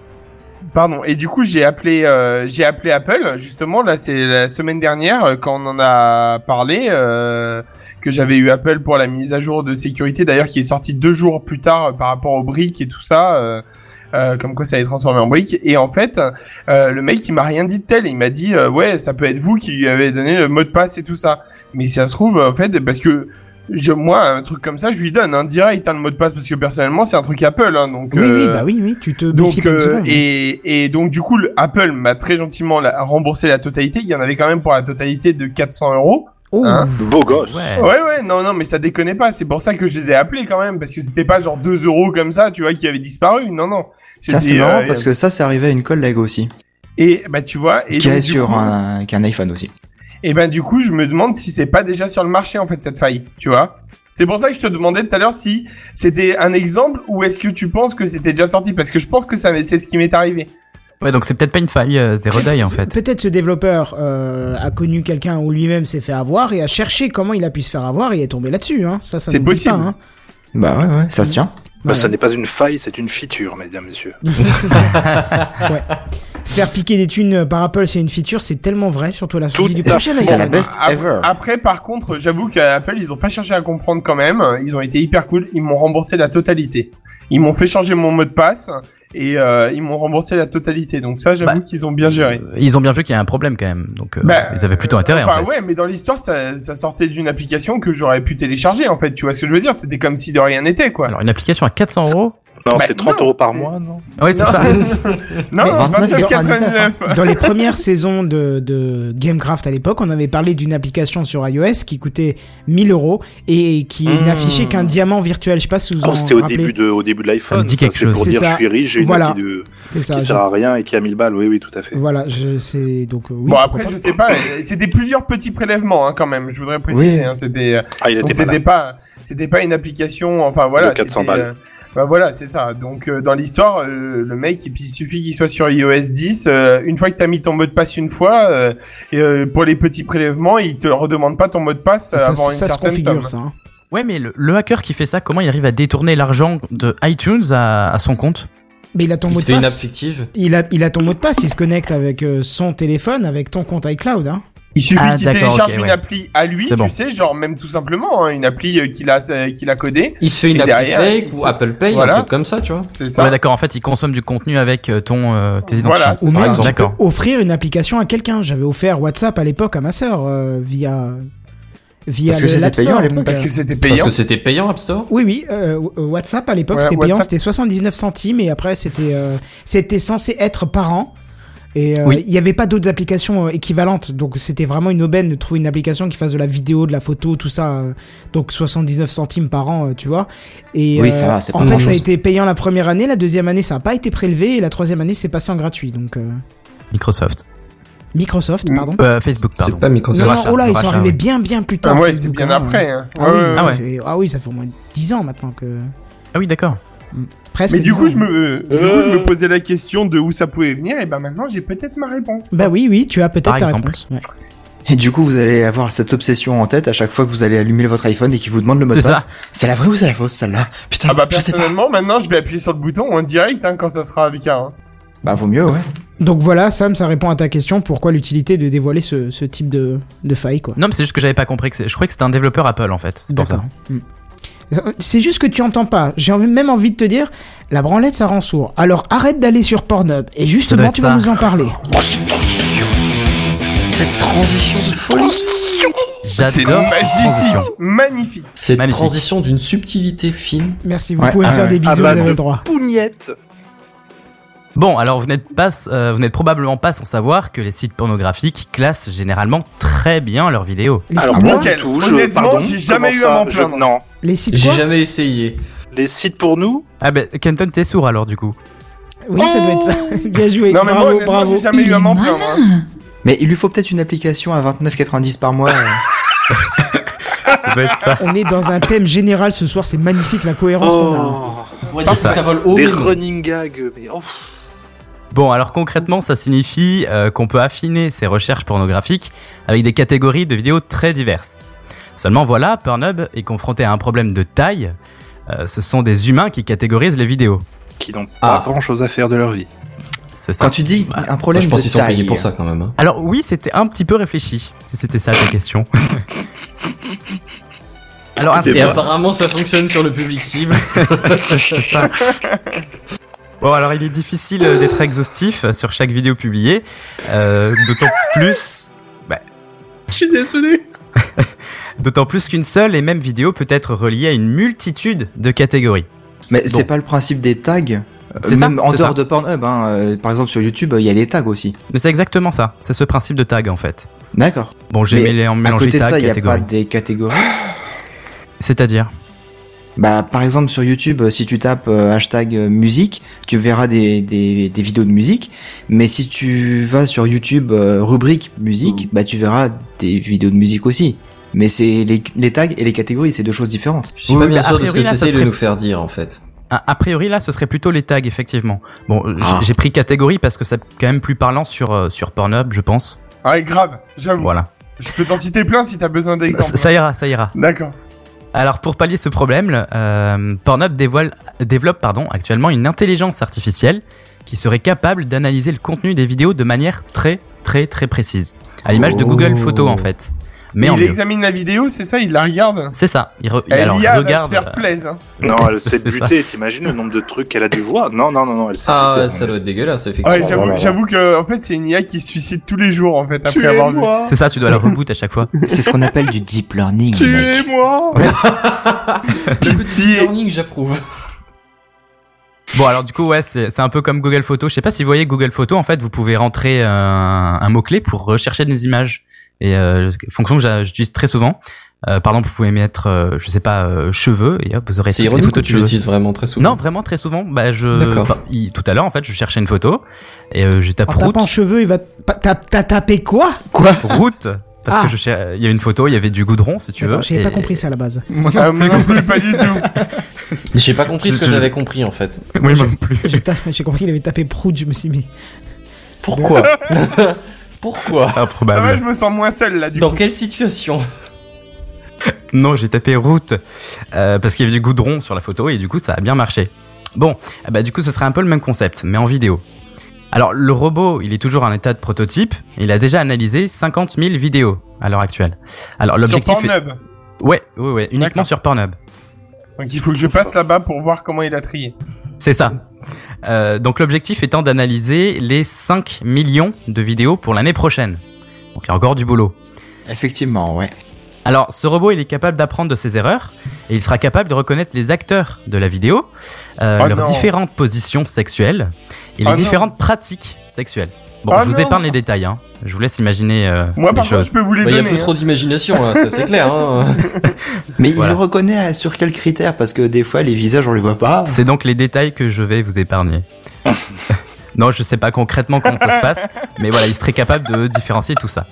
Pardon. Et du coup, j'ai appelé, euh, j'ai appelé Apple. Justement, là, c'est la semaine dernière euh, quand on en a parlé euh, que j'avais eu Apple pour la mise à jour de sécurité. D'ailleurs, qui est sortie deux jours plus tard euh, par rapport aux briques et tout ça. euh, euh, comme quoi ça allait transformé en briques et en fait euh, le mec il m'a rien dit de tel il m'a dit euh, ouais ça peut être vous qui lui avez donné le mot de passe et tout ça mais si ça se trouve en fait parce que je, moi un truc comme ça je lui donne hein, direct hein, le mot de passe parce que personnellement c'est un truc Apple hein, donc
Oui, oui,
euh,
bah oui, oui, tu te méfies
donc
pas une
euh,
seconde.
et, et donc du coup le- Apple m'a très gentiment la- remboursé la totalité. Il y en avait quand même pour la totalité de 400 euros.
Oh,
Hein
Beau gosse.
Ouais.
Ouais, ouais, non, non, mais ça déconne pas. C'est pour ça que je les ai appelés quand même, parce que c'était pas genre 2 euros comme ça, tu vois, qui avaient disparu. Non, non.
Tiens, c'est
C'était,
marrant
euh,
parce que ça, c'est arrivé à une collègue aussi,
Et bah, tu vois. Et
qui
donc,
est
du
sur
coup,
un, qui a un iPhone aussi.
Et ben, du coup, je me demande si c'est pas déjà sur le marché, en fait, cette faille, tu vois. C'est pour ça que je te demandais tout à l'heure si c'était un exemple ou est-ce que tu penses que c'était déjà sorti, parce que je pense que ça, c'est ce qui m'est arrivé.
Ouais, donc c'est peut-être pas une faille, euh, c'est des redeuils en
C'est-
fait.
Peut-être ce développeur euh, a connu quelqu'un ou lui-même s'est fait avoir et a cherché comment il a pu se faire avoir et est tombé là-dessus. Hein. Ça, ça ne
C'est
dit pas,
possible.
hein.
Bah ouais, ouais, ça se tient.
Bah,
Ouais.
ça n'est pas une faille, c'est une feature, mesdames, messieurs.
*laughs* Ouais. Se faire piquer des thunes par Apple, c'est une feature, c'est tellement vrai, surtout à la sortie
Tout
du
à
prochain
fait.
C'est
iPhone.
la best
Ap-
ever.
Après, par contre, j'avoue qu'à Apple, ils ont pas cherché à comprendre quand même. Ils ont été hyper cool. Ils m'ont remboursé la totalité. Ils m'ont fait changer mon mot de passe et euh, ils m'ont remboursé la totalité. Donc ça, j'avoue qu'ils ont bien géré.
Euh, Ils ont bien vu qu'il y a un problème quand même, donc euh,
Bah,
ils avaient plutôt intérêt en
Enfin
fait.
ouais, mais dans l'histoire, ça, ça sortait d'une application que j'aurais pu télécharger en fait. Tu vois ce que je veux dire C'était comme si de rien n'était quoi.
Alors une application à 400 euros
Non,
Bah,
c'était 30
non.
euros par mois.
non.
Ouais,
*laughs*
c'est
*laughs*
ça.
Non,
Mais
29,99.
29,99,
Dans les premières *laughs* saisons de, de GameCraft à l'époque, on avait parlé d'une application sur iOS qui coûtait 1000 euros et qui
Mmh.
n'affichait qu'un diamant virtuel. Je sais pas si vous
Oh,
en
c'était au
rappelez.
début de, au début de
Ça
l'iPhone.
me dit
ça,
quelque
c'était
chose.
Pour
C'est
dire,
ça.
je suis riche, j'ai une
Voilà.
appli de,
C'est ça.
qui
je-
sert à rien et qui a 1000 balles. Oui, oui, tout à fait.
Voilà, je sais. Donc, euh, oui,
Bon
pourquoi
après,
pas.
je sais pas. euh, C'était plusieurs petits prélèvements hein, quand même. Je voudrais préciser.
Oui.
hein, C'était euh,
Ah, il
Donc
était pas
c'était
là.
pas, c'était pas une application, enfin voilà.
De 400
c'était,
balles.
euh, bah voilà, c'est ça. Donc euh, dans l'histoire, euh, le mec, et puis il suffit qu'il soit sur iOS 10. euh, une fois que t'as mis ton mot de passe une fois, euh, et, euh, pour les petits prélèvements, il te redemande pas ton mot de passe euh,
Ça,
avant une
ça se
certaine
configure,
somme.
ça. hein.
Ouais, mais le, le hacker qui fait ça, comment il arrive à détourner l'argent de iTunes à, à son compte
Mais il a ton
Il
mot
se
de
fait une app
passe.
fictive.
Il a, il a ton mot de passe, il se connecte avec euh, son téléphone, avec ton compte iCloud. Hein.
Il suffit
Ah,
qu'il
d'accord,
télécharge
ok,
une
ouais.
appli à lui,
C'est
tu
bon.
sais, genre même tout simplement hein, une appli euh, qu'il a, euh, qu'il a codée.
Il se fait une
Et
app
derrière,
fake
il
ou
se-
Apple Pay,
Voilà.
un truc comme ça, tu vois.
C'est ça.
Ouais, d'accord, en fait, il consomme du contenu avec euh, ton, euh, tes identifiants.
Voilà, c'est
Ou
ça.
même,
exemple.
tu peux
D'accord.
offrir une application à quelqu'un. J'avais offert WhatsApp à l'époque à ma sœur euh, via via
Parce que
le-
c'était
l'App Store,
payant à l'époque.
donc,
Parce
euh,
que c'était
Parce
payant.
que c'était payant App Store.
Oui, oui, euh, w- euh, WhatsApp à l'époque
Ouais,
c'était payant,
WhatsApp.
c'était 79 centimes et après c'était euh, c'était censé être par an. Et euh, il
Oui.
n'y avait pas d'autres applications euh, équivalentes, donc c'était vraiment une aubaine de trouver une application qui fasse de la vidéo, de la photo, tout ça. euh, donc 79 centimes par an, euh, tu vois. Et
Oui, ça va, c'est
en
pas
fait, ça a
grand-chose.
été payant la première année, la deuxième année ça n'a pas été prélevé et la troisième année c'est passé en gratuit. Donc euh,
Microsoft.
Microsoft,
Mm.
pardon.
Euh, Facebook, pardon.
C'est pas
Non,
Microsoft.
non,
rachat,
oh là,
le
ils sont
rachat,
arrivés
ouais.
bien, bien plus
Ah
tard.
ouais, c'est
Facebook,
bien
hein.
après. hein.
Ah,
Ouais,
oui,
ouais,
ça
Ah ouais.
fait- ah oui, ça fait au moins 10 ans maintenant que.
Ah oui, d'accord.
Presque.
Mais du
10
coup,
ans.
je me, euh, du coup, je
Euh.
me posais la question de où ça pouvait venir, et ben maintenant j'ai peut-être ma réponse.
Bah oui, oui, tu as peut-être
Par
ta
exemple.
réponse. Ouais.
Et du coup, vous allez avoir cette obsession en tête à chaque fois que vous allez allumer votre iPhone et qu'il vous demande le mot de
C'est ça.
passe. C'est la vraie ou c'est la fausse celle-là Putain,
Ah bah
je sais pas.
personnellement maintenant je vais appuyer sur le bouton en direct hein, quand ça sera avec un.
Bah vaut mieux, ouais.
Donc voilà, Sam, ça répond à ta question. Pourquoi l'utilité de dévoiler ce, ce type de, de faille, quoi
Non, mais c'est juste que j'avais pas compris que c'est- je croyais que c'était un développeur Apple en fait. C'est pour ça.
D'accord. Hmm. C'est juste que tu entends pas. J'ai envie- même envie de te dire, la branlette, ça rend sourd. Alors arrête d'aller sur Pornhub. Et
doit
justement,
être
tu vas
ça.
nous en parler.
C'est
J'adore cette transition.
magnifique, magnifique.
Cette
Magnifique.
transition d'une subtilité fine.
Merci, vous
Ouais,
pouvez me
ah
faire
ouais.
des bisous,
À
vous
bah,
base
avez
de-
le droit.
Pougnette
Bon, alors vous n'êtes pas, euh, vous n'êtes probablement pas sans savoir que les sites pornographiques classent généralement très bien leurs vidéos.
Les
Alors,
sites
moi,
quoi
nickel.
tout, je-
Honnêtement,
pardon,
j'ai jamais
comment
eu
ça,
à m'en
je-
plaindre.
Non.
Les sites
J'ai
quoi
jamais essayé.
Les sites pour nous
Ah ben, Kenton, t'es sourd alors du coup.
Oui, ça doit être ça. bien joué.
non mais moi
bravo,
honnêtement
bravo.
j'ai jamais
Il
eu à
est
m'en plaindre. hein.
Mais il lui faut peut-être une application à 29,90 par mois. euh.
Ça doit être ça.
On est dans un thème général ce soir. C'est magnifique la cohérence qu'on a.
Oh,
hein.
On pourrait dire que ça vole haut.
oh, Des
mais non.
running gags, mais oh,
Bon, alors concrètement, ça signifie euh, qu'on peut affiner ses recherches pornographiques avec des catégories de vidéos très diverses. Seulement voilà, Pornhub est confronté à un problème de taille. Euh, ce sont des humains qui catégorisent les vidéos.
qui n'ont
Ah.
pas grand chose à faire de leur vie.
C'est ça.
Quand tu dis un
Moi,
problème
je pense
de
qu'ils sont payés
taille,
pour ça quand même. hein.
Alors oui, c'était un petit peu réfléchi, si c'était ça ta question. alors un
Et
serveur-
Ah, apparemment, ça fonctionne sur le public cible.
C'est ça. Bon, alors il est difficile euh, d'être exhaustif euh, sur chaque vidéo publiée, euh, d'autant plus. Bah,
Je suis désolé.
*laughs* d'autant plus qu'une seule et même vidéo peut être reliée à une multitude de catégories.
Mais c'est
Bon.
pas le principe des tags euh,
C'est ça,
Même en
c'est
dehors
ça.
de Pornhub, hein, euh, par exemple sur YouTube, il y a des tags aussi.
Mais c'est exactement ça. C'est ce principe de tag en fait.
D'accord.
Bon, j'ai
Mais
mêlé en
À
mélange
côté de
tag
ça, il n'y a
catégorie.
pas des catégories. *gasps*
C'est-à-dire
Bah, par exemple, sur YouTube, euh, si tu tapes euh, hashtag euh, musique, tu verras des, des, des vidéos de musique. Mais si tu vas sur YouTube euh, rubrique musique, bah, tu verras des vidéos de musique aussi. Mais c'est les, les tags et les catégories, c'est deux choses
*laughs*
différentes.
*laughs* Je suis
Oui,
pas
mais
bien
a
sûr de ce que
priori, là, ça
c'est de
serait-
nous faire dire en fait.
a, a priori là, ce serait plutôt les tags effectivement. Bon, euh, j-
Ah.
j'ai pris catégorie parce que c'est quand même plus parlant sur euh, sur Pornhub, je pense.
Ouais, Ah, grave, j'avoue.
Voilà.
Je peux t'en citer plein si t'as besoin d'exemples.
Ça, ça ira, ça ira.
D'accord.
Alors pour pallier ce problème, le- euh, Pornhub dévoile- développe pardon, actuellement une intelligence artificielle qui serait capable d'analyser le contenu des vidéos de manière très très très précise. À l'image de Google
Oh.
Photos en fait. Mais en
il
mieux.
examine la vidéo, c'est ça, il la regarde.
C'est ça. Il, re- il-
Elle
alors,
y
il
a
regarde. euh,
se faire plaise. hein.
Non, elle s'est
C'est ça.
butée, t'imagines le nombre de trucs qu'elle a dû voir Non, non, non, non, elle s'est
Ah,
butée.
ça doit être dégueulasse, effectivement.
Ouais, j'avoue, j'avoue que en fait c'est une IA qui se suicide tous les jours en fait après avoir vu.
euh, C'est ça, tu dois
*laughs*
la reboot à chaque fois.
C'est ce qu'on appelle du deep learning, mec.
moi Pitié.
Learning, j'approuve.
Bon, alors du coup, ouais, c'est c'est un peu comme Google Photos. Je sais pas si vous voyez Google Photos, en fait, vous pouvez rentrer euh, un, mot-clé pour rechercher des images. Et euh, fonction que j'a- j'utilise très souvent. Euh, par exemple, vous pouvez mettre, euh, je sais pas, euh, cheveux, et hop, vous aurez
C'est
toutes les
ironique que
photos de
tu
cheveux.
l'utilises vraiment très souvent.
Non, vraiment très souvent. Bah, je
D'accord.
bah, il- tout à l'heure en fait, je cherchais une photo et euh, j'ai
En
tapé route,
tapant cheveux, il va. t- pa- T'as t'as tapé Oh, quoi
*laughs* route parce
Ah.
que je cher- il y a une photo, il y avait du goudron si tu veux.
D'accord, J'avais
et-
pas compris ça à la base.
Ah, moi non plus, pas du tout.
J'ai pas compris
Je-
ce que
je-
j'avais compris en fait.
Oui, moi non plus.
J'ai ta- *laughs* j'ai compris qu'il avait tapé prout, je me suis mis.
Pourquoi *laughs* Pourquoi
Ça va,
Ah
Improbable.
je me sens moins seul là du
Dans
coup.
quelle situation
Non, j'ai tapé route euh, parce qu'il y avait du goudron sur la photo et du coup ça a bien marché. Bon, ah bah du coup ce serait un peu le même concept mais en vidéo. Alors le robot, il est toujours en état de prototype. Il a déjà analysé 50 000 vidéos à l'heure actuelle. Alors
Sur
l'objectif, est...
Pornhub.
ouais, ouais, ouais, uniquement
D'accord.
sur Pornhub.
Donc il faut que je passe là-bas pour voir comment il a trié.
C'est ça. Euh, donc l'objectif étant d'analyser les 5 millions de vidéos pour l'année prochaine. Donc il y a encore du boulot.
Effectivement, ouais.
Alors ce robot, il est capable d'apprendre de ses erreurs et il sera capable de reconnaître les acteurs de la vidéo, euh,
Oh
leurs
non.
différentes positions sexuelles et les
Oh non.
différentes pratiques sexuelles. Bon,
Oh
je vous
non.
épargne les détails, hein. je vous laisse imaginer euh,
Moi
les
par contre,
choses.
je peux vous les
Bah, Il y a
donner.
plus
hein.
trop d'imagination, là, ça c'est clair. Hein.
Mais
Voilà.
il le reconnaît à- sur quels critères Parce que des fois, les visages, on les voit pas.
C'est donc les détails que je vais vous
*laughs*
épargner. non, je sais pas concrètement comment ça se passe, mais voilà, il serait capable de différencier tout ça.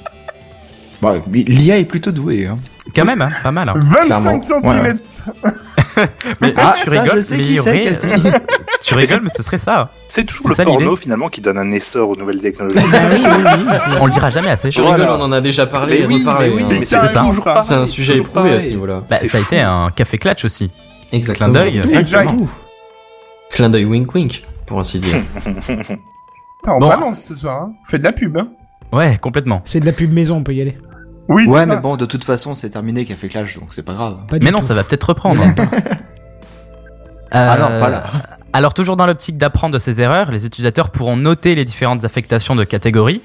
Bon, L'IA Bah, est plutôt douée. Hein.
Quand même, hein, pas mal. hein.
25
Clairement. Ouais,
cm.
Mais
Ah,
tu
ça,
rigoles,
je sais
mais
qui
il y
c'est.
aurait-
quel type.
Tu
Mais
rigoles, mais ce serait ça.
C'est toujours
C'est
le
ça,
porno
l'idée.
finalement qui donne un essor aux nouvelles technologies.
*laughs*
Ah
On le dira jamais assez.
Je
Voilà.
rigole, on en a déjà parlé et
Mais oui,
reparlé.
mais oui,
hein.
mais
c'est ça.
toujours
C'est- C'est un
pareil,
sujet
toujours
éprouvé à ce
pareil.
niveau-là.
Bah,
C'est
ça a
fou.
été un café clutch aussi.
Exactement.
Clin d'œil.
Exact.
Clin d'œil wink wink, pour ainsi dire.
Putain, on
Bon.
balance ce soir. Hein. On fait de la pub. Hein.
Ouais, complètement.
C'est de la pub maison, on peut y aller.
Oui,
*laughs* Ouais,
c'est ça.
mais bon, de toute façon, c'est terminé Café Clash, donc c'est pas grave.
Pas du
Mais non,
tout.
ça va peut-être
*laughs*
reprendre. Euh,
Ah non, pas là.
Alors, toujours dans l'optique d'apprendre de ses erreurs, les utilisateurs pourront noter les différentes affectations de catégories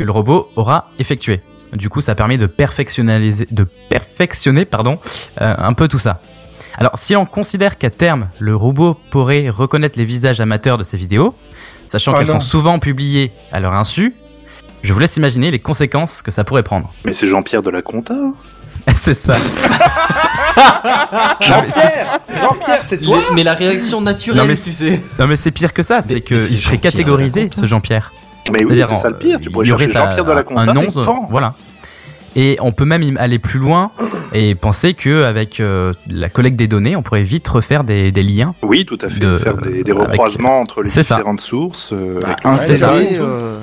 que le robot aura effectuées. Du coup, ça permet de perfectionnaliser, de perfectionner, pardon, euh, un peu tout ça. Alors, si on considère qu'à terme, le robot pourrait reconnaître les visages amateurs de ses vidéos, sachant
Ah
qu'elles
non.
sont souvent publiées à leur insu, je vous laisse imaginer les conséquences que ça pourrait prendre. *laughs*
Mais c'est Jean-Pierre de la Conta. hein.
C'est ça. Non, mais c'est-
Jean-Pierre, c'est
Les- mais la réaction naturelle,
Non, mais
tu sais.
Non mais c'est pire que ça,
Mais-
c'est
mais
qu'il
c'est
serait
Jean-Pierre hein.
catégorisé
Delaconte.
ce Jean-Pierre.
Mais oui, c'est
en-
ça le pire. Tu pourrais
il y aurait
chercher
ça-
Jean-Pierre de la Conta.
Un
et
11,
pan.
voilà. Et on peut même y aller plus loin et penser que avec euh, la collecte des données, on pourrait vite refaire des, des liens.
Oui, tout à fait.
De-
Faire des, des
avec-
recroisements entre les
C'est ça. Ah,
différentes sources. euh,
Bah,
avec-
un
Ouais, ça
CV,
arrive.
euh,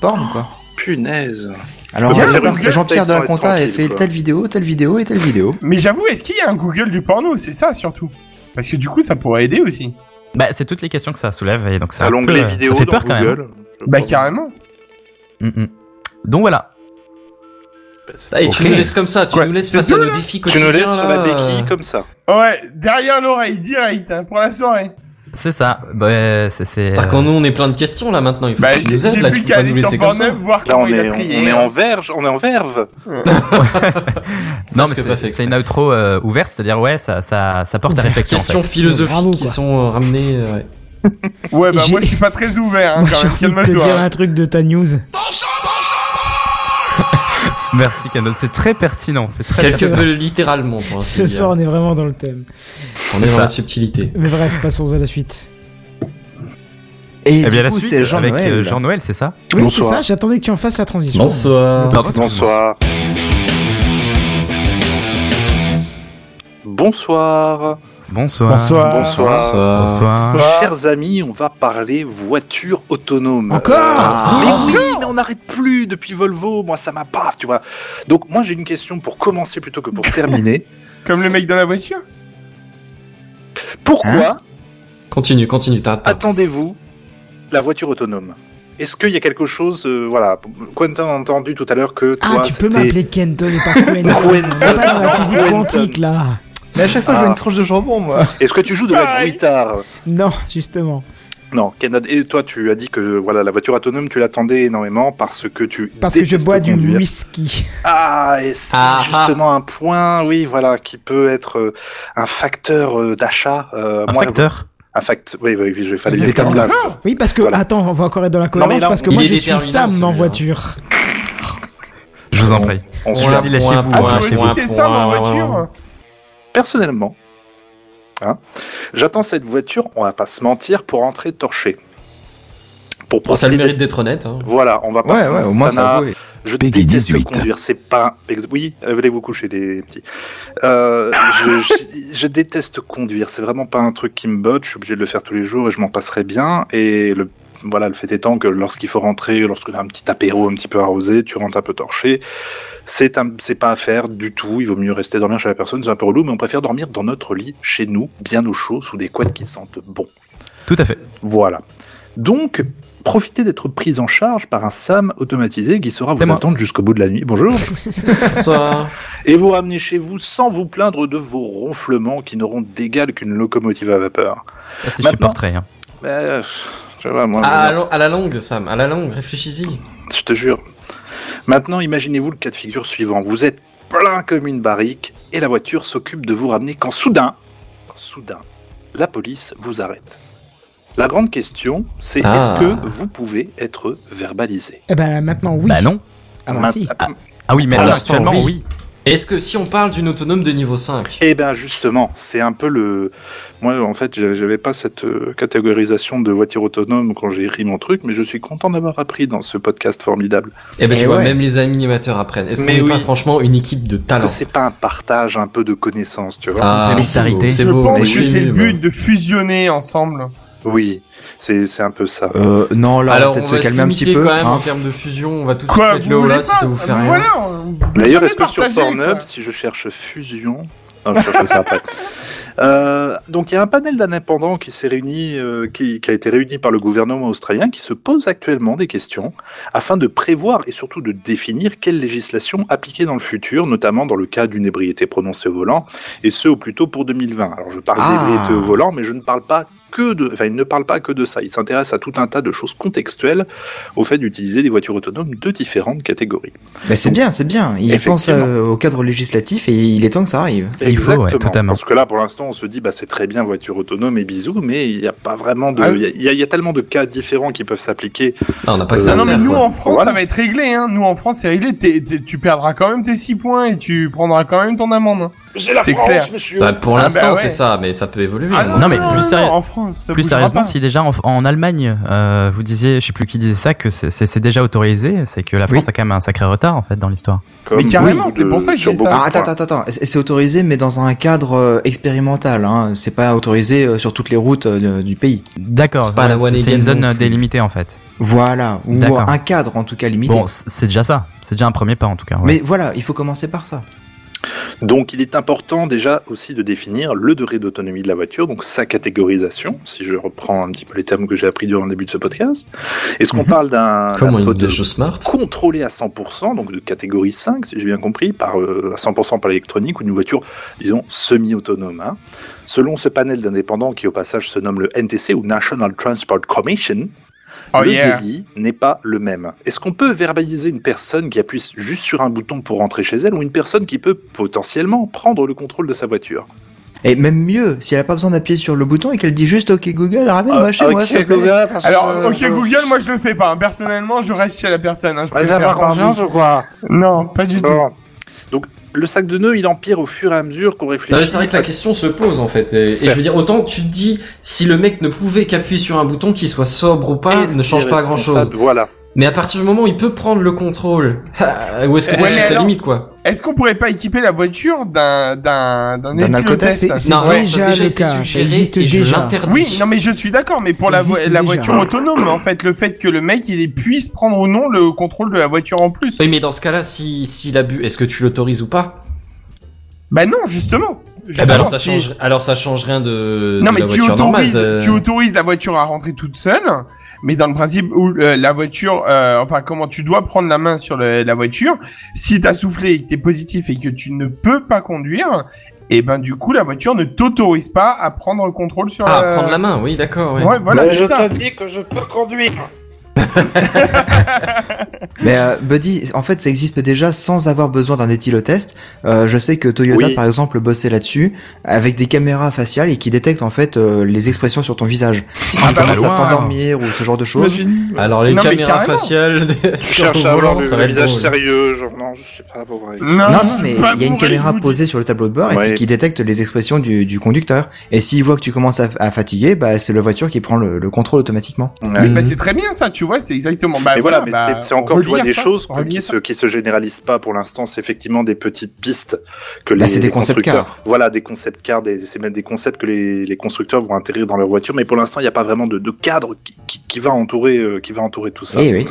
porn, quoi.
Punaise.
Alors,
Il y a
euh,
un
parce
Google
que Jean-Pierre
Stack sans être
Delaconta a
tranquille,
fait
quoi.
telle vidéo, telle vidéo et telle vidéo.
Mais j'avoue, est-ce qu'il y a un Google du porno C'est ça surtout. Parce que du coup, ça pourrait aider aussi.
Bah, c'est toutes les questions que ça soulève et donc ça, euh,
À l'onglet
ça
vidéo
fait
dans
peur quand même. hein.
Google. je
Bah
pense.
carrément.
Mm, mm. Donc voilà.
Bah, c'est-
Ah, et tu
Ok.
nous laisses comme ça, tu
Quoi
nous laisses
C'est
face à
dur,
nos
là euh,
défis
Tu
quotidiens.
nous laisses sur la
hein, là.
béquille comme ça.
Ouais, derrière l'oreille, direct, hein, pour la soirée.
C'est ça. Bah, c'est c'est
Putain, Quand nous, on est plein de questions là maintenant, il faut
Bah,
que tu
j'ai
nous aides
j'ai
là, tu
plus
peux
qu'à
pas nous
aller
laisser
sur
comme ça.
Pornhub, voir
Là,
comment
on
il
est,
a hein.
on
trié.
est en verge, on est en verve.
Non
Parce
mais
que pas
c'est
fait
c'est une outro euh, ouverte, c'est-à-dire ouais, ça ça ça porte à
Ouverte.
réflexion. en fait.
Questions philosophiques
Bravo,
qui
quoi.
sont euh, ramenées. euh, ouais.
Ouais, bah
J'ai-
moi je suis pas très ouvert, hein,
Moi,
quand
j'ai
même.
envie de te
Calme-toi. hein.
dire un truc de ta news.
Merci Canon, c'est très pertinent, c'est très
Quelque
pertinent.
peu euh, littéralement, pour ainsi
Ce
dire.
soir, on est vraiment dans le thème.
on
C'est
est dans
ça.
la subtilité.
Mais bref, passons à la suite.
Et
Eh bien
du
la
coup,
suite
c'est
avec
Jean-Noël.
euh, Jean-Noël, c'est ça
Oui,
Bonsoir.
c'est ça, j'attendais que tu en fasses la transition.
Bonsoir.
Pardon, excuse-moi.
Bonsoir. Bonsoir.
Bonsoir.
Bonsoir.
Bonsoir.
Bonsoir.
Bonsoir.
Chers amis, on va parler voiture autonome. Euh,
Encore
Mais
Ah.
oui, mais on n'arrête plus depuis Volvo. Moi, ça m'a paf, tu vois. Donc, moi, j'ai une question pour commencer plutôt que pour
Hein
terminer.
Comme le mec dans la voiture.
Pourquoi
Continue, continue, t'arrêtes
Ah
pas.
attendez-vous la voiture autonome Est-ce qu'il y a quelque chose, euh, voilà, Quentin a entendu tout à l'heure que toi,
Ah, tu peux
c'était-
m'appeler Kenton et pas
*laughs*
Quentin.
Quentin.
On est pas dans la physique
Quentin.
quantique, là.
Mais à chaque fois, je
Ah.
vois une tranche de jambon, moi.
Est-ce que tu joues de la
Pareil.
guitare
Non, justement.
Non, Canada. Et toi, tu as dit que voilà, la voiture autonome, tu l'attendais énormément parce que tu
Parce que je
détestes
bois du
conduire.
whisky.
Ah, et c'est
Ah, ah.
justement un point, oui, voilà, qui peut être euh, un facteur euh, d'achat. euh,
Un
moi,
facteur
Un fact. Oui, oui, oui, je fallait
Des
une
tableaux.
Ah,
place.
Oui, parce que,
Voilà.
attends, on va encore être dans la
mais là,
cohérence, parce que
il
moi,
est
je suis
déterminant,
Sam en
celui-là.
voiture.
Je vous en prie.
On se
Ouais.
la-
Vas-y, lâchez-vous,
Ah,
Ouais,
toi
je
aussi
vois,
t'es ça en voiture
personnellement, hein, j'attends cette voiture, on va pas se mentir, pour entrer torché. Pour
Bon, Oh, ça a le
profiter
mérite d'être honnête. Hein.
de- Voilà, on va pas
Ouais,
se
ouais,
mentir,
au moins ça
n'a-
vaut.
Je
Peggy
déteste
18.
conduire, c'est pas... un ex- Oui, allez vous coucher les petits. Euh, je, je- je déteste conduire, c'est vraiment pas un truc qui me botte, je suis obligé de le faire tous les jours et je m'en passerai bien. Et le, voilà, le fait étant que lorsqu'il faut rentrer, lorsqu'on a un petit apéro un petit peu arrosé, tu rentres un peu torché, c'est un- c'est pas à faire du tout, il vaut mieux rester dormir chez la personne, c'est un peu relou, mais on préfère dormir dans notre lit, chez nous, bien au chaud, sous des couettes qui sentent bon.
Tout à fait.
Voilà. Donc, profitez d'être pris en charge par un SAM automatisé qui saura
C'est
vous
moi.
attendre jusqu'au bout de la nuit. Bonjour.
Bonsoir.
Ah,
Et vous ramener chez vous sans vous plaindre de vos ronflements qui n'auront d'égal qu'une locomotive à vapeur.
Ah, si je suis
Maintenant-
portrait. hein.
Euh, je sais pas, moi,
À,
je-
à la- Ah, à la longue, Sam, à la longue, réfléchis-y.
je te jure. Maintenant, imaginez-vous le cas de figure suivant. Vous êtes plein comme une barrique et la voiture s'occupe de vous ramener quand soudain, quand soudain, la police vous arrête. La grande question, c'est
Ah.
est-ce que vous pouvez être verbalisé
Eh ben, maintenant, oui.
Bah non.
Ah, bah,
Main-
si.
Ah oui, mais là,
l'instant,
actuellement, oui.
oui. Est-ce que si on parle d'une autonome de niveau 5
Eh ben justement, c'est un peu le. Moi, en fait, j'a- j'avais pas cette euh, catégorisation de voiture autonome quand j'ai écrit mon truc, mais je suis content d'avoir appris dans ce podcast formidable.
Eh ben, tu
Eh
vois,
ouais.
même les animateurs apprennent. Est-ce qu'on
Mais
n'est pas
oui.
franchement une équipe de
Parce
talent
que c'est pas un partage un peu de connaissances, tu vois.
Ah, c'est beau,
Solidarité.
c'est
Je
beau.
pense
mais
que
oui,
c'est le
mais-
but de fusionner ensemble.
Oui, c'est c'est un peu ça.
Euh, non, là, on va
hein. Alors, on
peut-être se
va se
calmer un
limiter
petit
quand
peu.
même en
hein.
termes de fusion. On va tout de suite
Quoi
mettre
Vous
le haut
voulez
là
pas
si ça vous fait
Mais
rien.
voilà, on- vous
D'ailleurs,
savez
est-ce que sur
partager,
Pornhub,
quoi.
si je cherche fusion. Non, je cherche ça
*laughs*
après. Euh, donc, il y a un panel d'indépendants qui s'est réuni, euh, qui, qui a été réuni par le gouvernement australien, qui se pose actuellement des questions afin de prévoir et surtout de définir quelle législation appliquer dans le futur, notamment dans le cas d'une ébriété prononcée au volant, et ce au plus tôt pour 2020. Alors, je parle
Ah.
d'ébriété au volant, mais je ne parle pas que de, enfin, il ne parle pas que de ça. Il s'intéresse à tout un tas de choses contextuelles au fait d'utiliser des voitures autonomes de différentes catégories.
Mais c'est bien, c'est bien. Il pense
Effectivement.
euh, au cadre législatif et il est temps que ça arrive.
Il faut, ouais,
Exactement.
totalement.
Parce que là, pour l'instant, on se dit, bah, c'est très bien voiture autonome et bisous, mais il n'y a pas vraiment de.
Ah
Il y a- il y, a- il y a tellement de cas différents qui peuvent s'appliquer.
Ah, on n'a pas que
Euh,
ça.
Ah
à
non, mais
faire,
nous
quoi.
en France,
Voilà.
ça va être réglé. Hein. Nous en France, c'est réglé. T'es- t'es- tu perdras quand même tes 6 points et tu prendras quand même ton amende.
C'est la
C'est
France,
clair.
monsieur
Bah, pour
Ah,
l'instant,
bah ouais. Ah,
c'est ça, mais ça peut évoluer. hein.
non, mais plus sérieux-
en France, ça
Plus
bougera
sérieusement,
pas.
si déjà en, en Allemagne, euh, vous disiez, je sais plus qui disait ça, que c'est- c'est c'est déjà autorisé, c'est que la France a quand même un sacré retard en fait dans l'histoire.
Comme
mais carrément,
beaucoup
c'est
de-
pour ça que je
sur
dis ça.
beaucoup de
Ah, attends,
points.
attends, attends. C'est c'est autorisé, mais dans un cadre euh, expérimental. Hein. C'est pas autorisé euh, sur toutes les routes euh, de- du pays.
D'accord,
C'est pas
ouais,
la one
c'est c'est
again
une
non
zone
plus.
délimitée en fait.
Voilà. Ou euh,
D'accord.
un cadre, en tout cas, limité.
Bon, c- c'est déjà ça, c'est déjà un premier pas en tout cas. ouais.
mais voilà, il faut commencer par ça.
Donc, il est important déjà aussi de définir le degré d'autonomie de la voiture, donc sa catégorisation, si je reprends un petit peu les termes que j'ai appris durant le début de ce podcast. Est-ce qu'on
Mhm.
parle d'un.
Comment
d'un
une
taux de-
de choses smart
contrôlé à 100%, donc de catégorie 5, si j'ai bien compris, par, euh, à 100% par l'électronique ou une voiture, disons, semi-autonome. hein. Selon ce panel d'indépendants qui, au passage, se nomme le NTC ou National Transport Commission,
Oh
le
yeah.
délit n'est pas le même. Est-ce qu'on peut verbaliser une personne qui appuie juste sur un bouton pour rentrer chez elle ou une personne qui peut potentiellement prendre le contrôle de sa voiture
Et même mieux, si elle a pas besoin d'appuyer sur le bouton et qu'elle dit juste OK Google, ramène-moi bah, chez
Ah,
moi,
ok,
s'il te plaît.
Google, parce
Alors,
que-
ok Google, moi je le fais pas. hein. Personnellement, je reste chez la personne. Hein. Je
Vas-y,
préfère
avoir
pas.
confiance ou quoi
Non, pas du tout.
Bon. Donc, le sac de nœuds, il empire au fur et à mesure qu'on réfléchit.
Non, mais c'est vrai que la question se pose en fait. Et, et je
Certes.
veux dire, autant que tu te dis, si le mec ne pouvait qu'appuyer sur un bouton, qu'il soit sobre ou pas,
Est-ce
ne change
qu'il est
pas grand chose.
responsable Voilà.
Mais à partir du moment où il peut prendre le contrôle, *laughs* où est-ce que
Ouais,
tu
mais
la
alors-
limite quoi
Est-ce qu'on pourrait pas équiper la voiture d'un d'un d'un
D'un
éthylotest
alcotest,
C'est
Non, ouais, ça
déjà
a déjà
le
été
cas, ça
suggéré
existe
et je
déjà.
l'interdis.
Oui, non mais je suis d'accord, mais pour
Ça
la, vo-
existe
la
déjà.
voiture autonome, en fait, le fait que le mec il puisse prendre ou non le contrôle de la voiture en plus.
Oui, mais dans ce cas-là, si s'il a bu, est-ce que tu l'autorises ou pas
Bah non, justement.
Eh ben
Justement,
alors ça
si-
change, alors ça change rien de,
Non
de
mais
la
tu
voiture
autorises,
normale. euh.
tu autorises la voiture à rentrer toute seule, mais dans le principe où euh, la voiture, euh, enfin comment tu dois prendre la main sur le- la voiture, si t'as soufflé et que t'es positif et que tu ne peux pas conduire, et ben du coup la voiture ne t'autorise pas à prendre le contrôle sur.
Ah,
la...
prendre la main, oui, d'accord. ouais.
euh, Ouais, voilà,
Bah,
Mais
c'est
Je
ça.
te dis que je peux conduire.
Mais euh, Buddy, en fait, ça existe déjà sans avoir besoin d'un éthylotest. Euh, je sais que Toyota,
Oui.
par exemple, bossait là-dessus avec des caméras faciales et qui détectent en fait euh, les expressions sur ton visage. Si
bah,
Ah,
tu
ça va
commences à
loin.
t'endormir ou ce genre de choses.
Alors les
Non, mais
caméras
carrément.
faciales
Je
*laughs* *laughs* sur
cherche
le
à
volant,
avoir le, le
ça va être
visage
drôle.
sérieux. Genre, non, je sais pas. Bon, ouais.
Non,
Non,
je
non,
suis
mais
pas
il y a une
bourré,
caméra
je vous dis.
posée sur le tableau de bord et
Ouais.
qui, qui détecte les expressions du, du conducteur. Et s'il voit que tu commences à, à fatiguer, bah, c'est la voiture qui prend le, le contrôle automatiquement.
Mais
Mm.
bah, c'est très bien ça, tu vois, c'est exactement. Bah,
Mais Mhm. voilà, mais
bah,
c'est- c'est encore tu vois,
relire
des
ça,
choses que-
relire
qui,
ça.
se, qui se généralisent pas pour l'instant. C'est effectivement des petites pistes que
Bah,
les
Là, c'est des concept
constructeurs.
cars.
Voilà, des concept cars, des- c'est même des concepts que les, les constructeurs vont intégrer dans leur voiture. Mais pour l'instant, il n'y a pas vraiment de, de cadre qui, qui- qui va entourer, euh, qui va entourer tout ça.
Eh oui.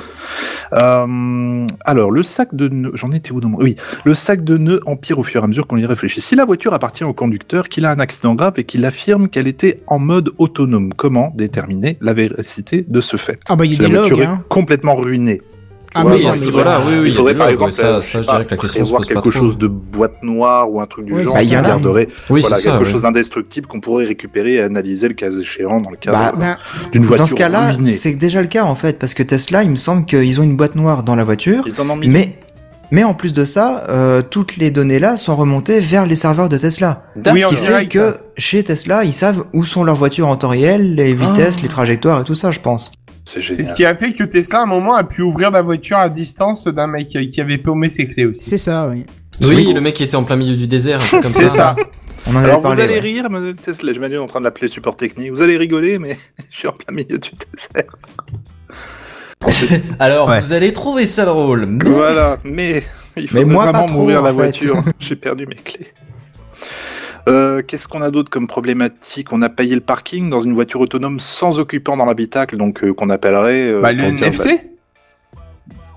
Euh, alors, le sac de nœuds, j'en étais où dans mon... Oui, le sac de nœuds empire au fur et à mesure qu'on y réfléchit. Si la voiture appartient au conducteur, qu'il a un accident grave et qu'il affirme qu'elle était en mode autonome, comment déterminer la véracité de ce fait
Ah bah il y a
Si La
des logs,
voiture
hein.
est complètement ruinée.
Ah
Tu vois,
oui,
dans
à
ce
ce
cas-là,
niveau-là, oui, oui,
il y
Il
a
faudrait
des
par
logs,
exemple
ouais, ça-
euh,
ça, je
pas,
dirais que la question se
prévoir
pose pas
quelque
trop.
chose de boîte noire ou un truc du
Ouais,
genre.
c'est
ça
ça, il y en a.
garderait,
Oui,
voilà,
c'est ça.
quelque
ouais.
chose d'indestructible qu'on pourrait récupérer et analyser le cas échéant dans le
Bah,
cadre
Ben,
d'une voiture
Dans ce cas-là,
ruinée.
c'est déjà le cas en fait, parce que Tesla, il me semble qu'ils ont une boîte noire dans la voiture.
Ils en ont mis
Mais, mais en plus de ça, euh, toutes les données là sont remontées vers les serveurs de Tesla.
Oui,
Ce
en
qui fait
direct.
que chez Tesla, ils savent où sont leurs voitures en temps réel, les
Ah.
vitesses, les trajectoires et tout ça, je pense.
C'est
C'est
génial.
ce qui a fait que Tesla, à un moment, a pu ouvrir la voiture à distance d'un mec euh, qui avait paumé ses clés aussi.
c'est ça, oui.
Oui, le mec qui était en plein milieu
*laughs*
du désert, un truc comme
C'est ça.
On en avait
Alors
parlé.
vous allez
ouais.
rire, Manuel Tesla. Je m'imagine en train de l'appeler support technique. Vous allez rigoler, mais *laughs* je suis en plein milieu du désert.
Alors,
Ouais.
vous allez trouver ça drôle. mais-
voilà, mais il faut
Ah Mais moi,
vraiment
pas trop,
mourir la
en fait. *laughs*
voiture. J'ai perdu mes clés. Euh, Qu'est-ce qu'on a d'autre comme problématique On a payé le parking dans une voiture autonome sans occupant dans l'habitacle, donc euh, qu'on appellerait. euh,
Bah, le
pour dire,
NFC
bah,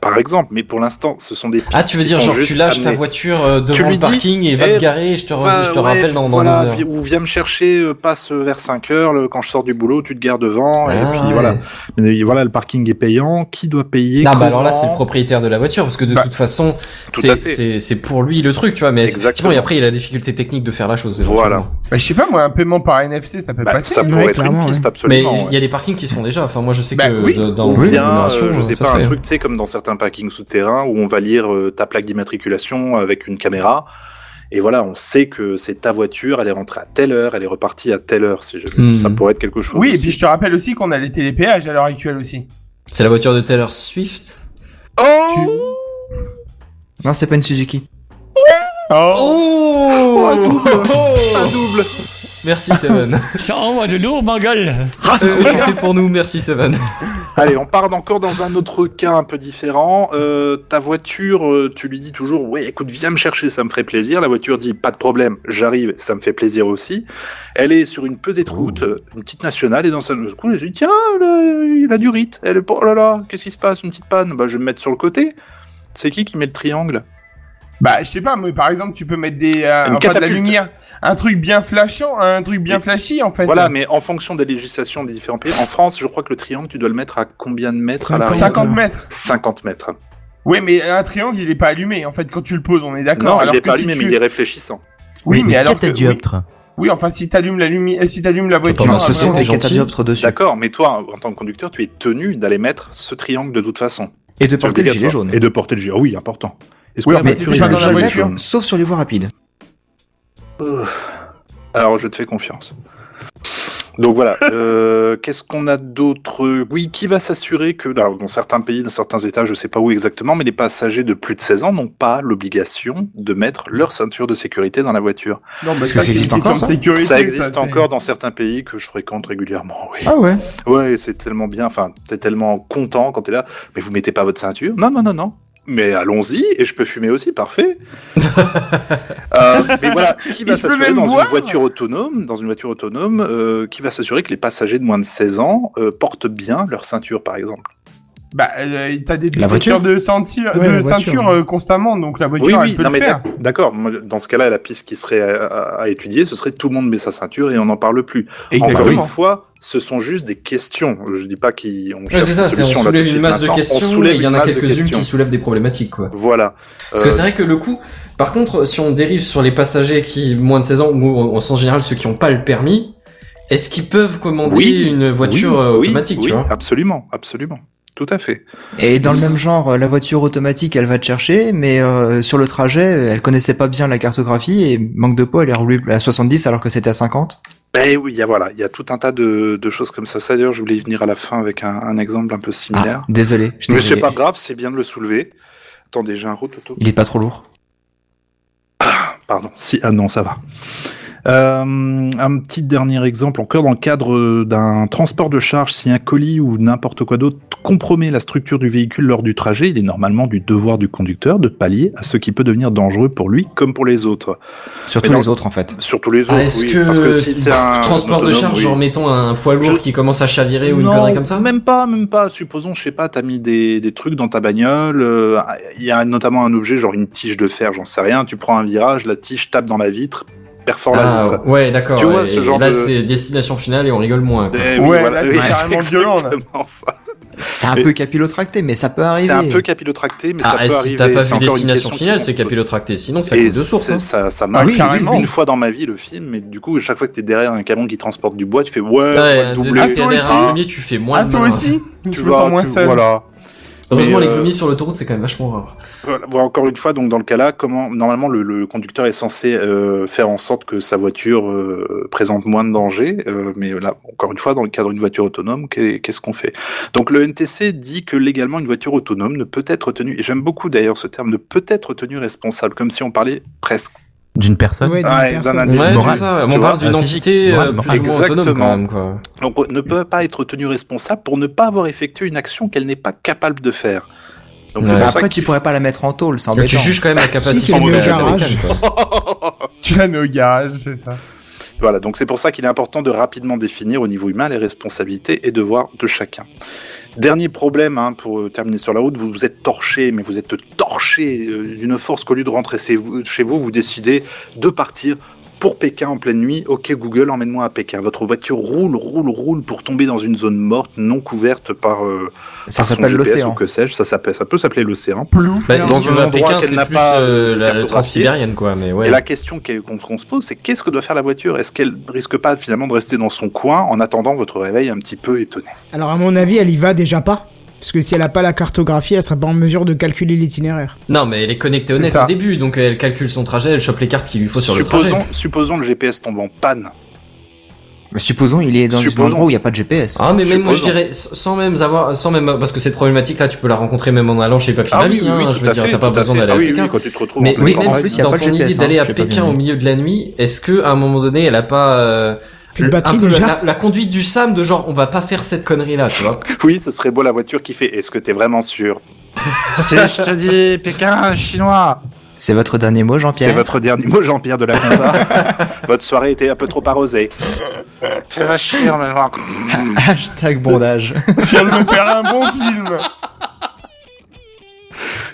Par exemple, mais pour l'instant, ce sont des.
Ah, tu veux
Ils
dire,
sont
genre, tu
juste
lâches ta
amenés.
voiture euh,
Tu
devant
lui
le
dis,
parking et va
eh,
te garer, je te, re-
Enfin,
je te
ouais,
rappelle dans, dans
voilà,
deux heures.
vi- Ou viens me chercher, euh, passe euh, vers 5 heures, le- quand je sors du boulot, tu te gares devant, et
Ah,
puis
ouais.
voilà. Mais euh, voilà, le parking est payant, qui doit payer
Non, bah alors là,
comment
c'est le propriétaire de la voiture, parce que de
Bah,
toute façon,
tout à
c'est-
fait.
c'est c'est pour lui le truc, tu vois. Mais
Exactement.
effectivement, et après, il a la difficulté technique de faire la chose.
Voilà.
éventuellement.
Bah, je sais pas, moi, un paiement par NFC, ça peut
Bah,
passer.
ça
ouais,
pourrait être une
clairement,
piste,
Mais
absolument.
il y
ouais.
a des parkings qui se font déjà. Enfin, moi, je sais
Bah,
que
oui.
de- dans
Ou
les
bien,
agglomérations,
euh, je sais
ça
pas,
se
un
fait.
truc, tu sais, comme dans certains parkings souterrains où on va lire euh, ta plaque d'immatriculation avec une caméra. Et voilà, on sait que c'est ta voiture, elle est rentrée à telle heure, elle est repartie à telle heure. Si je...
Mhm.
Ça pourrait être quelque chose.
Oui, et
aussi.
puis je te rappelle aussi qu'on a les télépéages à l'heure actuelle aussi.
C'est la voiture de Taylor Swift.
Oh
Non, c'est pas une Suzuki.
Oh,
Oh,
Un double Ah. *laughs*
Merci Seven.
Ça envoie de lourd, ma gueule.
Ah, c'est ce que tu fais pour nous, merci Seven.
*laughs* Allez, on part encore dans un autre cas un peu différent. Euh, ta voiture, euh, tu lui dis toujours, ouais, écoute, viens me chercher, ça me ferait plaisir. La voiture dit, pas de problème, j'arrive, ça me fait plaisir aussi. Elle est sur une petite route, euh, une petite nationale, et dans un coup, elle se dit, tiens, le- il a du rite. Elle est, oh là là, qu'est-ce qui se passe, une petite panne Bah, je vais me mettre sur le côté. C'est qui qui met le triangle
bah, je sais pas, mais par exemple, tu peux mettre des, euh,
Une
enfin, de la
catapulte.
lumière. Un truc bien flashant, un truc bien
Et-
flashy, en fait.
Voilà, mais en fonction des législations des différents pays, en France, je crois que le triangle, tu dois le mettre à combien de mètres à la
50 mètres.
50 mètres.
Oui, mais un triangle, il est pas allumé, en fait, quand tu le poses, on est d'accord.
Non, il
alors
n'est
que
pas
si
allumé,
tu-
mais il est réfléchissant.
Oui, mais alors.
Quel t'as
que-
dit,
oui.
Optre
Oui, enfin, si t'allumes la lumière, si t'allumes la voiture,
Attends,
Non,
ah,
ce sont
vraiment,
des
gentil.
catadioptres dessus.
D'accord, mais toi, en tant que conducteur, tu es tenu d'aller mettre ce triangle de toute façon.
Et de porter le gilet
Obligatoire.
jaune.
Et de porter le gilet, oui, important. Est-ce
Oui,
la
en fait,
Mais
si
voiture
tu
est
vas
tu
dans
habituée
dois le
la
à
voiture.
mettre, sauf sur les voies rapides.
Alors, je te fais confiance. Donc voilà.
*laughs*
euh, Qu'est-ce qu'on a d'autre Oui, qui va s'assurer que, alors, dans certains pays, dans certains États, je ne sais pas où exactement, mais les passagers de plus de 16 ans n'ont pas l'obligation de mettre leur ceinture de sécurité dans la voiture.
Non, mais
Parce que ça existe encore, ça
sécurité,
ça existe
c'est-
encore dans certains pays que je fréquente régulièrement. Oui.
Ah ouais
Ouais, c'est tellement bien. Enfin, t'es tellement content quand t'es là. Mais vous mettez pas votre ceinture Non, non, non, non. Mais allons-y et je peux fumer aussi, parfait. Euh, mais voilà, qui va
Il peut
s'assurer
même
dans une
boire.
voiture autonome, dans une voiture autonome, euh, qui va s'assurer que les passagers de moins de 16 ans euh, portent bien leur ceinture, par exemple.
Bah, euh, t'as des
La voiture
détecteurs de ceinture,
Ouais, la
de
voiture,
ceinture
ouais.
euh, constamment, donc la voiture
oui,
elle
oui,
peut
non
le
mais
faire.
d'ac- d'accord. Moi, Dans ce cas-là, la piste qui serait à, à- à étudier, ce serait tout le monde met sa ceinture et on n'en parle plus. Encore une
Exactement.
fois, ce sont juste des questions. Je dis pas qu'ils. on
Ouais,
cherche
c'est ça,
une
c'est on
solution là
soulève
tout de
une
suite
masse de
maintenant. On
questions et
soulève
il y
une
en a
masse de
quelques-unes
questions.
qui soulèvent des problématiques, quoi.
Voilà.
Parce que
Euh,
c'est vrai que le coût, par contre, si on dérive sur les passagers qui, moins de 16 ans, ou en sens général ceux qui n'ont pas le permis, est-ce qu'ils peuvent commander
Oui,
une voiture euh,
oui,
automatique,
oui,
tu vois
Absolument, absolument. Tout à fait.
Et dans le même genre, la voiture automatique, elle va te chercher, mais euh, sur le trajet, elle connaissait pas bien la cartographie et manque de poids, elle est roulée à 70 alors que c'était à 50.
Ben oui, il y a, voilà, il y a tout un tas de, de choses comme ça. Ça d'ailleurs, je voulais y venir à la fin avec un, un exemple un peu
Ah,
similaire.
désolé. je t'ai
Mais c'est
grillé.
pas grave, c'est bien de le soulever. Attendez, j'ai un rototo.
Il est pas trop lourd.
Pardon. Si, ah non, ça va. Euh, un petit dernier exemple, encore dans le cadre d'un transport de charge, si un colis ou n'importe quoi d'autre compromet la structure du véhicule lors du trajet, il est normalement du devoir du conducteur de pallier à ce qui peut devenir dangereux pour lui comme pour les autres.
Surtout
Mais non.
les autres, en fait.
Surtout les autres,
Ah, Est-ce
oui,
que,
parce que si c'est un
transport de
autonome,
charge,
oui.
genre mettons un poids lourd
Je-
qui commence à chavirer ou une
Non,
connerie comme ça
Même pas, même pas. Supposons, je sais pas, t'as mis des, des trucs dans ta bagnole. euh, Il y a notamment un objet, genre une tige de fer, j'en sais rien. Tu prends un virage, la tige tape dans la vitre, perfore la
Ah,
vitre.
ouais, d'accord.
Tu vois,
et-
ce
et
genre
là,
de-
c'est destination finale et on rigole moins. quoi.
Eh
Ouais, là, c'est
Oui,
carrément violent, là.
exactement ça.
C'est un
Et-
peu capillotracté, mais ça peut arriver.
C'est un peu capillotracté, mais
Ah,
ça
et
peut
si
arriver.
t'as pas
c'est
vu
encore une
destination
question
finale,
qu'on
c'est
se pose.
capillotracté. Sinon, ça
Et
coûte de source.
c'est-
hein.
ça, ça
Ah
marche
oui, carrément.
une fois dans ma vie le film, mais du coup, chaque fois que t'es derrière un camion qui transporte du bois, tu fais ouais, hein. on va
Ouais,
le
dès-
doubler.
dès que t'es
toi
derrière
aussi.
un premier, tu fais moins
Ah,
de
toi
malin.
aussi
tu
Je me
vas,
sens moins
tu-
seul.
voilà.
Heureusement,
Mais,
les
euh,
commis sur l'autoroute, c'est quand même vachement rare.
Voilà, bon, encore une fois, donc dans le cas là, comment normalement le, le conducteur est censé euh, faire en sorte que sa voiture euh, présente moins de danger, euh, mais là, encore une fois, dans le cadre d'une voiture autonome, qu'est- qu'est-ce qu'on fait Donc le NTC dit que légalement une voiture autonome ne peut être tenue, et j'aime beaucoup d'ailleurs ce terme, ne peut être tenue responsable, comme si on parlait presque
D'une personne.
Ouais, d'une
Ouais,
personne.
d'un individu.
Ouais,
morale,
c'est ça.
tu
On
vois,
parle d'une
euh, physique,
entité euh,
morale,
plus ou moins
morale.
autonome quand
Exactement.
même, quoi.
Donc on ne peut pas être tenue responsable pour ne pas avoir effectué une action qu'elle n'est pas capable de faire. Donc c'est pour
Ouais.
ça
Bah, Après,
que
tu pourrais pas la mettre en tôle, c'est
Donc tu
embêtant.
juges quand même la capacité
tu
de
le mets
la
au garage.
mécanique, quoi.
Tu la mets au garage, c'est ça.
Voilà, donc c'est pour ça qu'il est important de rapidement définir au niveau humain les responsabilités et devoirs de chacun. Dernier problème hein, pour euh, terminer sur la route, vous vous êtes torché, mais vous êtes torché euh, d'une force qu'au lieu de rentrer chez vous, chez vous, vous décidez de partir pour Pékin en pleine nuit. Ok Google, emmène-moi à Pékin. Votre voiture roule, roule, roule pour tomber dans une zone morte non couverte par, euh,
Ça
par son
s'appelle
GPS
l'océan.
ou que sais-je. Ça, s'appelle- ça peut s'appeler l'océan.
Plou.
Bah,
Dans
si
un
tu vas à
endroit
Pékin,
qu'elle
c'est
n'a
plus
pas
euh, la- la
cartographié.
transsibérienne, quoi. Mais ouais.
Et la question qu'est- qu'on qu'on se pose, c'est qu'est-ce que doit faire la voiture Est-ce qu'elle risque pas finalement de rester dans son coin en attendant votre réveil un petit peu étonné
Alors à mon avis, elle y va déjà pas. Parce que si elle a pas la cartographie, elle sera pas en mesure de calculer l'itinéraire.
Non, mais elle est connectée au
C'est
net
ça.
au début, donc elle calcule son trajet, elle chope les cartes qu'il lui faut sur le
supposons,
trajet.
supposons le GPS tombe en panne.
Mais supposons il est dans un
Supposons.
endroit où il n'y a pas de GPS.
Ah mais même moi je
supposons.
dirais s- sans même avoir sans même parce que cette problématique là tu peux la rencontrer même en allant chez papy
Ah
mamie hein, je
tout
veux
à
dire
fait,
t'as pas
tout à
besoin
fait.
d'aller
Ah
à
oui,
Pékin
oui, quand tu te retrouves
mais,
en
mais
plein
même
en
travail,
plus, il y a
dans
pas le
ton
GPS,
idée
hein,
d'aller à
j'ai pas
Pékin
bien
au
vu.
milieu de la nuit est-ce que à un moment donné elle a pas euh,
Plus de
le- un
batterie,
peu la-
déjà
la, la conduite du Sam de genre on va pas faire cette connerie là tu vois
oui, ce serait beau la voiture qui fait. Est-ce que t'es vraiment sûr
C'est, je te dis, Pékin chinois.
C'est votre dernier mot,
C'est
Jean-Pierre
votre dernier mot, Jean-Pierre de la Conta. votre soirée était un peu trop arrosée.
Fais va chier, mais bon.
*laughs* Hashtag bondage.
Je viens de me faire un bon film.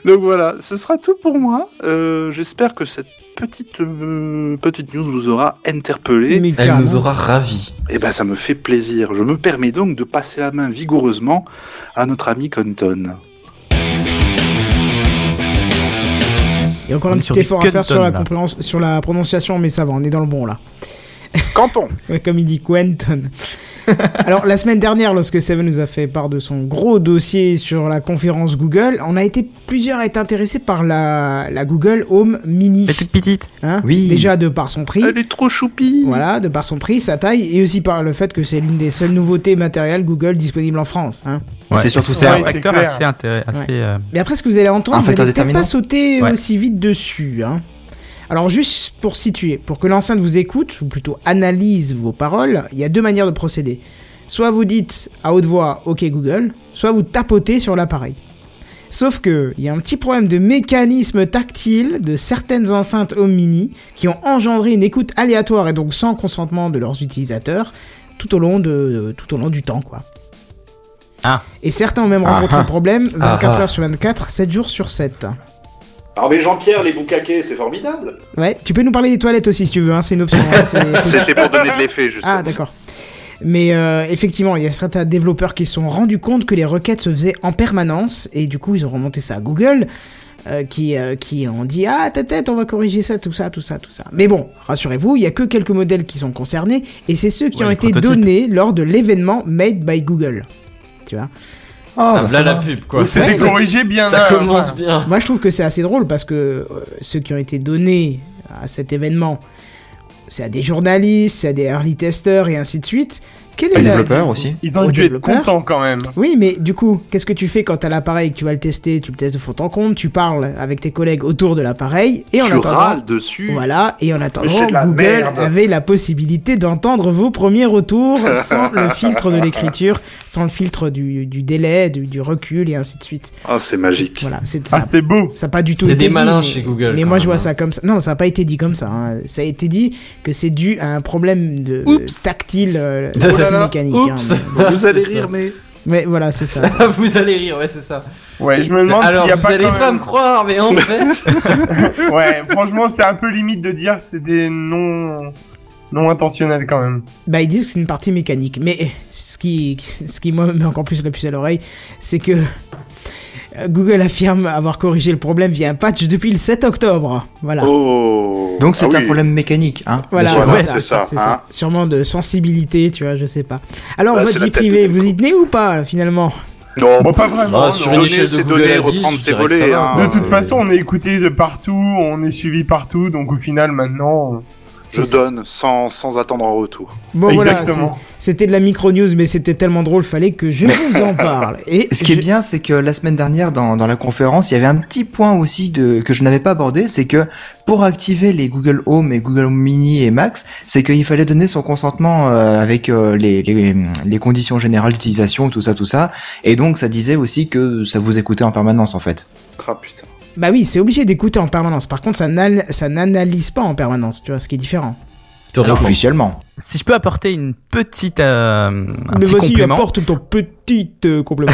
Donc voilà, ce sera tout pour moi. Euh, J'espère que cette petite euh, petite news vous aura interpellé.
Mais
elle
carrément.
nous aura ravis
Eh ben, ça me fait plaisir. Je me permets donc de passer la main vigoureusement à notre ami Compton.
Il y a encore
On
un
est
petit
sur du
effort à faire sur la,
Kenton, là.
compréhens- sur la prononciation, mais ça va, on est dans le bon là.
Canton
*laughs*
Ouais, Comme il dit Quentin. Alors, la semaine dernière, lorsque Seven nous a fait part de son gros dossier sur la conférence Google, on a été plusieurs à être intéressés par la, la Google Home Mini.
Mais toute petite.
Hein
Oui.
Déjà de par son prix.
Elle est trop choupie.
Voilà, de par son prix, sa taille, et aussi par le fait que c'est l'une des seules nouveautés matérielles Google disponibles en France. Hein.
Ouais. C'est surtout
C'est
ça.
un
Ouais,
facteur
c'est clair.
assez intéressant. Assez, euh,
Mais après, ce que vous allez entendre,
Un
vous
facteur
allez peut-être
déterminant.
pas sauter euh,
Ouais.
aussi vite dessus. hein. Alors, juste pour situer, pour que l'enceinte vous écoute, ou plutôt analyse vos paroles, il y a deux manières de procéder. Soit vous dites à haute voix OK Google, soit vous tapotez sur l'appareil. Sauf que il y a un petit problème de mécanisme tactile de certaines enceintes Home Mini qui ont engendré une écoute aléatoire et donc sans consentement de leurs utilisateurs tout au long de euh, tout au long du temps quoi.
Ah.
Et certains ont même
Ah,
rencontré
ah.
le problème 24
Ah, ah.
heures sur 24, 7 jours sur 7.
Alors mais Jean-Pierre, les boucaquets, c'est formidable.
Ouais, tu peux nous parler des toilettes aussi si tu veux, hein, c'est une option. hein, c'est- c'est-
*laughs* C'était pour donner de l'effet, justement.
Ah d'accord. Mais euh, effectivement, il y a certains développeurs qui se sont rendus compte que les requêtes se faisaient en permanence et du coup ils ont remonté ça à Google euh, qui euh, qui ont dit ah ta tête on va corriger ça tout ça tout ça tout ça. Mais bon, rassurez-vous, il y a que quelques modèles qui sont concernés et c'est ceux qui
Ouais,
ont
les
été
prototypes.
donnés lors de l'événement Made by Google. Tu vois.
Ah,
Ah,
bah,
là
ça
la
va.
pub quoi.
C'était
Ouais,
corrigé bien.
Ça
hein,
commence
enfin.
Ah.
bien.
Moi, je trouve que c'est assez drôle parce que euh, ceux qui ont été donnés à cet événement, c'est à des journalistes, c'est à des early testers et ainsi de suite. Quel est
Les
la-
développeurs aussi.
Ils ont
Aux
dû être
développeurs.
contents quand même.
Oui, mais du coup, qu'est-ce que tu fais quand t'as l'appareil et que tu vas le tester Tu le testes de fond en compte, tu parles avec tes collègues autour de l'appareil et en
tu
attendant-
râles dessus.
Voilà, et en attendant,
c'est de la
Google
merde.
avait la possibilité d'entendre vos premiers
*laughs*
retours sans le filtre de l'écriture, sans le filtre du, du délai, du, du recul et ainsi de suite.
Ah, c'est magique.
Voilà, c'est ça.
Ah, c'est beau.
Ça n'a pas du tout
C'est
été
des
dit,
malins
mais-
chez Google,
Mais
quand
moi, je
même,
vois
hein.
ça comme ça. Non, ça n'a pas été dit comme ça. hein. Ça a été dit que c'est dû à un problème de
Oups.
tactile
*laughs*
euh,
Ça,
Oh
ça-
mécanique. hein.
Oups.
Vous allez
C'est ça.
rire, mais.
Mais voilà, c'est ça.
hein. *laughs* vous allez rire, ouais, c'est ça.
Ouais, je me demande s'il
Alors,
n'y a
vous
pas
allez
quand
pas
même-
me croire, mais
*laughs*
en *laughs* fait.
Ouais, franchement, c'est un peu limite de dire que c'est des non non intentionnels quand même.
Bah, ils disent que c'est une partie mécanique. Mais eh, ce qui, ce qui moi, me met encore plus la puce à l'oreille, c'est que euh, Google affirme avoir corrigé le problème via un patch depuis le 7 octobre. Voilà.
Oh.
Donc c'est
Ah
un
oui.
problème mécanique, hein. bien
Voilà,
sûr.
ouais, c'est ça, hein.
Sûrement de sensibilité, tu vois, je sais pas. Alors,
Bah, c'est
votre
la
vie
tête
privée,
de
vous y tenez ou pas, finalement
Non,
Bon, pas vraiment.
Ah,
non.
sur une
Donner,
échelle de
c'est
Google
donner,
à 10,
reprendre,
je
c'est
dirais que ça
volé,
va.
Ah,
hein.
De toute
Euh,
façon, on est écouté de partout, on est suivi partout, donc au final, maintenant,
Je donne sans, sans attendre en retour.
Bon, voilà.
exactement.
c'est- C'était de la micro-news, mais c'était tellement drôle, fallait que je vous en parle. Et
*laughs* Ce qui est
je-
bien, c'est que la semaine dernière, dans, dans la conférence, il y avait un petit point aussi de, que je n'avais pas abordé, c'est que pour activer les Google Home et Google Home Mini et Max, c'est qu'il fallait donner son consentement euh, avec euh, les, les, les conditions générales d'utilisation, tout ça, tout ça. Et donc, ça disait aussi que ça vous écoutait en permanence, en fait.
Ah putain.
Bah oui, c'est obligé d'écouter en permanence. Par contre, ça n'al- ça n'analyse pas en permanence, tu vois, ce qui est différent.
Alors,
Officiellement.
Si je peux apporter une petite, euh, un
mais
petit
voici,
complément.
apporte ton petit euh, complément.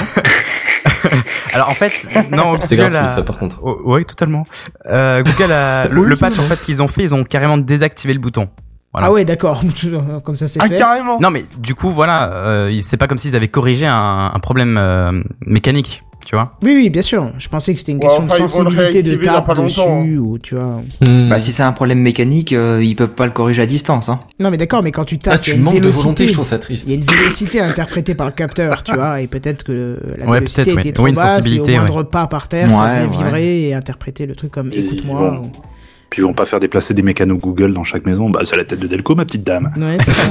Alors en fait, non,
C'était
Google a-
gratuit ça par contre.
Oh, ouais, totalement. Euh,
*laughs*
Google a le,
Oui,
le
c'est
patch en
vrai.
fait qu'ils ont fait, ils ont carrément désactivé le bouton. Voilà.
Ah ouais, d'accord. *laughs* Comme ça, c'est
Ah,
fait.
carrément.
Non mais du coup voilà, euh, il- c'est pas comme s'ils avaient corrigé un, un problème euh, mécanique, tu vois.
Oui, oui, bien sûr. Je pensais que c'était une
Ouais,
question de
enfin, ils vont le
sensibilité de
réactiver dans
tape
pas
dessus
longtemps, hein.
ou tu vois.
Hmm.
Bah, si c'est un problème mécanique, euh, ils peuvent pas le corriger à distance, hein.
Non, mais d'accord, mais quand tu tapes,
Ah,
il y
tu
a une
manques de
vélocité.
volonté, je trouve ça
Il y a
triste.
une vélocité interprétée par le capteur, tu vois, et peut-être que la
Ouais,
vélocité
peut-être,
était
mais-
trop
oui, une
basse et au
sensibilité,
moindre pas par terre, ça
Ouais,
faisait
ouais.
vibrer et interpréter le truc comme
Et
écoute-moi.
bon. Puis ils vont pas faire déplacer des mécanos Google dans chaque maison. Bah, c'est la tête de Delco, ma petite dame.
ou- Ouais, c'est
*laughs*
ça.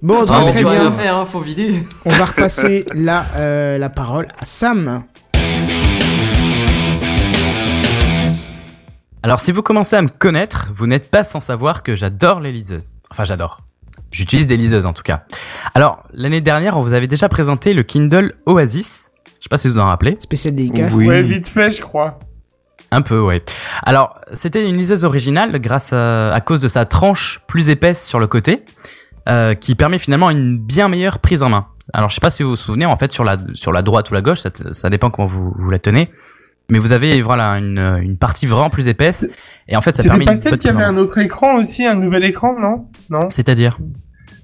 bon, donc,
Ah, on
très
peut rien
bien.
faire, hein, faut vider.
On va repasser la, euh, la parole à Sam.
Alors si vous commencez à me connaître, vous n'êtes pas sans savoir que j'adore les liseuses. Enfin j'adore. J'utilise des liseuses en tout cas. Alors l'année dernière, on vous avait déjà présenté le Kindle Oasis. Je sais pas si vous en rappelez.
Spécial dédicace.
Oui.
Ouais, vite fait, je crois.
Un peu, ouais. Alors, c'était une liseuse originale grâce à, à cause de sa tranche plus épaisse sur le côté, euh, qui permet finalement une bien meilleure prise en main. Alors, je sais pas si vous vous souvenez, en fait, sur la, sur la droite ou la gauche, ça, te- ça dépend comment vous, vous la tenez. Mais vous avez, voilà, une, une partie vraiment plus épaisse. Et en fait, ça
C'était
permet
pas
une
celle
bonne
qui
prise en
avait
main.
un autre écran aussi, un nouvel écran, non Non.
C'est-à-dire?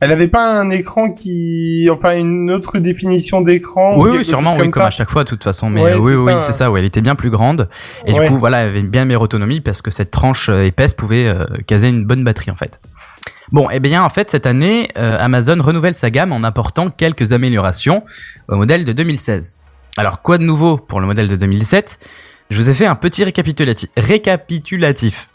Elle avait pas un écran qui, enfin, une autre définition d'écran.
Oui,
ou Oh, quelque
oui, sûrement,
chose
oui, comme,
ça.
à chaque fois, de toute façon. Mais
Ouais,
euh, oui,
c'est
oui,
ça.
c'est ça, ouais. Elle était bien plus grande. Et
Ouais.
du coup, voilà, elle avait une bien meilleure autonomie parce que cette tranche euh, épaisse pouvait euh, caser une bonne batterie, en fait. Bon, eh bien, en fait, cette année, euh, Amazon renouvelle sa gamme en apportant quelques améliorations au modèle de 2016. Alors, quoi de nouveau pour le modèle de 2017 Je vous ai fait un petit récapitulati- récapitulatif.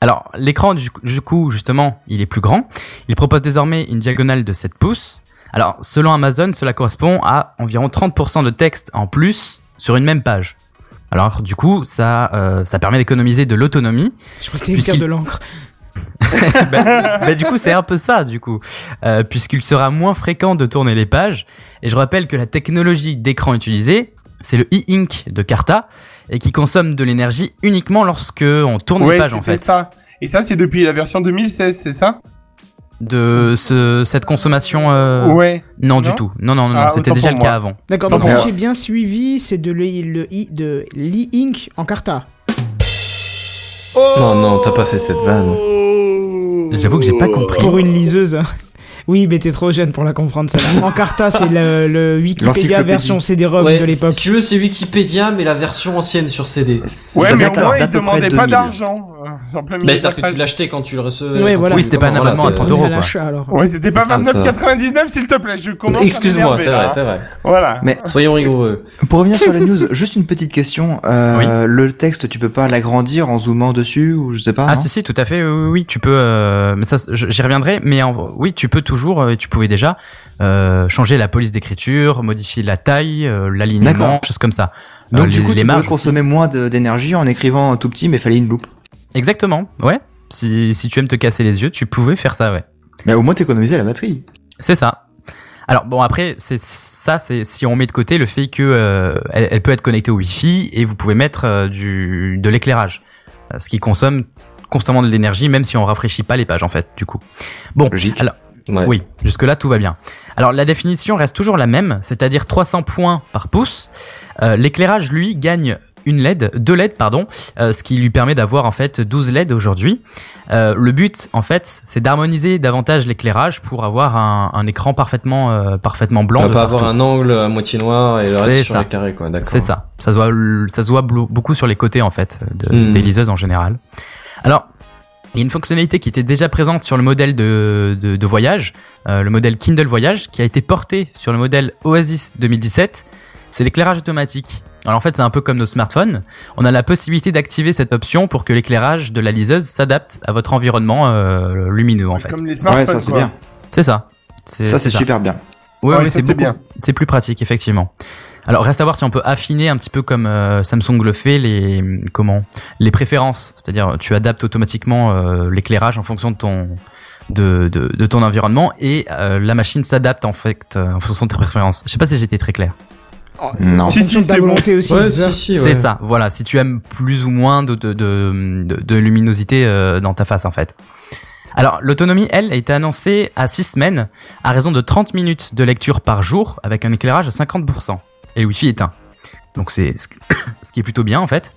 Alors, l'écran, du du coup, justement, il est plus grand. Il propose désormais une diagonale de 7 pouces. Alors, selon Amazon, cela correspond à environ 30% de texte en plus sur une même page. Alors, du coup, ça, euh, ça permet d'économiser de l'autonomie.
Je crois que t'es une
Puisqu'il-
pierre de l'encre.
bah, bah, du coup, c'est un peu ça, du coup, Euh, puisqu'il sera moins fréquent de tourner les pages. Et je rappelle que la technologie d'écran utilisée, c'est le e-ink de Carta, et qui consomme de l'énergie uniquement lorsque on tourne
ouais,
les pages, en
c'était
fait.
ça. Et ça, c'est depuis la version 2016, c'est ça
De ce, cette consommation. euh,
Ouais.
Non, du
Non
tout. Non, non, non, non,
Ah,
c'était
autant
déjà
pour
le cas
moi.
avant.
D'accord,
Non,
donc
non.
si j'ai bien suivi, c'est de l'e- le i de l'e-ink en carta.
Non, non, t'as pas fait cette vanne.
Oh.
J'avoue que j'ai pas compris.
Pour une liseuse. *laughs* Oui, mais t'es trop jeune pour la comprendre, ça. En carta, c'est le, le Wikipédia
L'encyclopédie.
version CD-ROM
Ouais,
de
si
l'époque.
tu veux, c'est Wikipédia, mais la version ancienne sur CD.
Ouais,
Ça
mais
date
au moins,
d'à peu
ils
près
demandaient pas
2000.
d'argent. Euh, en plein milieu
Mais
de la
Bah, c'est-à-dire que
phrase.
tu l'achetais quand tu le recevais.
Ouais,
quand
voilà.
tu-
Oui,
c'était pas un
voilà,
abonnement à
c'est-
30
On est
euros,
à
quoi.
l'achat, alors.
Ouais, c'était pas
C'est ça.
29,99 s'il te plaît, je commence à
Excuse-moi,
m'énerver,
c'est vrai,
là.
c'est vrai.
Voilà.
Mais
Soyons rigoureux.
pour revenir sur la news, juste une petite question. Euh, Le texte, tu peux pas l'agrandir en zoomant dessus ou je sais pas.
Ah,
non
si, si, tout à fait, oui, oui, oui, tu peux, euh, mais ça, c- j- j'y reviendrai, mais en- oui, tu peux toujours, euh, tu pouvais déjà, euh, changer la police d'écriture, modifier la taille, euh, l'alignement,
D'accord.
choses comme ça. Euh,
Donc du
les-
coup,
les
tu peux
marges aussi.
consommer moins de- d'énergie en écrivant tout petit, mais fallait une loupe.
Exactement, ouais. Si, si tu aimes te casser les yeux, tu pouvais faire ça, ouais.
Mais au moins t'économisais la batterie.
C'est ça. Alors bon après c'est ça c'est si on met de côté le fait que euh, elle, elle peut être connectée au Wi-Fi et vous pouvez mettre euh, du de l'éclairage euh, ce qui consomme constamment de l'énergie même si on rafraîchit pas les pages en fait du coup. Bon,
Logique.
alors
Ouais.
oui, jusque là tout va bien. Alors la définition reste toujours la même, c'est-à-dire 300 points par pouce. Euh, l'éclairage lui gagne une LED, deux LED pardon, euh, ce qui lui permet d'avoir en fait 12 LED aujourd'hui. Euh, le but en fait, c'est d'harmoniser davantage l'éclairage pour avoir un, un écran parfaitement euh, parfaitement blanc.
On
de
va pas
partout.
avoir un angle à moitié noir et le
C'est
reste sur
ça.
les carrés, quoi. D'accord.
C'est ça. Ça se voit, ça se voit blo- beaucoup sur les côtés en fait de-
Hmm.
des liseuses en général. Alors, il y a une fonctionnalité qui était déjà présente sur le modèle de, de, de voyage, euh, le modèle Kindle Voyage, qui a été porté sur le modèle Oasis 2017. C'est l'éclairage automatique. Alors en fait, c'est un peu comme nos smartphones. On a la possibilité d'activer cette option pour que l'éclairage de la liseuse s'adapte à votre environnement euh, lumineux en fait.
Comme les smartphones.
Ouais, ça c'est
quoi.
bien.
C'est ça.
Ça c'est super bien.
Oui,
Ouais,
oui,
ça,
c'est
c'est
beaucoup-
bien.
C'est plus pratique, effectivement. Alors, reste à voir si on peut affiner un petit peu comme euh, Samsung le fait les comment les préférences, c'est-à-dire tu adaptes automatiquement euh, l'éclairage en fonction de ton de, de, de ton environnement et euh, la machine s'adapte en fait euh, en fonction de tes préférences. Je sais pas si j'étais très clair.
Non.
En
Si,
fonction
si,
de ta
c'est bon.
volonté aussi,
Ouais,
c'est ça.
si, si,
C'est
ouais.
ça, voilà. Si tu aimes plus ou moins de, de, de, de- de luminosité euh, dans ta face, en fait. Alors, l'autonomie, elle, a été annoncée à 6 semaines, à raison de 30 minutes de lecture par jour, avec un éclairage à 50%. Et le Wi-Fi éteint. Donc, c'est ce *coughs* ce qui est plutôt bien, en fait.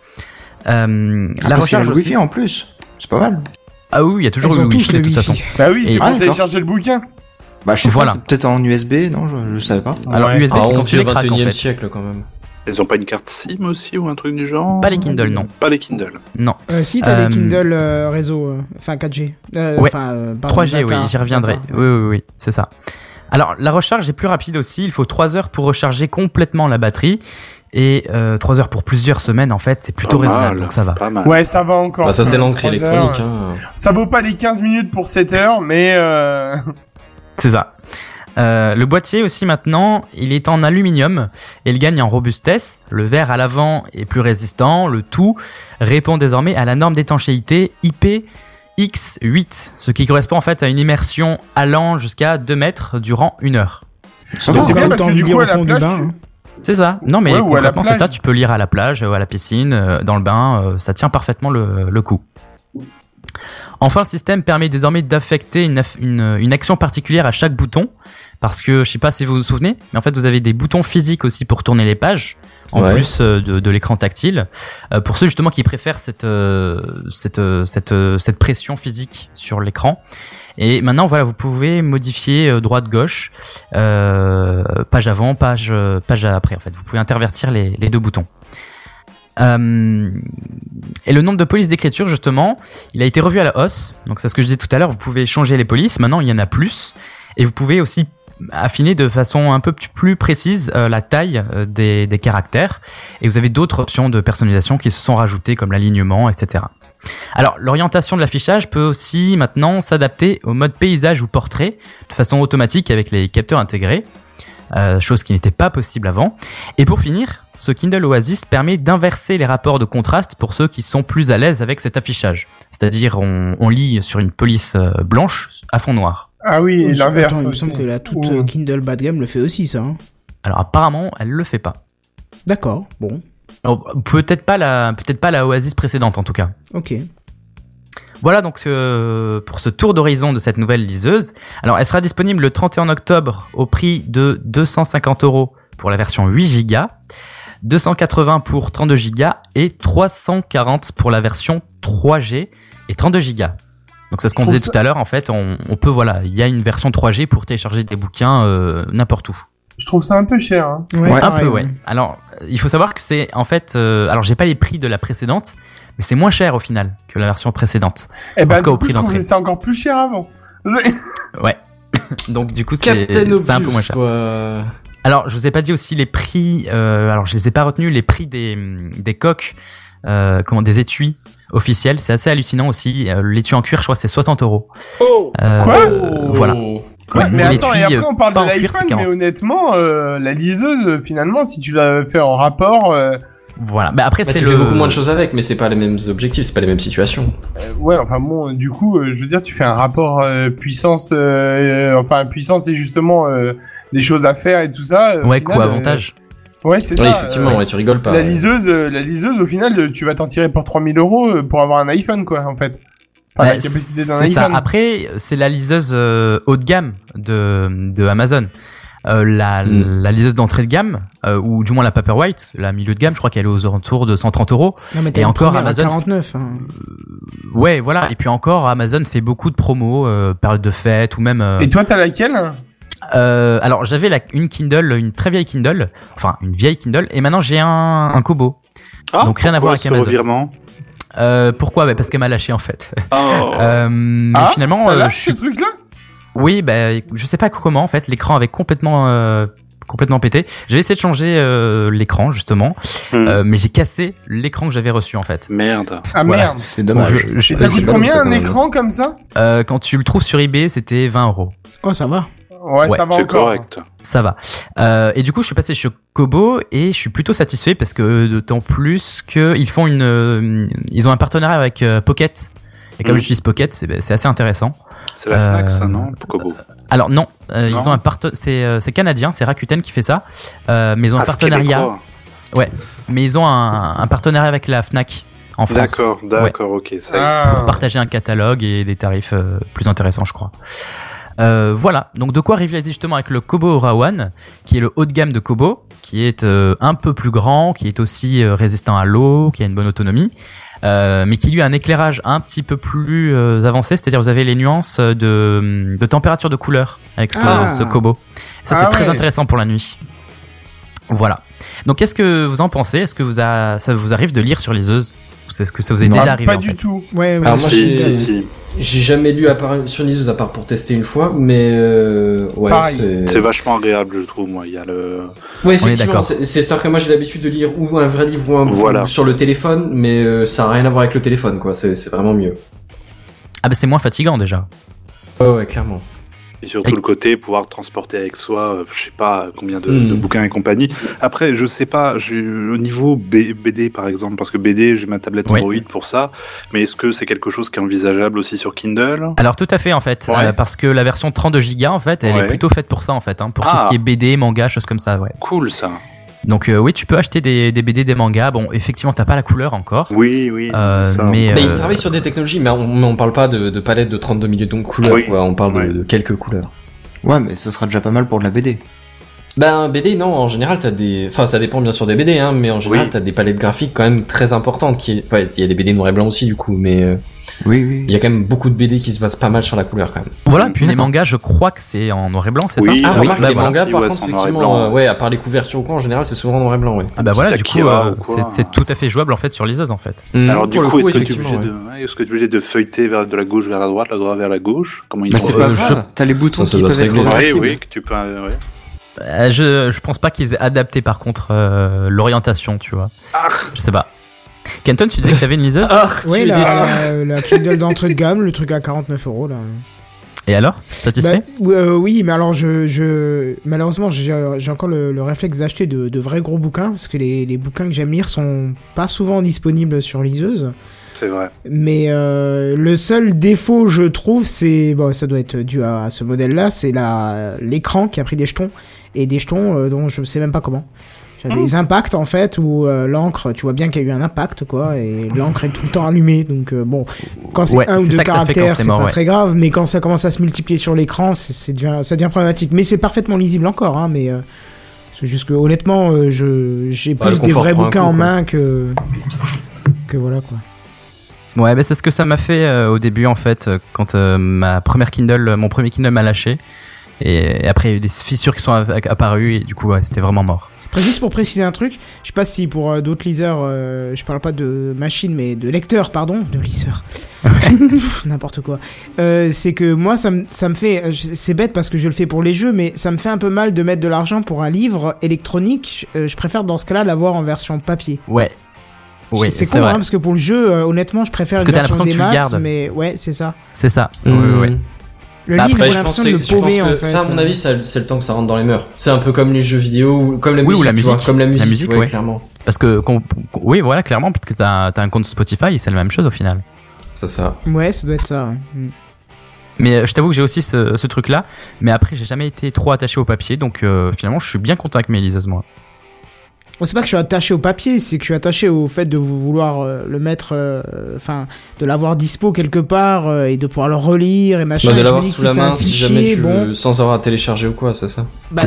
Euh,
Ah,
la
parce qu'il y a
recharge
le
aussi-
wifi en plus. C'est pas mal.
Ah oui, il y a toujours
Ils
le
ont
Wi-Fi
tous
de
le
toute façon.
Wi-Fi.
Bah oui, c'est
Et-
Ah,
pour
d'accord.
télécharger le bouquin.
Bah je sais
Voilà.
pas, c'est peut-être en USB, non je, je savais pas.
Alors,
Ouais.
USB,
Ah,
c'est
on
quand tu
vit au
les craques, en
21 e
fait.
siècle, quand même.
Ils ont pas une carte SIM aussi ou un truc du genre
Pas les Kindle, non.
Pas les Kindle.
Non.
Euh, si, t'as
Euh,
les Kindle euh, réseau, euh, enfin 4G. Euh,
Ouais.
enfin, euh, pardon,
3G, oui,
data,
j'y reviendrai.
data.
Oui, oui, oui, c'est ça. Alors, la recharge est plus rapide aussi. Il faut 3 heures pour recharger complètement la batterie. Et euh, 3 heures pour plusieurs semaines, en fait, c'est plutôt
Pas mal,
raisonnable, donc ça va.
Pas mal.
Ouais, ça va encore.
Bah, ça, c'est l'encre
Trois heures,
électronique,
euh,
hein.
Ça vaut pas les 15 minutes pour 7 heures, mais euh...
C'est ça. Euh, le boîtier aussi maintenant, il est en aluminium et il gagne en robustesse. Le verre à l'avant est plus résistant. Le tout répond désormais à la norme d'étanchéité IPX8, ce qui correspond en fait à une immersion allant jusqu'à 2 mètres durant une heure.
Ça
Donc,
va.
c'est bien
Comme
parce
dans
que
le
du
bureau
coup, à
au
la
fond du
plage,
bain.
tu-
hein.
C'est ça. Non, mais
Ouais, ou à la
concrètement, c'est
plage.
ça. Tu peux lire à la plage, euh, à la piscine, euh, dans le bain. euh, Ça tient parfaitement le, le coup. Enfin, le système permet désormais d'affecter une, aff- une, une action particulière à chaque bouton. Parce que, je sais pas si vous vous souvenez, mais en fait, vous avez des boutons physiques aussi pour tourner les pages. En
Ouais.
plus euh, de, de l'écran tactile. Euh, pour ceux justement qui préfèrent cette, euh, cette, euh, cette, euh, cette pression physique sur l'écran. Et maintenant, voilà, vous pouvez modifier euh, droite-gauche, euh, page avant, page, euh, page après. En fait, vous pouvez intervertir les, les deux boutons. Euh, et le nombre de polices d'écriture, justement, il a été revu à la hausse. Donc c'est ce que je disais tout à l'heure, vous pouvez changer les polices, maintenant il y en a plus. Et vous pouvez aussi affiner de façon un peu plus précise euh, la taille euh, des, des caractères. Et vous avez d'autres options de personnalisation qui se sont rajoutées, comme l'alignement, etc. Alors, l'orientation de l'affichage peut aussi maintenant s'adapter au mode paysage ou portrait de façon automatique avec les capteurs intégrés, euh, chose qui n'était pas possible avant. Et pour finir, ce Kindle Oasis permet d'inverser les rapports de contraste pour ceux qui sont plus à l'aise avec cet affichage. C'est-à-dire, on, on lit sur une police euh, blanche à fond noir.
Ah oui,
Oh, Attends,
l'inverse
Il me
aussi.
semble que la toute
Ouh.
euh, Kindle bas de gamme le fait aussi, ça. hein.
Alors apparemment, elle le fait pas.
D'accord, bon,
Alors, Oh, Peut-être pas la, peut-être pas la Oasis précédente en tout cas.
ok.
Voilà donc euh, pour ce tour d'horizon de cette nouvelle liseuse. Alors elle sera disponible le 31 octobre au prix de 250 euros pour la version 8 Go, 280 pour 32 Go et 340 pour la version 3G et 32 Go. Donc c'est ce qu'on
trouve
disait
ça-
tout à l'heure en fait, on, on peut voilà, il y a une version 3G pour télécharger des bouquins euh, n'importe où.
Je trouve ça un peu cher. hein.
Ouais,
Ah,
Un peu, ouais. Alors, euh, il faut savoir que c'est en fait. euh, alors, j'ai pas les prix de la précédente, mais c'est moins cher au final que la version précédente.
Eh ben,
tout cas, au
du coup,
prix
je
d'entrée.
trouvais ça encore plus cher avant. *laughs*
Ouais. *coughs* Donc, du coup, c'est
Captain
c'est un peu moins
Obvious,
cher.
quoi.
Alors, je vous ai pas dit aussi les prix. euh, alors, je les ai pas retenus. Les prix des, des coques, euh, comment, des étuis officiels, c'est assez hallucinant aussi. Euh, L'étui en cuir, je crois, que c'est 60 euros.
Oh
Euh,
Quoi Oh
euh, Voilà.
Oh.
Ouais,
Ouais, euh,
mais
les
attends, et
tuyaux,
après on parle
pas
de
en cuir,
l'iPhone,
c'est
mais
40.
honnêtement, euh, la liseuse, euh, finalement, si tu la fais en rapport, euh,
Voilà. Bah, après,
Bah,
c'est
tu
le.
fais beaucoup moins de choses avec, mais c'est pas les mêmes objectifs, c'est pas les mêmes situations.
euh, ouais, enfin bon, euh, du coup, euh, je veux dire, tu fais un rapport euh, puissance, euh, euh, enfin puissance et justement euh, des choses à faire et tout ça. euh, au
Ouais,
final,
coût avantage.
euh, ouais, c'est
oui,
ça.
effectivement,
euh,
ouais, tu rigoles pas.
La
ouais.
liseuse, euh, la liseuse, au final, euh, tu vas t'en tirer pour 3000 euros euh, pour avoir un iPhone, quoi, en fait. Enfin,
Bah,
la capacité d'un
c'est ça.
iPhone.
Après, c'est la liseuse euh, haut de gamme de, de Amazon. Euh, la,
Mm.
la liseuse d'entrée de gamme, euh, ou du moins la Paperwhite, la milieu de gamme, je crois qu'elle est aux alentours de 130 euros.
Non, mais t'as
Et
une
encore,
première à
Amazon-
49. hein.
Ouais, voilà. Et puis encore, Amazon fait beaucoup de promos, euh, période de fête, ou même... euh,
Et toi, t'as laquelle hein
euh, alors, j'avais la- une Kindle, une très vieille Kindle, enfin, une vieille Kindle, et maintenant j'ai un, un Kobo.
Ah,
Donc, rien
pourquoi
à voir avec
ce
Amazon.
revirement
Euh, pourquoi bah, Parce qu'elle m'a lâché, en fait.
Oh.
Euh, mais
Ah,
finalement,
ça
euh,
lâche,
je suis
ce truc-là
Oui, bah, je sais pas comment en fait. L'écran avait complètement, euh, complètement pété. J'avais essayé de changer euh, l'écran justement,
Hmm.
euh, mais j'ai cassé l'écran que j'avais reçu en fait.
Merde.
Ah
Voilà.
merde.
C'est dommage.
Je- euh, je-
Et ça
Ouais, c'est
coûte
pas comme
combien
ça,
un
quand même.
écran comme ça
euh, quand tu le trouves sur eBay, c'était 20 euros.
Oh, ça va.
Ouais,
Ouais,
ça va
C'est
Ah, encore.
correct.
Ça va. Euh, et du coup, je suis passé chez Kobo et je suis plutôt satisfait parce que euh, d'autant plus que ils font une, euh, ils ont un partenariat avec euh, Pocket. Et comme
Mhm.
j'utilise Pocket, c'est c'est assez intéressant.
C'est la Fnac,
Euh,
ça, non Pocobo.
Alors non, euh,
Non.
ils ont un parten, c'est euh, c'est canadien, c'est Rakuten qui fait ça, euh, mais ils ont un
Ah, c'est
partenariat.
québécois.
mais ils ont un, un partenariat avec la Fnac en France.
D'accord, d'accord, ok. Ça y est.
Ouais,
Ah.
pour partager un catalogue et des tarifs euh, plus intéressants, je crois. Euh, voilà, donc de quoi rivaliser justement avec le Kobo Rawan, qui est le haut de gamme de Kobo, qui est euh, un peu plus grand, qui est aussi euh, résistant à l'eau, qui a une bonne autonomie, euh, mais qui lui a un éclairage un petit peu plus euh, avancé, c'est-à-dire vous avez les nuances de, de température de couleur avec ce,
Ah.
ce Kobo. Ça c'est
Ah
très
ouais.
intéressant pour la nuit. Voilà. Donc qu'est-ce que vous en pensez Est-ce que vous a- ça vous arrive de lire sur liseuse Ou c'est ce que ça vous est
Non,
déjà arrivé
Pas
en
du
fait
tout.
Ouais, ouais.
Ah, moi,
si,
j'ai-
si, si.
J'ai jamais lu à part, sur liseuse à part pour tester une fois, mais euh, ouais,
Pareil.
C'est vachement agréable, je trouve, moi. Il y a le.
Ouais,
On est
effectivement,
d'accord.
c'est c'est- c'est-à-dire que moi j'ai l'habitude de lire ou un vrai livre ou un
Voilà.
ou sur le téléphone, mais euh, ça a rien à voir avec le téléphone, quoi. C'est c'est vraiment mieux.
Ah bah c'est moins fatigant déjà.
Ouais, ouais, clairement.
Et surtout le côté pouvoir transporter avec soi, euh, je sais pas combien de,
Hmm.
Mm.
de bouquins et compagnie. Après, je sais pas, j'ai- au niveau B- BD par exemple, parce que BD, j'ai ma tablette
Ouais.
Android pour ça, mais est-ce que c'est quelque chose qui est envisageable aussi sur Kindle
Alors tout à fait en fait,
Ouais.
euh, parce que la version 32 Go en fait, elle est
Ouais.
plutôt faite pour ça en fait, hein, pour tout
Ah.
ce qui est BD, manga, choses comme ça. Ouais.
Cool ça.
Donc euh, oui, tu peux acheter des, des BD, des mangas. Bon, effectivement, t'as pas la couleur encore.
Oui, oui.
Euh,
ça.
mais,
Mais ils
euh,
travaillent Bah, sur des technologies, mais on, mais on parle pas de, de palettes de 32 millions de couleurs,
Oui.
quoi. On parle de-
Ouais.
de, quelques couleurs.
Ouais, mais ce sera déjà pas mal pour de la BD.
Ben, BD, non, en général, t'as des. Enfin, ça dépend bien sûr des BD, hein, mais en général,
Oui.
t'as des palettes graphiques quand même très importantes. Qui... Enfin, il y a des BD noir et blanc aussi, du coup, mais. euh,
Oui, oui.
Il y a quand même beaucoup de BD qui se basent pas mal sur la couleur quand même.
Voilà, puis les mangas, je crois que c'est en noir et blanc, c'est
Oui,
ça
Ah,
bah
remarque,
bah
les
voilà.
mangas, par
Ouais,
contre,
c'est en noir et
effectivement,
blanc.
euh, ouais, à part les couvertures ou quoi, en général, c'est souvent en noir et blanc, ouais.
Ah bah voilà, du coup,
Akira
euh,
ou quoi,
c'est
hein.
c'est tout à fait jouable en fait sur liseuse en fait.
Mm. Alors
Mmh,
du
pour le
coup, est-ce que, tu es
effectivement,
obligé
ouais.
de... ouais, est-ce que tu es obligé de feuilleter vers, de la gauche vers la droite, la droite vers la gauche Comment ils
Bah,
font
c'est
euh,
pas
je-
grave. T'as les boutons
Ça, ça
qui
doit
peuvent
se
être
régler, ça.
Oui,
réversibles.
oui, que tu peux... euh, ouais.
Euh, je, je pense pas qu'ils aient adapté par contre euh, l'orientation, tu vois.
Ah.
Je sais pas. Kenton, tu disais que t'avais une liseuse
Ah.
Oui, la, euh, la Kindle d'entrée de gamme, le truc à 49 euros là.
Et alors Satisfait
Bah, ou- euh, oui, mais alors je, je malheureusement j'ai j'ai encore le, le réflexe d'acheter de, de vrais gros bouquins parce que les, les bouquins que j'aime lire sont pas souvent disponibles sur liseuse.
C'est vrai.
Mais euh, le seul défaut je trouve c'est bon ça doit être dû à, à ce modèle là, c'est la l'écran qui a pris des jetons et des jetons euh, dont je ne sais même pas comment. Tu as Des impacts en fait où euh, l'encre, tu vois bien qu'il y a eu un impact quoi, et l'encre est tout le temps allumée donc euh, bon quand c'est
Ouais,
un ou
c'est
deux
ça que ça fait quand
caractères,
c'est
c'est
mort,
pas
ouais.
très grave, mais quand ça commence à se multiplier sur l'écran, c'est- c'est devient- ça devient problématique. Mais c'est parfaitement lisible encore, hein, mais euh, c'est juste que honnêtement, euh, je j'ai
Bah,
Ouais,
plus
le
des
confort
vrais
prend un
bouquins
coup,
en
quoi.
main que que voilà quoi.
Ouais, bah c'est ce que ça m'a fait euh, au début en fait, euh, quand euh, ma première Kindle, euh, mon premier Kindle m'a lâché. Et après, il y a eu des fissures qui sont a- apparues et du coup, ouais, c'était vraiment mort.
Après, juste pour préciser un truc, je sais pas si pour euh, d'autres liseurs, euh, je parle pas de machine, mais de lecteur, pardon, de liseur. Pff, *laughs* N'importe quoi. Euh, c'est que moi, ça me ça me fait. euh, je- C'est bête parce que je le fais pour les jeux, mais ça me fait un peu mal de mettre de l'argent pour un livre électronique. Euh, je préfère dans ce cas-là l'avoir en version papier.
Ouais. Oui,
c'est
c'est
con,
vrai.
hein, parce que pour le jeu, euh, honnêtement, je préfère
Parce
une
que t'as
version
l'impression
des
que tu le
maths,
gardes.
mais ouais, c'est ça.
C'est ça.
Mmh.
Ouais, ouais, ouais.
Le
Bah,
livre,
Après,
j'ai
je pense,
l'impression
que-
de
je pense
paumer, en
que
fait. hein.
ça,
euh.
à mon avis, ça- c'est le temps que ça rentre dans les mœurs. C'est un peu comme les jeux vidéo, ou comme la
Oui,
musique.
ou la
tu
musique.
vois, comme la musique,
musique,
ouais,
ouais.
clairement.
Parce que, qu'on- qu'on- oui, voilà, clairement, parce que t'as t'as un compte Spotify, c'est la même chose au final.
C'est ça.
Ouais, ça doit être ça. ouais. Mm.
Mais euh, je t'avoue que j'ai aussi ce, ce truc-là. Mais après, j'ai jamais été trop attaché au papier, donc euh, finalement, je suis bien content avec mes liseuses, moi.
Bon, c'est pas que je suis attaché au papier, c'est que je suis attaché au fait de vou- vouloir euh, le mettre, euh, enfin, de l'avoir dispo quelque part euh, et de pouvoir le relire et machin.
Bah,
Et
de
je me
l'avoir
dis que
sous la
c'est un
main si
fichier,
jamais tu
bon,
veux, sans avoir à télécharger ou quoi, c'est ça.
bah,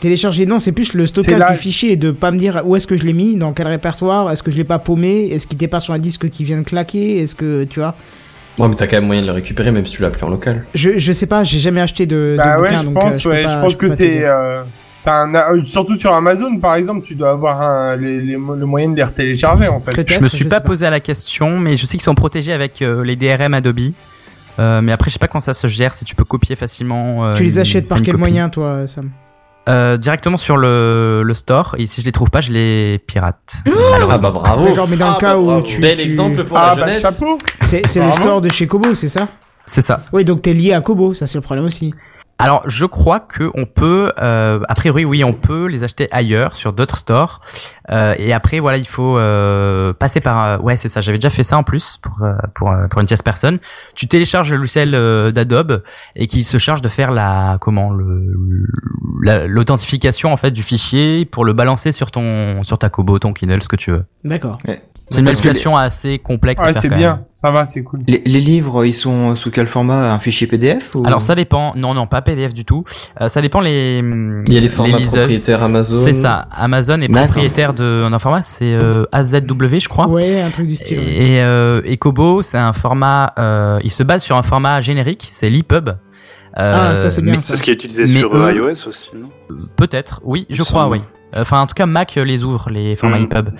télécharger, non, c'est plus le stockage
là-
du fichier et de pas me dire où est-ce que je l'ai mis, dans quel répertoire, est-ce que je l'ai pas paumé, est-ce qu'il était pas sur un disque qui vient de claquer, est-ce que, tu vois.
Ouais, mais t'as quand même moyen de le récupérer, même si tu l'as plus en local.
Je, je sais pas, j'ai jamais acheté de, de
Bah ouais,
bouquin,
je
donc,
pense,
euh, peux
ouais,
pas-
je pense
peux
que
pas te
c'est.
dire.
euh, t'as un a- euh, surtout sur Amazon, par exemple, tu dois avoir un, les, les mo- le moyen de les retélécharger en fait.
Peut-être,
Je me suis
sais
pas posé à la question, mais je sais qu'ils sont protégés avec euh, les DRM Adobe. Euh, mais après, je sais pas comment ça se gère, si tu peux copier facilement. euh,
Tu les
une-
achètes par
une
quel
copie.
moyen, toi, Sam
Euh, Directement sur le, le store, et si je les trouve pas, je les pirate.
Ah bah bravo.
D'accord, mais dans
Ah,
le cas
bah,
où
bravo.
tu.
Bel
tu-
exemple pour
Ah
la
bah
jeunesse.
chapeau
C'est c'est le
Apparemment.
store de chez Kobo, c'est ça
C'est ça.
Oui, donc t'es lié à Kobo, ça c'est le problème aussi.
Alors, je crois que on peut, euh, a priori, oui, on peut les acheter ailleurs, sur d'autres stores. Euh, et après, voilà, il faut euh, passer par. euh, ouais, c'est ça. J'avais déjà fait ça en plus pour euh, pour euh, pour une tierce personne. Tu télécharges le logiciel euh, d'Adobe et qui se charge de faire la comment le la- l'authentification en fait du fichier pour le balancer sur ton sur ta Kobo, ton Kindle, ce que tu veux.
D'accord.
C'est une
Parce que les-
application assez complexe. à
Ouais,
faire
c'est
quand
bien,
même.
ça va, c'est cool.
Les, les livres, ils sont sous quel format Un fichier PDF ou...
Alors ça dépend. Non, non, pas PDF du tout. Euh, ça dépend les.
Il y a des formats propriétaires Amazon.
C'est ça. Amazon est
D'accord.
propriétaire d'un format, c'est euh, AZW, je crois.
Ouais, un truc du style. ouais.
Et, euh, et Kobo, c'est un format. euh, il se base sur un format générique, c'est l'EPUB. Euh,
Ah, ça c'est bien
mais-
ça.
C'est ce qui est utilisé
Mais
sur euh,
eux-
iOS aussi, non
Peut-être, oui, je
Il
crois,
semble.
oui. Enfin, en tout cas, Mac euh, les ouvre, les formats
Mhm.
EPUB.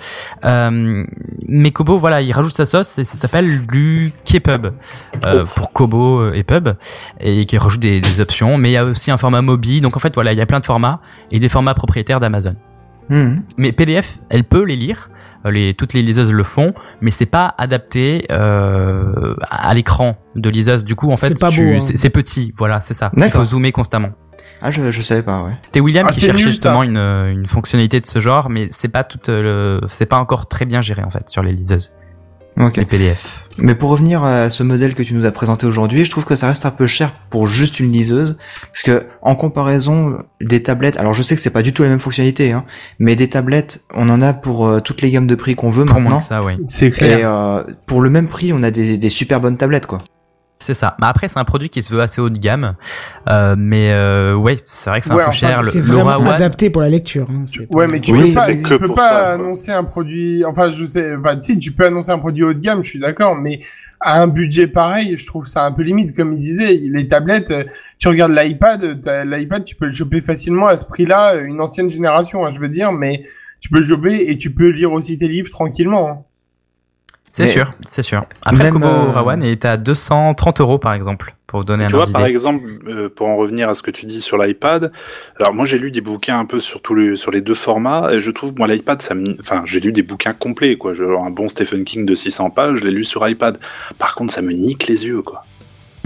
Euh, mais Kobo, voilà, il rajoute sa sauce et ça s'appelle du Kpub euh, pour Kobo euh, et Pub et qui rajoute des, des options. Mais il y a aussi un format Mobi, donc en fait, voilà, il y a plein de formats et des formats propriétaires d'Amazon.
Mhm.
Mais PDF, elle peut les lire, euh, les, toutes les liseuses le font, mais c'est pas adapté euh, à l'écran de liseuse. Du coup, en fait,
C'est pas
tu-
beau, hein.
c'est c'est petit, voilà, c'est ça. Il
D'accord.
faut zoomer constamment.
Ah, je, je savais pas, ouais.
C'était William
Ah,
qui
c'est
cherchait
nul, ça.
justement une, euh, une fonctionnalité de ce genre, mais c'est pas tout euh, le, c'est pas encore très bien géré en fait sur les liseuses,
Ok.
les PDF.
Mais pour revenir à ce modèle que tu nous as présenté aujourd'hui, je trouve que ça reste un peu cher pour juste une liseuse, parce que en comparaison des tablettes, alors je sais que c'est pas du tout la même fonctionnalité, hein, mais des tablettes, on en a pour euh, toutes les gammes de prix qu'on veut
Pour moins
maintenant,
que ça, oui.
C'est
et
clair.
euh, pour le même prix, on a des, des super bonnes tablettes, quoi.
C'est ça. Mais après, c'est un produit qui se veut assez haut de gamme. Euh, mais euh, ouais, c'est vrai que c'est
Ouais,
un peu
enfin,
cher. Le,
C'est
le
vraiment
Rawan-
adapté pour la lecture. hein, c'est pas-
Ouais, mais tu
Oui,
peux pas,
c'est
tu
que
peux
pour
pas
ça, quoi.
annoncer un produit. Enfin, je sais. Enfin, si tu peux annoncer un produit haut de gamme, je suis d'accord, mais à un budget pareil, je trouve ça un peu limite. Comme il disait, les tablettes. euh, Tu regardes l'iPad, t'as- l'iPad, tu peux le choper facilement à ce prix-là, euh, une ancienne génération, hein, je veux dire, mais tu peux le choper et tu peux lire aussi tes livres tranquillement. hein.
C'est
Mais-
sûr, c'est sûr. Après, le
Même,
Kobo
euh,
Rawan est à 230 euros par exemple, pour vous donner un
Tu vois,
ordre
par
d'idée.
exemple, euh, pour en revenir à ce que tu dis sur l'iPad, alors moi j'ai lu des bouquins un peu sur, tous les, sur les deux formats, et je trouve, moi l'iPad, ça me... Enfin, j'ai lu des bouquins complets, quoi. Genre un bon Stephen King de 600 pages, je l'ai lu sur iPad. Par contre, ça me nique les yeux, quoi.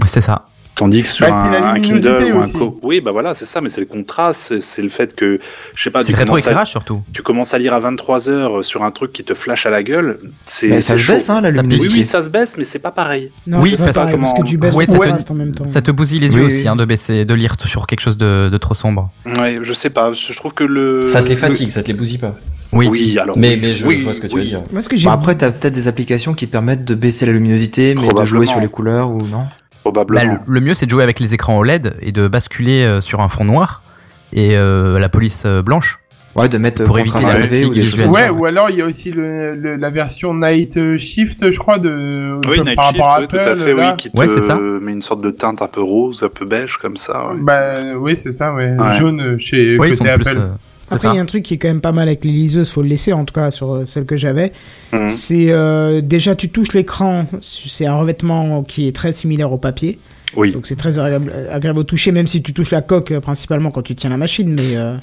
C'est ça.
Tandis que sur
Bah, c'est
un,
la
un
luminosité
Kindle ou un
aussi.
Co. Oui, bah voilà, c'est ça, mais c'est le contraste, c'est- c'est le fait que, je sais pas, ah, tu
C'est le
commences, à,
rétroéclairage surtout.
tu commences à lire à 23 heures euh, sur un truc qui te flash à la gueule, c'est.
Mais ça
c'est
se
chaud.
baisse, hein, la
Ça
Oui,
luminosité.
oui, ça se baisse, mais c'est pas pareil.
Non,
Oui,
c'est
ça,
pas
c'est
pareil, parce que
comment-
tu baisses
Ouais,
ton
ça
te-
contraste en même temps.
Ça te bousille les
Oui,
yeux
oui.
aussi hein, de baisser, de lire t- sur quelque chose de, de trop sombre.
Ouais, je sais pas, je trouve que le.
Ça te les
le-
fatigue, ça te les bousille pas.
Oui.
Oui, alors.
Mais,
oui,
mais je
Euh, oui,
vois ce que tu
oui.
veux dire.
Moi, ce que
Bah,
j'ai
Bon, après, t'as peut-être des applications qui te permettent de baisser la luminosité, mais de jouer
Probablement.
sur les couleurs ou non.
Bah,
Probablement.
le, le mieux, c'est de jouer avec les écrans OLED et de basculer euh, sur un fond noir et euh, la police euh, blanche.
Ouais, de mettre
Pour
euh,
éviter
contraste
la
élevé ou
fatigue
des choses
visuelle.
comme
Ouais,
ça.
ou alors il y a aussi le, le- la version Night Shift, je crois, de
Ah Oui,
par
Night
rapport
Shift,
à
oui, tout
Apple,
à fait,
là.
oui, qui te
Ouais, c'est ça.
met une sorte de teinte un peu rose, un peu beige, comme ça. ouais.
Bah oui, c'est ça, ouais.
Ouais.
Jaune euh, chez
Ouais, ils
côté
sont
Apple.
plus. euh, c'est
Après,
ça.
il y a un truc qui est quand même pas mal avec les liseuses, faut le laisser en tout cas sur euh, celle que j'avais.
Mmh.
Mhm.
C'est euh, déjà, tu touches l'écran, c'est un revêtement qui est très similaire au papier.
Oui.
Donc c'est très agréable, euh, agréable au toucher, même si tu touches la coque euh, principalement quand tu tiens la machine. Mais, euh,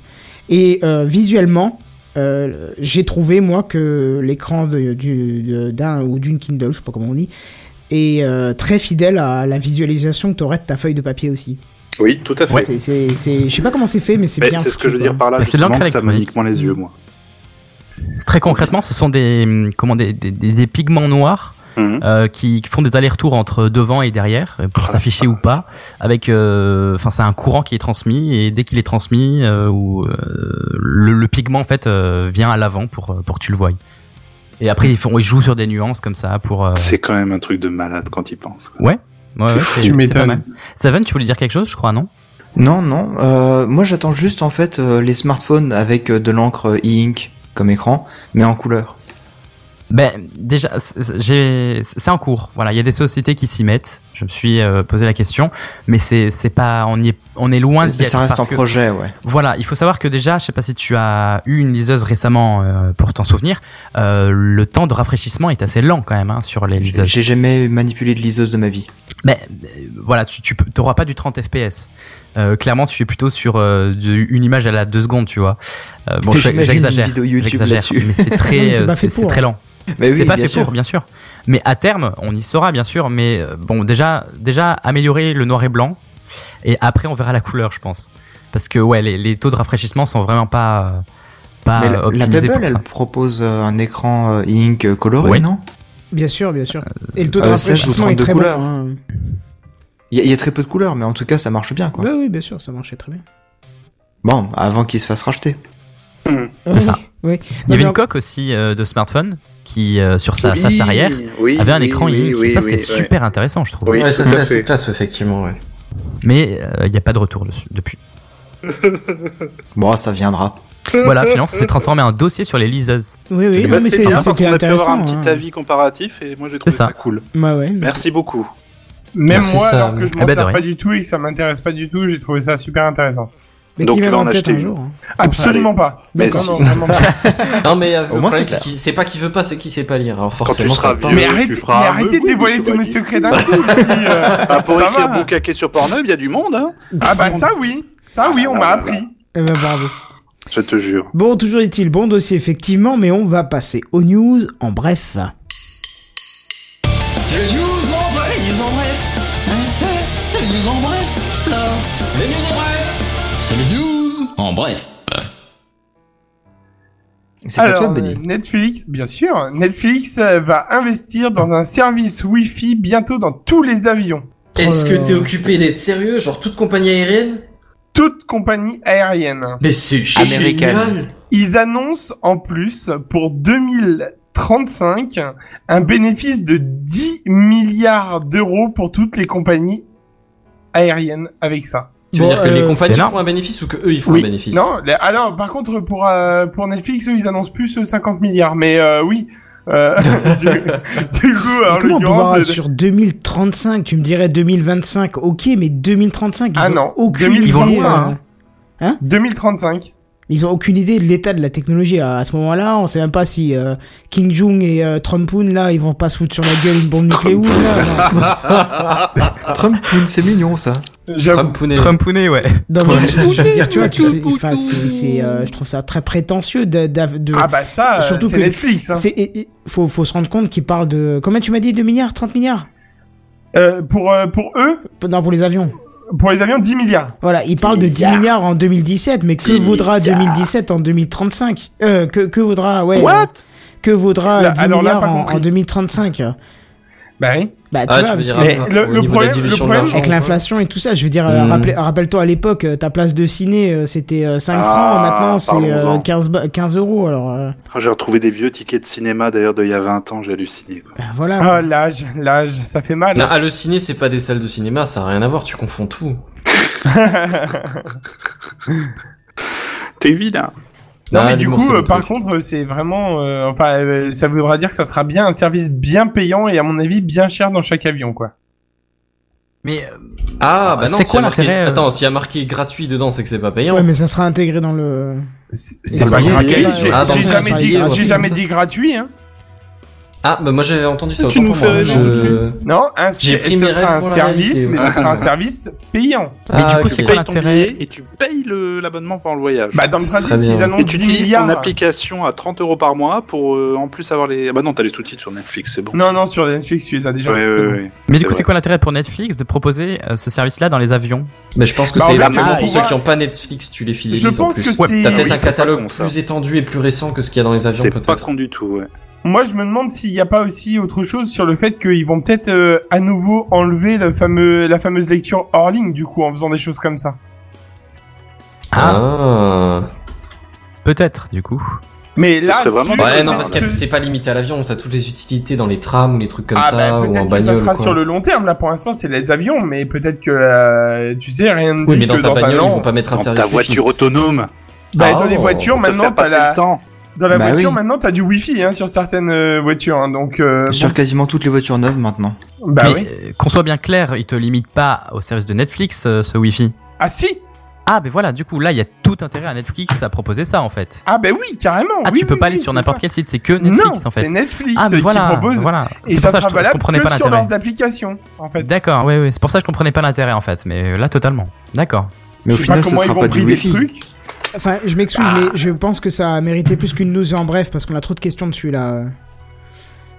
Et euh, visuellement, euh, j'ai trouvé moi que l'écran de- du- de- d'un ou d'une Kindle, je sais pas comment on dit, est euh, très fidèle à la visualisation que tu aurais de ta feuille de papier aussi.
Oui, tout à fait.
C'est- c'est- c'est- Je sais pas comment c'est fait, mais c'est
Mais
bien.
c'est ce que je veux
foutu,
dire par là,
Bah, c'est de
justement,
l'encre
que ça me
électronique.
nique moins les yeux, moi.
Très concrètement, ce sont des hum, comment des, des, des- des pigments noirs
Mhm. Ah
euh, qui qui font des allers-retours entre devant et derrière euh, pour s'afficher ou pas. Avec, euh, enfin, c'est un courant qui est transmis et dès qu'il est transmis, euh, ou euh, le, le pigment en fait euh, vient à l'avant pour euh, pour que tu le voyes. Et après, ils font, ils jouent sur des nuances comme ça pour. euh,
C'est quand même un truc de malade quand il pense.
ouais, ouais, c'est-
Tu
c'est
m'étonnes.
pas mal. Seven, tu voulais dire quelque chose, je crois, non
Non, non. euh, moi, j'attends juste en fait euh, les smartphones avec euh, de l'encre e-ink comme écran, mais en couleur.
Ben déjà, c'est- c'est- j'ai- c'est en cours. Voilà, il y a des sociétés qui s'y mettent. Je me suis euh, posé la question, mais c'est c'est pas on y est on est loin d'y être.
Ça reste
parce
en
que-
projet, ouais.
Voilà, il faut savoir que déjà, je sais pas si tu as eu une liseuse récemment euh, pour t'en souvenir, euh, le temps de rafraîchissement est assez lent quand même hein, sur les
J'ai
liseuses.
j'ai jamais manipulé de liseuse de ma vie.
Mais euh, voilà, tu tu peux- t'auras pas du 30 FPS. Euh, clairement, tu es plutôt sur euh, du- une image à la 2 secondes, tu vois. Euh,
*laughs*
bon, je-
J'imagine une
j'exagère,
vidéo YouTube
j'exagère, *laughs*
là-dessus.
mais c'est
*laughs*
Non, mais
très
c'est
euh,
pas fait
c'est c'est
pour.
très lent.
Mais oui,
c'est pas
bien
fait
sûr.
pour, bien sûr. Mais à terme, on y saura, bien sûr. Mais euh, bon, déjà, déjà améliorer le noir et blanc, et après on verra la couleur, je pense. Parce que ouais, les, les taux de rafraîchissement sont vraiment pas euh, pas
Mais la- la
optimisés
Pebble,
pour
elle
ça.
propose euh, un écran euh, e-ink euh, coloré,
Ouais.
non
Bien sûr, bien sûr. Et le taux de
euh, ça, je vous
rafraîchissement
trompe
est
de
très
couleur.
bon. hein.
Il y, a- il y a très peu de couleurs, mais en tout cas, ça marche bien, quoi.
Oui, oui, bien sûr, ça marchait très bien.
Bon, avant qu'il se fasse racheter.
Ah
C'est
oui,
ça.
Oui.
Il y avait
Non,
une coque aussi euh, de smartphone qui euh, sur sa face arrière
oui,
avait un
oui,
écran
oui,
e-ink.
oui,
ça
oui,
c'était
ouais.
super intéressant, je trouve.
Oui,
ouais, ça
tout
c'est
à
assez
fait.
classe, effectivement, ouais.
Mais euh, il n'y a pas de retour dessus
*laughs*
depuis.
Bon, ça viendra.
voilà, finalement, ça s'est transformé en dossier sur les liseuses.
Oui, oui,
Eh
non,
ben,
mais
c'est
c'est-
bien parce
c'était
qu'on a pu avoir
intéressant.
un petit
hein.
avis comparatif et moi j'ai trouvé
C'est ça.
ça. cool.
Ouais, ouais.
Merci beaucoup.
Même
Merci,
moi,
ça.
alors que je
Eh
m'en
ben, de
sers
rien.
pas du tout et que ça m'intéresse pas du tout, j'ai trouvé ça super intéressant.
Mais
Donc,
tu
tu vas
vas
en acheter
un
une.
jour. hein.
Absolument pas.
Mais
D'accord,
si.
non, vraiment pas.
Non, mais euh,
Au
le
moins,
problème,
c'est
c'est qu'il sait pas qu'il veut pas, c'est qu'il sait pas lire. Alors
Quand tu
forcément,
seras
ça part.
vieux,
mais arrête,
tu
mais
feras un
arrêtez de
Mugwump,
dévoiler tous mes
Chevalier.
secrets d'un coup
*laughs*
aussi. euh.
Ah, pour
Ça
écrire
va.
boucaquet sur Pornhub, il y a du monde, hein
Ah bah ça oui, ça oui, on
Ah,
m'a
là, là,
appris.
Eh ben, bravo.
Je te jure.
Bon, toujours est-il bon dossier, effectivement, mais on va passer aux news en bref.
C'est à toi,
euh,
Benny.
Netflix, bien sûr, Netflix euh, va investir dans un service Wi-Fi bientôt dans tous les avions.
Est-ce que
Oh là
t'es
là.
occupé d'être sérieux, genre toute compagnie aérienne
Toute compagnie aérienne.
Mais c'est
Américaine.
génial
Ils annoncent en plus pour 2000 35, un bénéfice de 10 milliards d'euros pour toutes les compagnies aériennes avec ça.
Tu veux dire que
euh,
les compagnies font un bénéfice ou que eux ils font
Oui.
un bénéfice
Non, les- ah non, par contre, pour, euh, pour Netflix, eux, ils annoncent plus euh, 50 milliards, mais euh, oui. Euh, *laughs* du, du coup, en
Comment on peut voir
l'occurrence.
sur 2035 Tu me dirais 2025, ok, mais 2035, ils
Ah
ont
non,
aucune
2035,
idée.
hein.
Hein
2035.
Ils ont aucune idée de l'état de la technologie à, à ce moment-là. On sait même pas si euh, Kim Jong et euh, Trumpoon là, ils vont pas se foutre sur la gueule une bombe nucléaire. là, non.
Trump, c'est mignon ça.
Trumpounet.
Trumpounet, ouais.
Non,
*laughs*
mais je je veux dire, tu vois, tu sais, enfin, c'est, c'est, euh, je trouve ça très prétentieux de, d'av- de-
Ah bah ça, euh,
surtout
c'est
que
Netflix, hein.
C'est, et- et- faut, faut se rendre compte qu'ils parlent de, combien tu m'as dit, 2 milliards, 30 milliards?
Euh, pour, euh, pour eux,
P- Non, pour les avions.
pour les avions, 10 milliards.
Voilà, ils parlent de 10 milliards en 2017, mais que
10
vaudra 2017 en 2035? Euh, que, que vaudra, ouais.
What
euh, que vaudra
Là,
10
alors là,
milliards
pas
en,
compris.
en 2035?
Bah oui.
Bah, tu
Ah,
vois,
tu veux
parce
dire
que-
Mais
euh,
le-
au
le
niveau
problème-
de la
le
dilution
problème-
de l'argent.
Avec l'inflation et tout ça, je veux dire,
Hmm.
euh,
Mm.
rappelez- rappelle-toi à l'époque, euh, ta place de ciné, euh, c'était euh, 5
Ah,
francs, maintenant c'est euh,
parlons-en.
15, ba- 15 euros, alors euh,
Ah, J'ai retrouvé des vieux tickets de cinéma d'ailleurs d'il y a 20 ans, j'ai halluciné. quoi.
bah, voilà.
Ah, l'âge, l'âge, ça fait
Ah,
mal. hein.
Non, Allociné, c'est pas des salles de cinéma, ça a rien à voir, tu confonds tout.
T'es vilain
Non, mais
Ah,
du
l'humour,
coup,
c'est
euh,
notre
par
truc.
contre, euh, c'est vraiment, euh, enfin, euh, ça voudra dire que ça sera bien un service bien payant et à mon avis bien cher dans chaque avion, quoi.
Mais euh,
Ah, bah non,
C'est
s'il
quoi
y a marqué-
l'intérêt, euh
Attends, s'il y a marqué gratuit dedans, c'est que c'est pas payant.
Ouais, mais ça sera intégré dans le.
C'est
pas
gratuit.
gratuit,
J'ai
ah, dans
j'ai
le
jamais
travail,
dit,
ouais.
j'ai jamais dit gratuit, hein.
Ah, bah moi j'avais entendu ça.
Tu
autant
nous
pour
fais
moi.
rêver
Je-
Non, un,
J'ai
ce
pris mes rêves
sera un
pour la
service,
réalité,
mais
ouais.
ce sera un service payant.
Ah,
du coup,
ok.
c'est
Tu
quoi
payes ton
l'intérêt
billet et tu payes le- l'abonnement pendant le voyage.
Bah, dans le principe,
Très bien.
s'ils
et
annoncent
tu
10
utilises ton
milliards.
application à 30 euros par mois pour euh, en plus avoir les. Ah Bah non, t'as les sous-titres sur Netflix, c'est bon.
Non, non, sur Netflix, tu les as déjà.
Ouais, ouais, ouais.
Mais
C'est
du coup, c'est
vrai.
quoi l'intérêt pour Netflix de proposer euh, ce service-là dans les avions
Mais je pense que
Bah,
c'est
on l'a
largement
fait,
pour
on
ceux
va-
qui n'ont pas Netflix, tu les files
Je
en
pense
plus.
que c'est-
T'as
Oui,
peut-être un
c'est pas
catalogue
con, ça.
plus étendu et plus récent que ce qu'il y a dans les avions,
C'est pas
peut-être.
con du tout, ouais.
Moi, je me demande s'il n'y a pas aussi autre chose sur le fait qu'ils vont peut-être euh, à nouveau enlever le fameux, la fameuse lecture hors ligne, du coup, en faisant des choses comme ça.
Ah.
Peut-être, du coup.
Mais
Ce
là,
serait vraiment
tu-
pas-
Ouais,
c'est-
non, parce que
ce-
c'est pas limité à l'avion, ça a toutes les utilités dans les trams ou les trucs comme
ah,
ça,
bah,
ou en
peut-être que
bagnole.
ça sera
quoi.
sur le long terme. Là, pour l'instant, c'est les avions, mais peut-être que, euh, tu sais, rien ne
Oui,
dit
mais dans
que
ta
dans un
bagnole, ils
an-
vont pas mettre un
Dans
service.
ta
wifi.
voiture autonome,
Bah,
Ah,
dans les
on
voitures,
pour te
maintenant,
faire
t'as
passer
la...
le temps.
dans la
Bah
voiture,
oui.
maintenant, t'as du wifi, hein, sur certaines euh, voitures, hein, donc, euh,
Sur quasiment toutes les voitures neuves maintenant.
bon. bah
mais
oui.
euh, qu'on soit bien clair, il te limite pas au service de Netflix, euh, ce Wi-Fi.
Ah si!
Ah, mais voilà, du coup, là, il y a tout intérêt à Netflix à proposer ça, en fait.
Ah, bah oui, carrément!
Ah,
oui,
tu peux
oui,
pas aller
oui,
sur
c'est
n'importe
ça.
quel site, c'est que
non,
Netflix, en
C'est
fait.
Netflix
Ah, mais
qui
voilà,
propose
voilà.
Et
C'est
ça,
pour ça que
sera
je, je
valable
comprenais
que
pas
sur
l'intérêt.
leurs applications, en fait.
D'accord, oui, oui, c'est pour ça que je comprenais pas l'intérêt en fait, mais euh, là totalement. D'accord.
Mais au
Je sais
final,
pas
ce
comment
sera
ils
pas
vont
du
brider
wifi.
le truc.
Enfin, je m'excuse,
Ah.
mais je pense que ça a mérité plus qu'une news en bref, parce qu'on a trop de questions dessus là.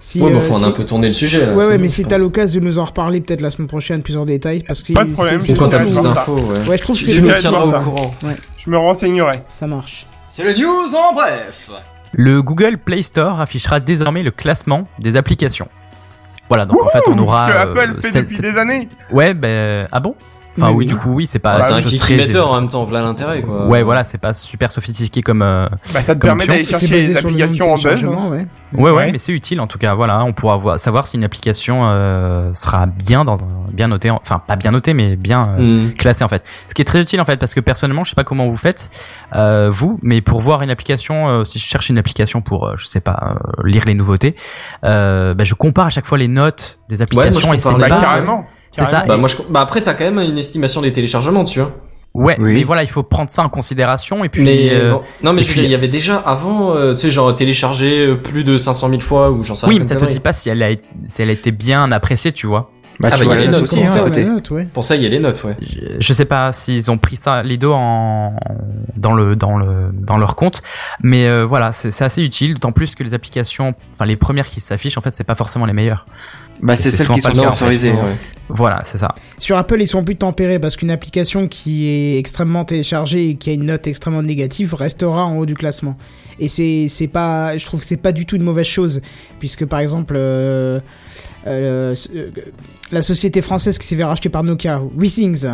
Si,
Ouais, mais
euh,
enfin, on
si-
a un peu tourné le sujet
ouais,
là. c'est
ouais,
bon,
mais
je
si
pense.
t'as l'occasion de nous en reparler peut-être la semaine prochaine, plus en détail, parce que.
Pas de problème,
c'est- c'est
je
Ou quand t'as
surtout-
plus
Ouais, je pense
d'infos, ouais.
Ouais, je trouve que
Tu
c'est.
nous
vais aller
tiendras
voir
au
ça.
courant.
Je me renseignerai.
Ça marche.
C'est le news en bref.
Le Google Play Store affichera désormais le classement des applications. Voilà, donc en fait on
Ouh,
aura.
Ce que
euh,
Apple fait
celle-
depuis
cette-
des années.
Ouais, ben. ah bon Enfin,
Oui,
oui,
oui.
du coup, oui, c'est pas.
Ah,
c'est
c'est un
quelque chose
kick
très-
emitter en même temps, voilà l'intérêt quoi.
Ouais, voilà, c'est pas super sophistiqué comme. euh,
Bah, ça
Comme
te permet
option,
d'aller
C'est
chercher
basé
les
sur le nombre de
applications en buzz.
téléchargements, ouais.
Ouais, ouais,
Ouais.
mais c'est utile en tout cas. Voilà, hein, on pourra voir, savoir si une application euh, sera bien dans un, bien notée, en- enfin pas bien notée, mais bien euh,
Hmm.
classée en fait. Ce qui est très utile en fait, parce que personnellement, je sais pas comment vous faites euh, vous, mais pour voir une application, euh, si je cherche une application pour, euh, je sais pas, euh, lire les nouveautés, euh, bah, je compare à chaque fois les notes des applications
moi,
et
je
c'est
compare
Bah,
les
pas-
notes.
carrément.
c'est ça.
Bah,
et-
moi, je... bah après, t'as quand même une estimation des téléchargements dessus. Hein.
ouais,
Oui.
mais voilà, il faut prendre ça en considération et puis.
mais
euh,
bon. non, mais
et
je veux
puis-
dire, il y avait déjà avant, euh, tu sais, genre téléchargé euh, plus de 500 000 fois ou j'en sais
oui,
rien,
mais ça
comme
te
connerie.
dit pas si elle a, été- si elle a été bien appréciée, tu vois.
Bah,
Ah,
tu
bah,
vois
il y a
la
les
note
notes
aussi,
comme
hein,
Ça,
à
ouais,
côté.
la note, ouais.
Pour ça, il y a les notes, ouais.
je je sais pas s'ils ont pris ça les deux en dans le dans le dans leur compte mais euh, voilà c'est c'est assez utile d'autant plus que les applications enfin les premières qui s'affichent en fait c'est pas forcément les meilleures
Bah, c'est
C'est
celles qui
souvent
sont
pas le cas,
sponsorisées.
forcément,
ouais.
voilà c'est ça
Sur Apple, ils sont plus tempérés parce qu'une application qui est extrêmement téléchargée et qui a une note extrêmement négative restera en haut du classement. Et c'est c'est pas, je trouve que c'est pas du tout une mauvaise chose puisque par exemple euh, euh, euh, la société française qui s'est fait racheter par Nokia, WeSings,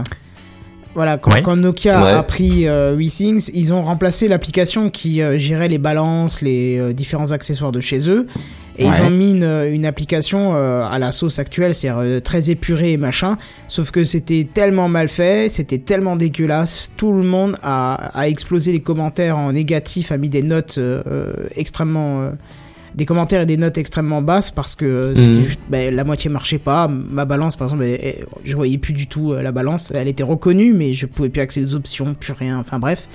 Voilà, quand,
Ouais.
quand Nokia
Ouais.
a pris euh, WeSings, ils ont remplacé l'application qui euh, gérait les balances, les euh, différents accessoires de chez eux. Et
Ouais.
ils ont mis une, une application euh, à la sauce actuelle, c'est-à-dire euh, très épurée et machin. Sauf que c'était tellement mal fait, c'était tellement dégueulasse. Tout le monde a, a explosé les commentaires en négatif, a mis des notes euh, euh, extrêmement. euh, des commentaires et des notes extrêmement basses parce que euh, c'était
Mhm.
juste, ben, la moitié marchait pas. Ma balance, par exemple, elle- elle- je voyais plus du tout euh, la balance. Elle était reconnue, mais je pouvais plus accéder aux options, plus rien. Enfin bref.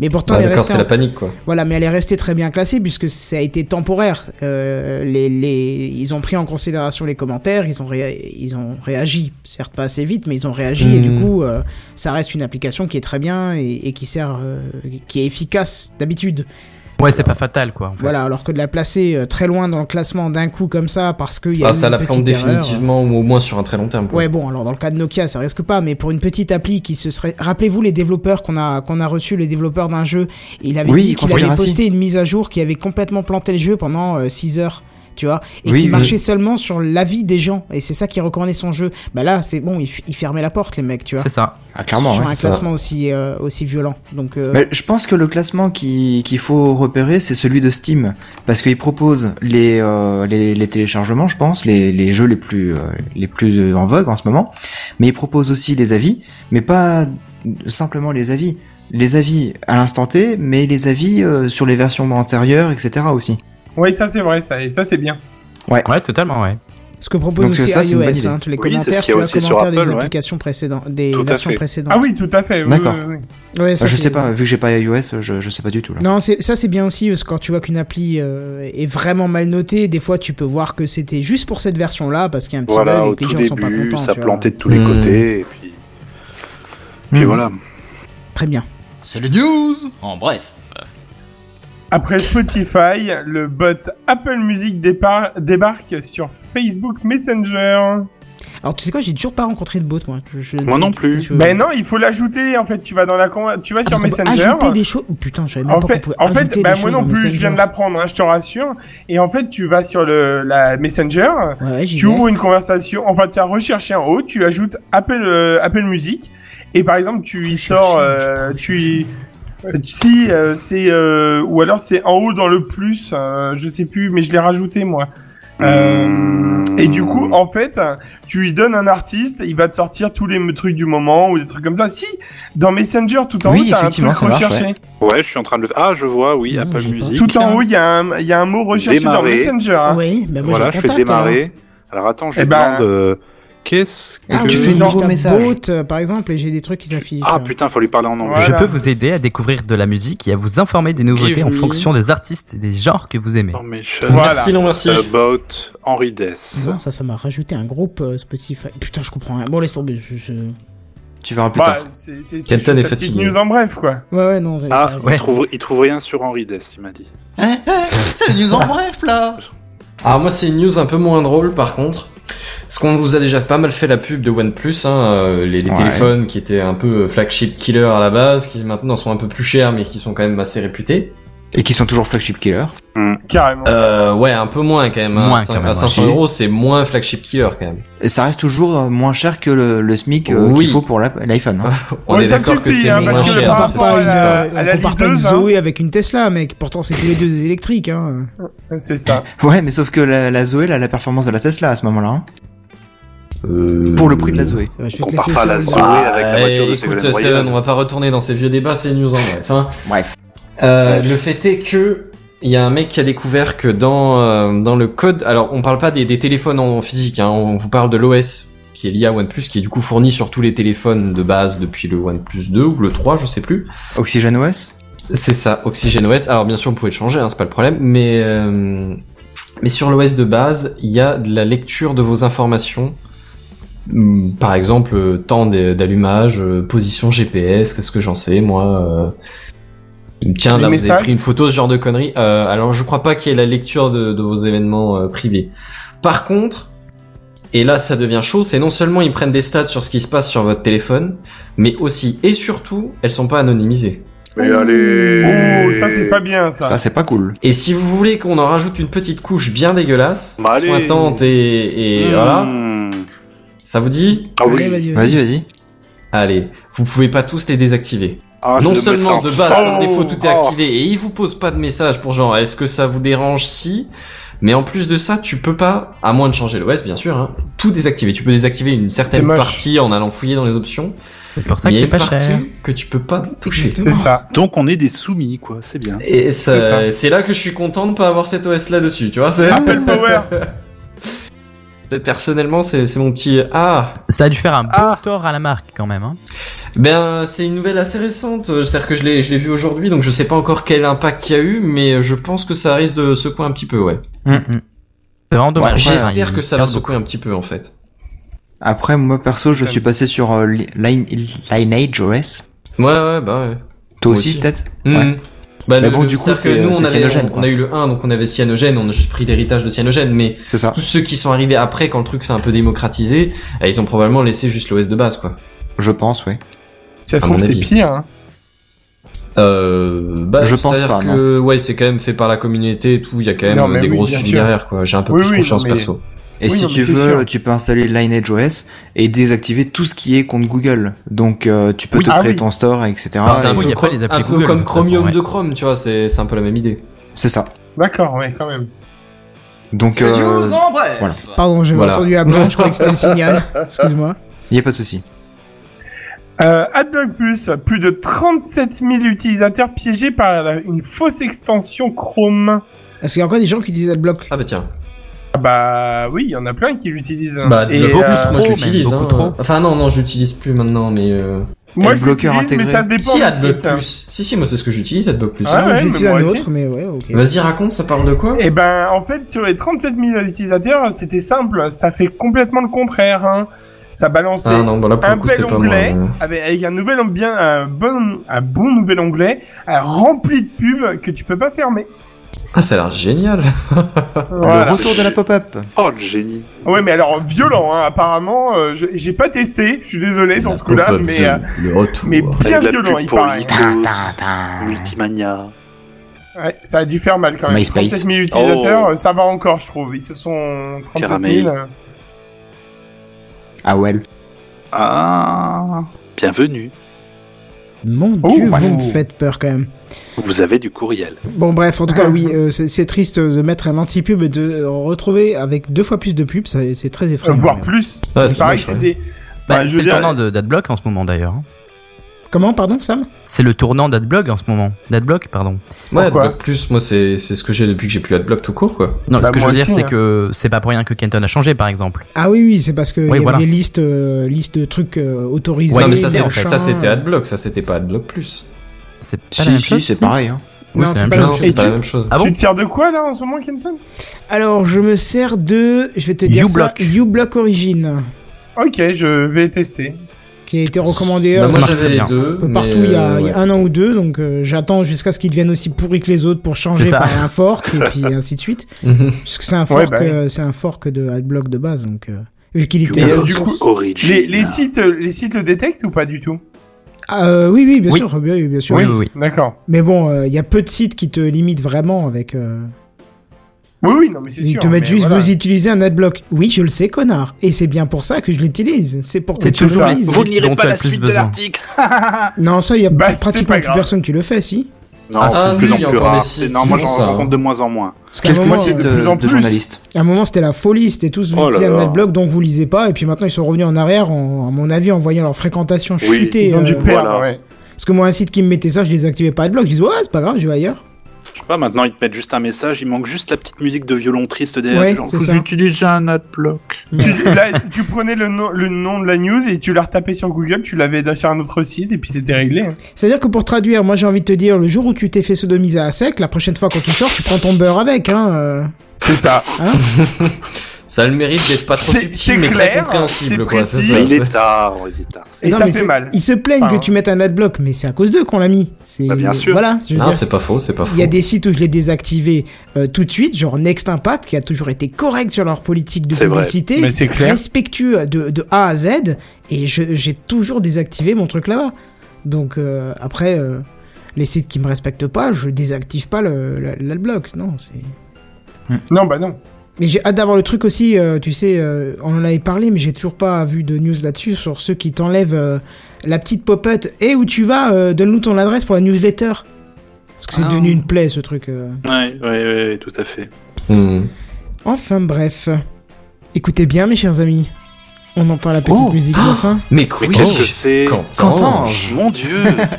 Mais pourtant,
Ah,
elle est
d'accord,
restée
c'est la
en-
panique, quoi.
voilà, mais elle est restée très bien classée puisque ça a été temporaire. Euh, les, les, ils ont pris en considération les commentaires, ils ont, ré- ils ont réagi, certes pas assez vite, mais ils ont réagi et du
Mhm.
coup, euh, ça reste une application qui est très bien et, et qui sert, euh, qui est efficace d'habitude.
Ouais, c'est pas fatal, quoi. en fait.
Voilà, alors que de la placer euh, très loin dans le classement d'un coup comme ça parce qu'il y a
Ah,
eu
ça
une
la
petite
plante
erreur, hein.
définitivement, ou au moins sur un très long terme, quoi.
Ouais, bon, alors dans le cas de Nokia, ça risque pas, mais pour une petite appli qui se serait. Rappelez-vous les développeurs qu'on a, qu'on a reçus, les développeurs d'un jeu, il avait
Oui,
dit qu'il avait
Conspiracy.
posté une mise à jour qui avait complètement planté le jeu pendant 6 heures. Tu vois, et
Oui,
qui
oui.
marchait seulement sur l'avis des gens, et c'est ça qui recommandait son jeu. Bah là, c'est bon, il, f- il fermait la porte, les mecs, tu vois.
C'est ça.
Ah, clairement,
sur
ouais.
un
c'est ça.
classement aussi, euh, aussi violent. Donc, euh,
Mais je pense que le classement qui- qu'il faut repérer, c'est celui de Steam. Parce qu'il propose les, euh, les, les téléchargements, je pense, les, les jeux les plus, euh, les plus en vogue en ce moment. Mais il propose aussi les avis, mais pas simplement les avis. Les avis à l'instant T, mais les avis euh, sur les versions antérieures, etc. aussi.
Oui, ça c'est vrai, ça, et ça c'est bien.
Ouais, totalement, ouais.
ce que propose
donc
aussi
ça, c'est une
iOS,
bonne idée.
hein, tous les
Oui, c'est ce qu'il y a
commentaires, tu vois,
aussi sur
commentaires des
Apple, ouais.
applications précédentes, des
Tout à
versions
fait.
précédentes.
Ah oui, tout à fait. oui,
D'accord.
oui, oui.
Ouais, ça,
Bah, je
c'est-
sais pas, vu que j'ai pas iOS, je, je sais pas du tout là.
Non, c'est- ça c'est bien aussi parce que quand tu vois qu'une appli euh, est vraiment mal notée, des fois tu peux voir que c'était juste pour cette version-là parce qu'il y a un petit
Voilà,
bug
au
et que les
tout
gens sont pas
début,
contents.
ça
tu vois.
plantait de tous les
Hmm.
côtés, et puis,
Hmm.
puis voilà.
Très bien.
C'est les news En bref.
Après Spotify, le bot Apple Music dépar- débarque sur Facebook Messenger.
Euh, Alors tu sais quoi, j'ai toujours pas rencontré de bot moi. Je- je-
Moi non plus.
je-
Ben non, il faut l'ajouter en fait. Tu vas dans la con- tu vas
Ah,
sur
parce qu'on peut
Messenger.
Ajouter des choses. Oh, putain, j'avais même
En
pas qu'on
fait,
pouvait
en fait
ajouter
bah
des
moi
choses
non
dans
plus, je viens de
Messenger.
l'apprendre, hein, je te rassure. Et en fait, tu vas sur le la Messenger,
Ouais, ouais, j'y
tu
vais.
ouvres une conversation, enfin tu as recherché en haut, tu ajoutes Apple euh, Apple Music et par exemple tu y
Rechercher,
sors euh,
putain,
tu y- euh, si euh, c'est euh, ou alors c'est en haut dans le plus, euh, je sais plus mais je l'ai rajouté moi.
Hmm.
Euh, et du coup, en fait, tu lui donnes un artiste, il va te sortir tous les m- trucs du moment ou des trucs comme ça. Si, dans Messenger, tout en
Oui,
haut, t'as un truc
effectivement, ça marche,
recherché.
Ouais, je suis en train de le faire. Ah, je vois, oui,
Non,
Apple
j'ai pas.
Music.
Tout en haut, il y, a un- il y a un mot recherché
Démarrer.
dans Messenger. hein.
Oui, ben moi
voilà,
j'ai
je fais
contact, alors.
démarrer. Alors, attends, je
Eh
lui
ben-
demande. euh, Qu'est-ce que.
Ah, tu fais
oui,
nouveau
j'ai un
message.
bot, euh, par exemple, et j'ai des trucs qui s'affichent.
Ah
euh.
putain, faut lui parler en anglais.
Voilà.
Je peux vous aider à découvrir de la musique et à vous informer des nouveautés en
me-
fonction des artistes et des genres que vous aimez.
Information
Voilà.
Merci, non, merci.
about Henri Dess.
Bon, ça, ça m'a rajouté un groupe euh, Spotify. Putain, je comprends rien. Bon, laisse tomber. je- je-
Tu verras plus
Bah,
tard.
c'est- c'est-
Captain
c'est
est
ta petite
fatigué.
news en bref, quoi.
Ouais, ouais, non. j'ai-
Ah,
Ouais.
il, trouve, il trouve rien sur Henri Dess, il m'a dit.
C'est les news en bref, là
Alors moi c'est une news un peu moins drôle par contre. Parce qu'on vous a déjà pas mal fait la pub de OnePlus, hein, euh, les, les
Ouais.
téléphones qui étaient un peu euh, flagship killer à la base, qui maintenant sont un peu plus chers mais qui sont quand même assez réputés.
Et qui sont toujours flagship killer.
Carrément.
Euh, ouais, un peu moins quand même. hein.
Moins,
Cin-
quand même,
à 500
ouais.
euros c'est moins flagship killer quand même.
Et ça reste toujours euh, moins cher que le, le SMIC euh,
Oui.
qu'il faut pour la- l'iPhone. hein.
On
Ouais,
est
ça
d'accord
suffit,
que c'est
hein,
Mais
parce
moins
on
que
cher.
par
mais
compare
c'est
rapport
pas
à
sûr.
une,
la-
euh,
à
on
la
compare pas une
liseuse, hein.
Zoé avec une Tesla, mec. Pourtant, c'est tous les deux des électriques. Hein.
C'est ça.
Ouais, mais sauf que la, la Zoé, elle a la performance de la Tesla à ce moment-là. hein.
Euh,
Pour le prix de la Zoé.
Ouais, je
On
vais te
compare
laisser
pas
sur
la
le-
Zoé avec la voiture de
écoute,
Ségolène
Seven,
Royal.
on va pas retourner dans ces vieux débats, c'est news en bref. hein.
Bref.
Euh, le fait est que il y a un mec qui a découvert que dans euh, dans le code, alors on parle pas des, des téléphones en physique, hein, on vous parle de l'OS qui est lié à OnePlus, qui est du coup fourni sur tous les téléphones de base depuis le OnePlus 2 ou le 3, je sais plus.
Oxygen OS
C'est ça, OxygenOS. Alors bien sûr, vous pouvez le changer, hein, c'est pas le problème, mais euh, mais sur l'OS de base, il y a de la lecture de vos informations. Hum, Par exemple, euh, temps d'é- d'allumage, euh, position GPS, qu'est-ce que j'en sais, moi. euh, Tiens,
Les
là, vous
messages.
avez pris une photo, ce genre de conneries. Euh, alors, je crois pas qu'il y ait la lecture de, de vos événements euh, privés. Par contre, et là, ça devient chaud, c'est non seulement ils prennent des stats sur ce qui se passe sur votre téléphone, mais aussi et surtout, elles sont pas anonymisées.
Mais allez
Oh, ça c'est pas bien ça.
Ça, c'est pas cool.
Et si vous voulez qu'on en rajoute une petite couche bien dégueulasse,
Bah, allez.
sointante et, et
Hmm.
voilà, ça vous dit
Ah
Allez, vas-y,
oui,
vas-y.
Vas-y, vas-y.
Allez, vous pouvez pas tous les désactiver.
Ah,
non
le
seulement
médecin.
de base, par
Oh,
défaut, tout est
oh.
activé et il vous pose pas de message pour genre est-ce que ça vous dérange si. Mais en plus de ça, tu peux pas, à moins de changer l'OS bien sûr, hein, tout désactiver. Tu peux désactiver une certaine
moche.
partie en allant fouiller dans les options.
C'est pour ça
mais
que
il y a
c'est
une
pas
partie
cher.
que tu peux pas toucher.
C'est ça.
Donc on est des soumis, quoi. C'est bien.
Et ça-
C'est ça. Ah.
c'est là que je suis content de pas avoir cet OS là dessus, tu vois. c'est-
Apple Power.
*laughs* Personnellement, c'est c'est mon petit ah.
Ça a dû faire un bon
Ah.
tort à la marque quand même. Hein.
Ben c'est une nouvelle assez récente. euh, C'est-à-dire que je l'ai je l'ai vu aujourd'hui, donc je sais pas encore quel impact il y a eu, mais euh, je pense que ça risque de secouer un petit peu, ouais.
C'est vraiment dommage.
J'espère
Ouais,
que ça
il-
va secouer un petit peu en fait.
Après, moi perso, je suis passé sur euh, Li- Line- Lineage OS.
Ouais ouais bah ouais. Moi
Toi aussi,
aussi.
peut-être
Mhm.
Ouais.
Bah, le-
Mais bon, du coup,
c'est-à-dire que
c'est-
nous, on
c'est
avait-
Cyanogène,
on-
quoi.
On a eu le 1, donc on avait Cyanogène, on a juste pris l'héritage de Cyanogène, mais
C'est ça.
tous ceux qui sont arrivés après, quand le truc s'est un peu démocratisé, eh, ils ont probablement laissé juste l'OS de base, quoi.
Je pense, ouais.
Si ça se
À
trouve,
mon
c'est
avis.
pire. Hein.
Euh, bah,
Je pense
c'est-à-dire
pas,
que, ouais, c'est quand même fait par la communauté et tout, il y a quand même
Non,
euh,
mais
des
oui,
grosses
bien
suivis
sûr.
derrière, quoi. J'ai un peu
Oui,
plus
oui,
confiance
non, mais-
perso.
Et
Oui,
si
non, mais
tu
c'est
veux,
sûr.
tu peux installer Lineage OS et désactiver tout ce qui est contre Google. Donc, euh, tu peux
Oui,
te
ah
créer
oui.
ton store, etc.
Alors,
oui,
Ah, c'est un, peu
Ah, il y a pas
cro-
les applis
un peu
Google, de
comme
toute façon,
Chromium
ouais.
de Chrome, tu vois, c'est c'est un peu la même idée.
C'est ça.
D'accord, ouais, quand même.
Donc,
C'est les
euh,
news en bref.
voilà.
Pardon, j'avais
Voilà.
entendu Amazon, je croyais que c'était le signal. Excuse-moi.
il n'y a pas de souci.
Euh, AdBlock Plus, plus de 37 000 utilisateurs piégés par la- une fausse extension Chrome.
Est-ce qu'il y a encore des gens qui utilisent AdBlock
Ah bah tiens.
Ah bah oui, il y en a plein qui l'utilisent. hein.
Bah,
Et,
beaucoup
euh,
plus, moi je
trop,
l'utilise.
même, beaucoup
hein.
trop.
Enfin, non, non, je l'utilise plus maintenant, mais euh...
moi
Et
je
le bloqueur
l'utilise, mais
intégré.
ça dépend
Si,
du
AdBlock
site. hein.
Plus. Si, si, moi c'est ce que j'utilise, AdBlock Plus.
Ah ouais, mais
J'utilise
moi
un
aussi.
autre, mais ouais, ok.
Vas-y, raconte, ça parle de quoi
Et ben en fait sur les 37 000 utilisateurs, c'était simple, ça fait complètement le contraire. hein. Ça balançait
Ah non, bah là pour
un
le coup c'était
bel
pas moi.
onglet
euh.
avec, Ah, avec un nouvel om- bien un bon un bon nouvel onglet euh, rempli de pubs que tu peux pas fermer.
Ah, ça a l'air génial.
Ah, bah,
Voilà.
Le retour de la pop-up.
Oh, le génie.
Ouais, mais alors violent, hein, apparemment. euh, je- J'ai pas testé, je suis désolé sur ce coup-là, mais, euh,
le retour.
mais bien
Avec de la
violent,
pub
il
pour
paraît.
Litos,
Tin, tin.
Multimania.
Ouais, ça a dû faire mal quand même.
MySpace.
37 000 utilisateurs,
Oh.
euh, ça va encore, je trouve. Ils se sont 37
Caramel.
000. euh,
Ah well.
Ah, bienvenue.
Mon
Oh,
dieu,
bah,
vous me
oh.
faites peur quand même.
Vous avez du courriel.
Bon, bref, en tout cas, oui, euh, c'est c'est triste de mettre un anti-pub et de en retrouver avec deux fois plus de pubs, ça- c'est très effrayant.
voire
même.
plus.
Ah,
Il
c'est
paraît que
moche, ouais.
c'était.
Bah,
Bah, je
c'est le
dirais-
tournant de- d'Adblock en ce moment d'ailleurs. hein.
Comment, pardon, Sam
C'est le tournant d'Adblock en ce moment. D'Adblock, pardon.
Ouais,
Pourquoi
AdBlock Plus, moi c'est c'est ce que j'ai depuis que j'ai plus AdBlock tout court quoi.
Non,
Bah,
ce que je
moi
veux dire,
aussi,
c'est
hein.
que c'est pas pour rien que Kenton a changé, par exemple.
Ah oui, oui, c'est parce que il y
voilà.
avait des listes, euh, listes de trucs euh, autorisés.
Ouais, mais ça,
des
c'est-
en
machins.
ça c'était AdBlock, ça c'était pas AdBlock Plus.
C'est pas la
Si,
même
si,
chose,
c'est
si
pareil. Hein.
Oui,
Non,
c'est
c'est
la
pas
même
la
Non,
même
chose.
c'est
Et
pas
tu-
la même chose.
Ah
tu
bon
te sers de quoi là en ce moment, Kenton
Alors, je me sers de, je vais te dire
uBlock.
ça, uBlock Origin,
Ok, je vais tester.
qui a été recommandé
Bah,
euh,
moi
marche
j'avais
très
les
bien.
deux.
un peu
mais,
partout il y, a,
euh,
il y
ouais.
a un an ou deux, donc euh, j'attends jusqu'à ce qu'ils deviennent aussi pourris que les autres pour changer
C'est ça.
par un fork, et
*laughs*
puis ainsi de suite.
Mhm.
Parce que c'est un
Ouais,
fork,
bah oui.
euh, c'est un fork de AdBlock de base, donc euh, vu qu'il était.
euh,
open
du
source.
coup-
Origin.
Les, les sites, les sites le détectent ou pas du tout
Ah, euh, oui, oui, bien
Oui.
sûr, bien, bien sûr.
Oui, oui,
D'accord.
Mais bon, euh, il y a peu de sites qui te limitent vraiment avec. euh,
Oui, oui, non, mais c'est
Ils
sûr.
te mettent
mais
juste,
voilà.
vous utilisez un adblock. Oui, je le sais, connard. Et c'est bien pour ça que je l'utilise. C'est pour que
C'est
tu
toujours
l'utilises.
les- Vous ne lirez dont pas tu as la le plus suite de besoin.
l'article.
Non, ça, il n'y a
Bah,
pas-
c'est
pratiquement
pas
plus
grave.
personne qui le fait, si.
Non,
Ah,
c'est de
si,
plus
il
en
y a
plus
encore des
rare.
sites
C'est- Non, moi
qui font
j'en
ça,
rencontre
hein.
de moins en moins.
Parce qu'à un
Quelques
moment,
sites
de
euh,
plus
de,
en plus.
journalistes.
à un moment, c'était la folie. C'était tous
Oh là
utiliser un
là.
adblock dont vous lisez pas. Et puis maintenant, ils sont revenus en arrière, en- à mon avis, en voyant leur fréquentation
Oui.
chuter.
Ils ont dû
euh,
perdre,
voilà.
ouais.
Parce que moi, un site qui me mettait ça, je désactivais pas adblock. Je disais, ouais, c'est pas grave, je vais ailleurs.
Je sais pas, maintenant ils te mettent juste un message, il manque juste la petite musique de violon triste derrière.
Ouais,
genre,
c'est
vous
ça.
utilisez un adblock.
Tu, là, tu prenais le nom, le nom de la news et tu la retapais sur Google, tu l'avais sur un autre site et puis c'était réglé. hein.
C'est-à-dire que pour traduire, moi, j'ai envie de te dire, le jour où tu t'es fait sodomiser à sec, la prochaine fois quand tu sors, tu prends ton beurre avec, hein. euh.
C'est ça.
Ça a le mérite d'être pas trop
C'est- c'est
subtil mais très
clair, c'est
compréhensible quoi. c'est
précis.
ça,
Mais il
c'est-
est tard, il est tard. c'est-
Et
Non,
ça
mais
fait
c'est-
mal.
Ils se plaignent
Enfin,
que tu mettes un adblock, mais c'est à cause d'eux qu'on l'a mis. C'est
Bah, bien sûr.
Voilà. je veux
Non,
dire,
c'est pas faux, c'est pas faux.
Il y a des sites où je l'ai désactivé euh, tout de suite, genre Next Impact, qui a toujours été correct sur leur politique de
C'est vrai.
publicité,
Mais c'est clair.
respectueux de, de A à Z, et je- j'ai toujours désactivé mon truc là-bas. Donc euh, après, euh, les sites qui me respectent pas, je désactive pas le, le- l'adblock, non, c'est...
Non, bah non.
Mais j'ai hâte d'avoir le truc aussi, euh, tu sais, euh, on en avait parlé, mais j'ai toujours pas vu de news là-dessus, sur ceux qui t'enlèvent euh, la petite pop-up. Et où tu vas, euh, donne-nous ton adresse pour la newsletter. Parce que c'est
Ah.
devenu une plaie, ce truc. euh.
Ouais, ouais, ouais, ouais, tout à fait.
Hmm.
Enfin bref. Écoutez bien, mes chers amis. On entend la petite
Oh.
musique
Ah.
de fin.
Mais
Mais
quoi
qu'est-ce que c'est
Qu'entends-je
Mon dieu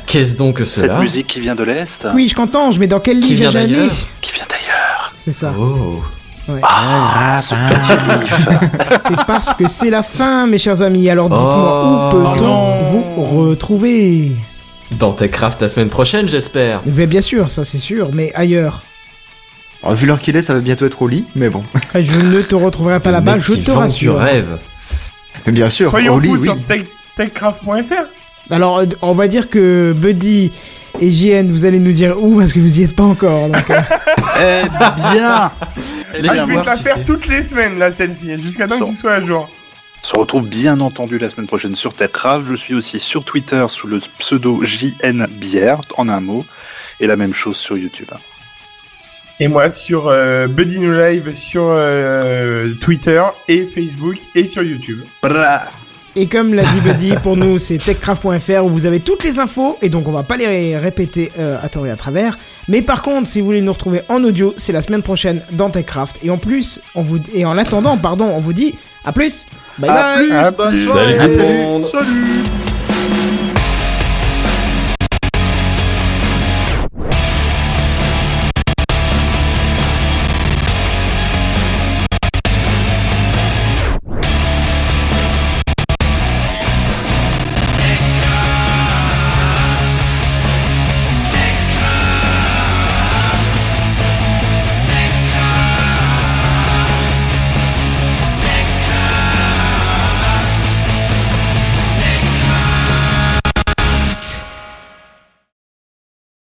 Qu'est-ce donc que
Cette
cela
musique qui vient de l'Est
Oui, je t'entends, mais dans quelle
Qui
ligne
vient
déjà
d'ailleurs
allé
Qui vient d'ailleurs
C'est ça.
Oh.
Ouais.
Ah, ce petit
C'est parce que c'est la fin, mes chers amis. Alors dites-moi,
Oh.
où peut-on
Non.
vous retrouver
Dans Techcraft la semaine prochaine, j'espère.
Mais Bien sûr, ça c'est sûr, mais ailleurs.
Alors, vu l'heure qu'il est, ça va bientôt être au lit, mais bon.
Je ne te retrouverai pas là-bas, je te rassure.
Mais bien sûr,
Soyons
au lit,
fous
oui.
sur tech- techcraft.fr.
Alors, euh, on va dire que Buddy et JN, vous allez nous dire où parce que vous y êtes pas encore. donc, euh,
Bien
Ah, je vais te la
tu
faire
sais.
toutes les semaines, là, celle-ci, jusqu'à temps que
Sure.
tu sois à jour.
On se retrouve bien entendu la semaine prochaine sur Techcraft. Je suis aussi sur Twitter sous le pseudo JN Bière, en un mot. Et la même chose sur YouTube.
Et moi sur euh, Buddy New Live sur euh, Twitter et Facebook et sur YouTube.
et comme l'a dit Buddy, pour nous c'est techcraft.fr où vous avez toutes les infos et donc on va pas les ré- répéter euh, à tort et à travers. Mais par contre, si vous voulez nous retrouver en audio, c'est la semaine prochaine dans Techcraft. Et en plus, on vous et en attendant, pardon, on vous dit à plus. Bye bye.
À plus, bonne soirée.
Salut tout le monde.
Salut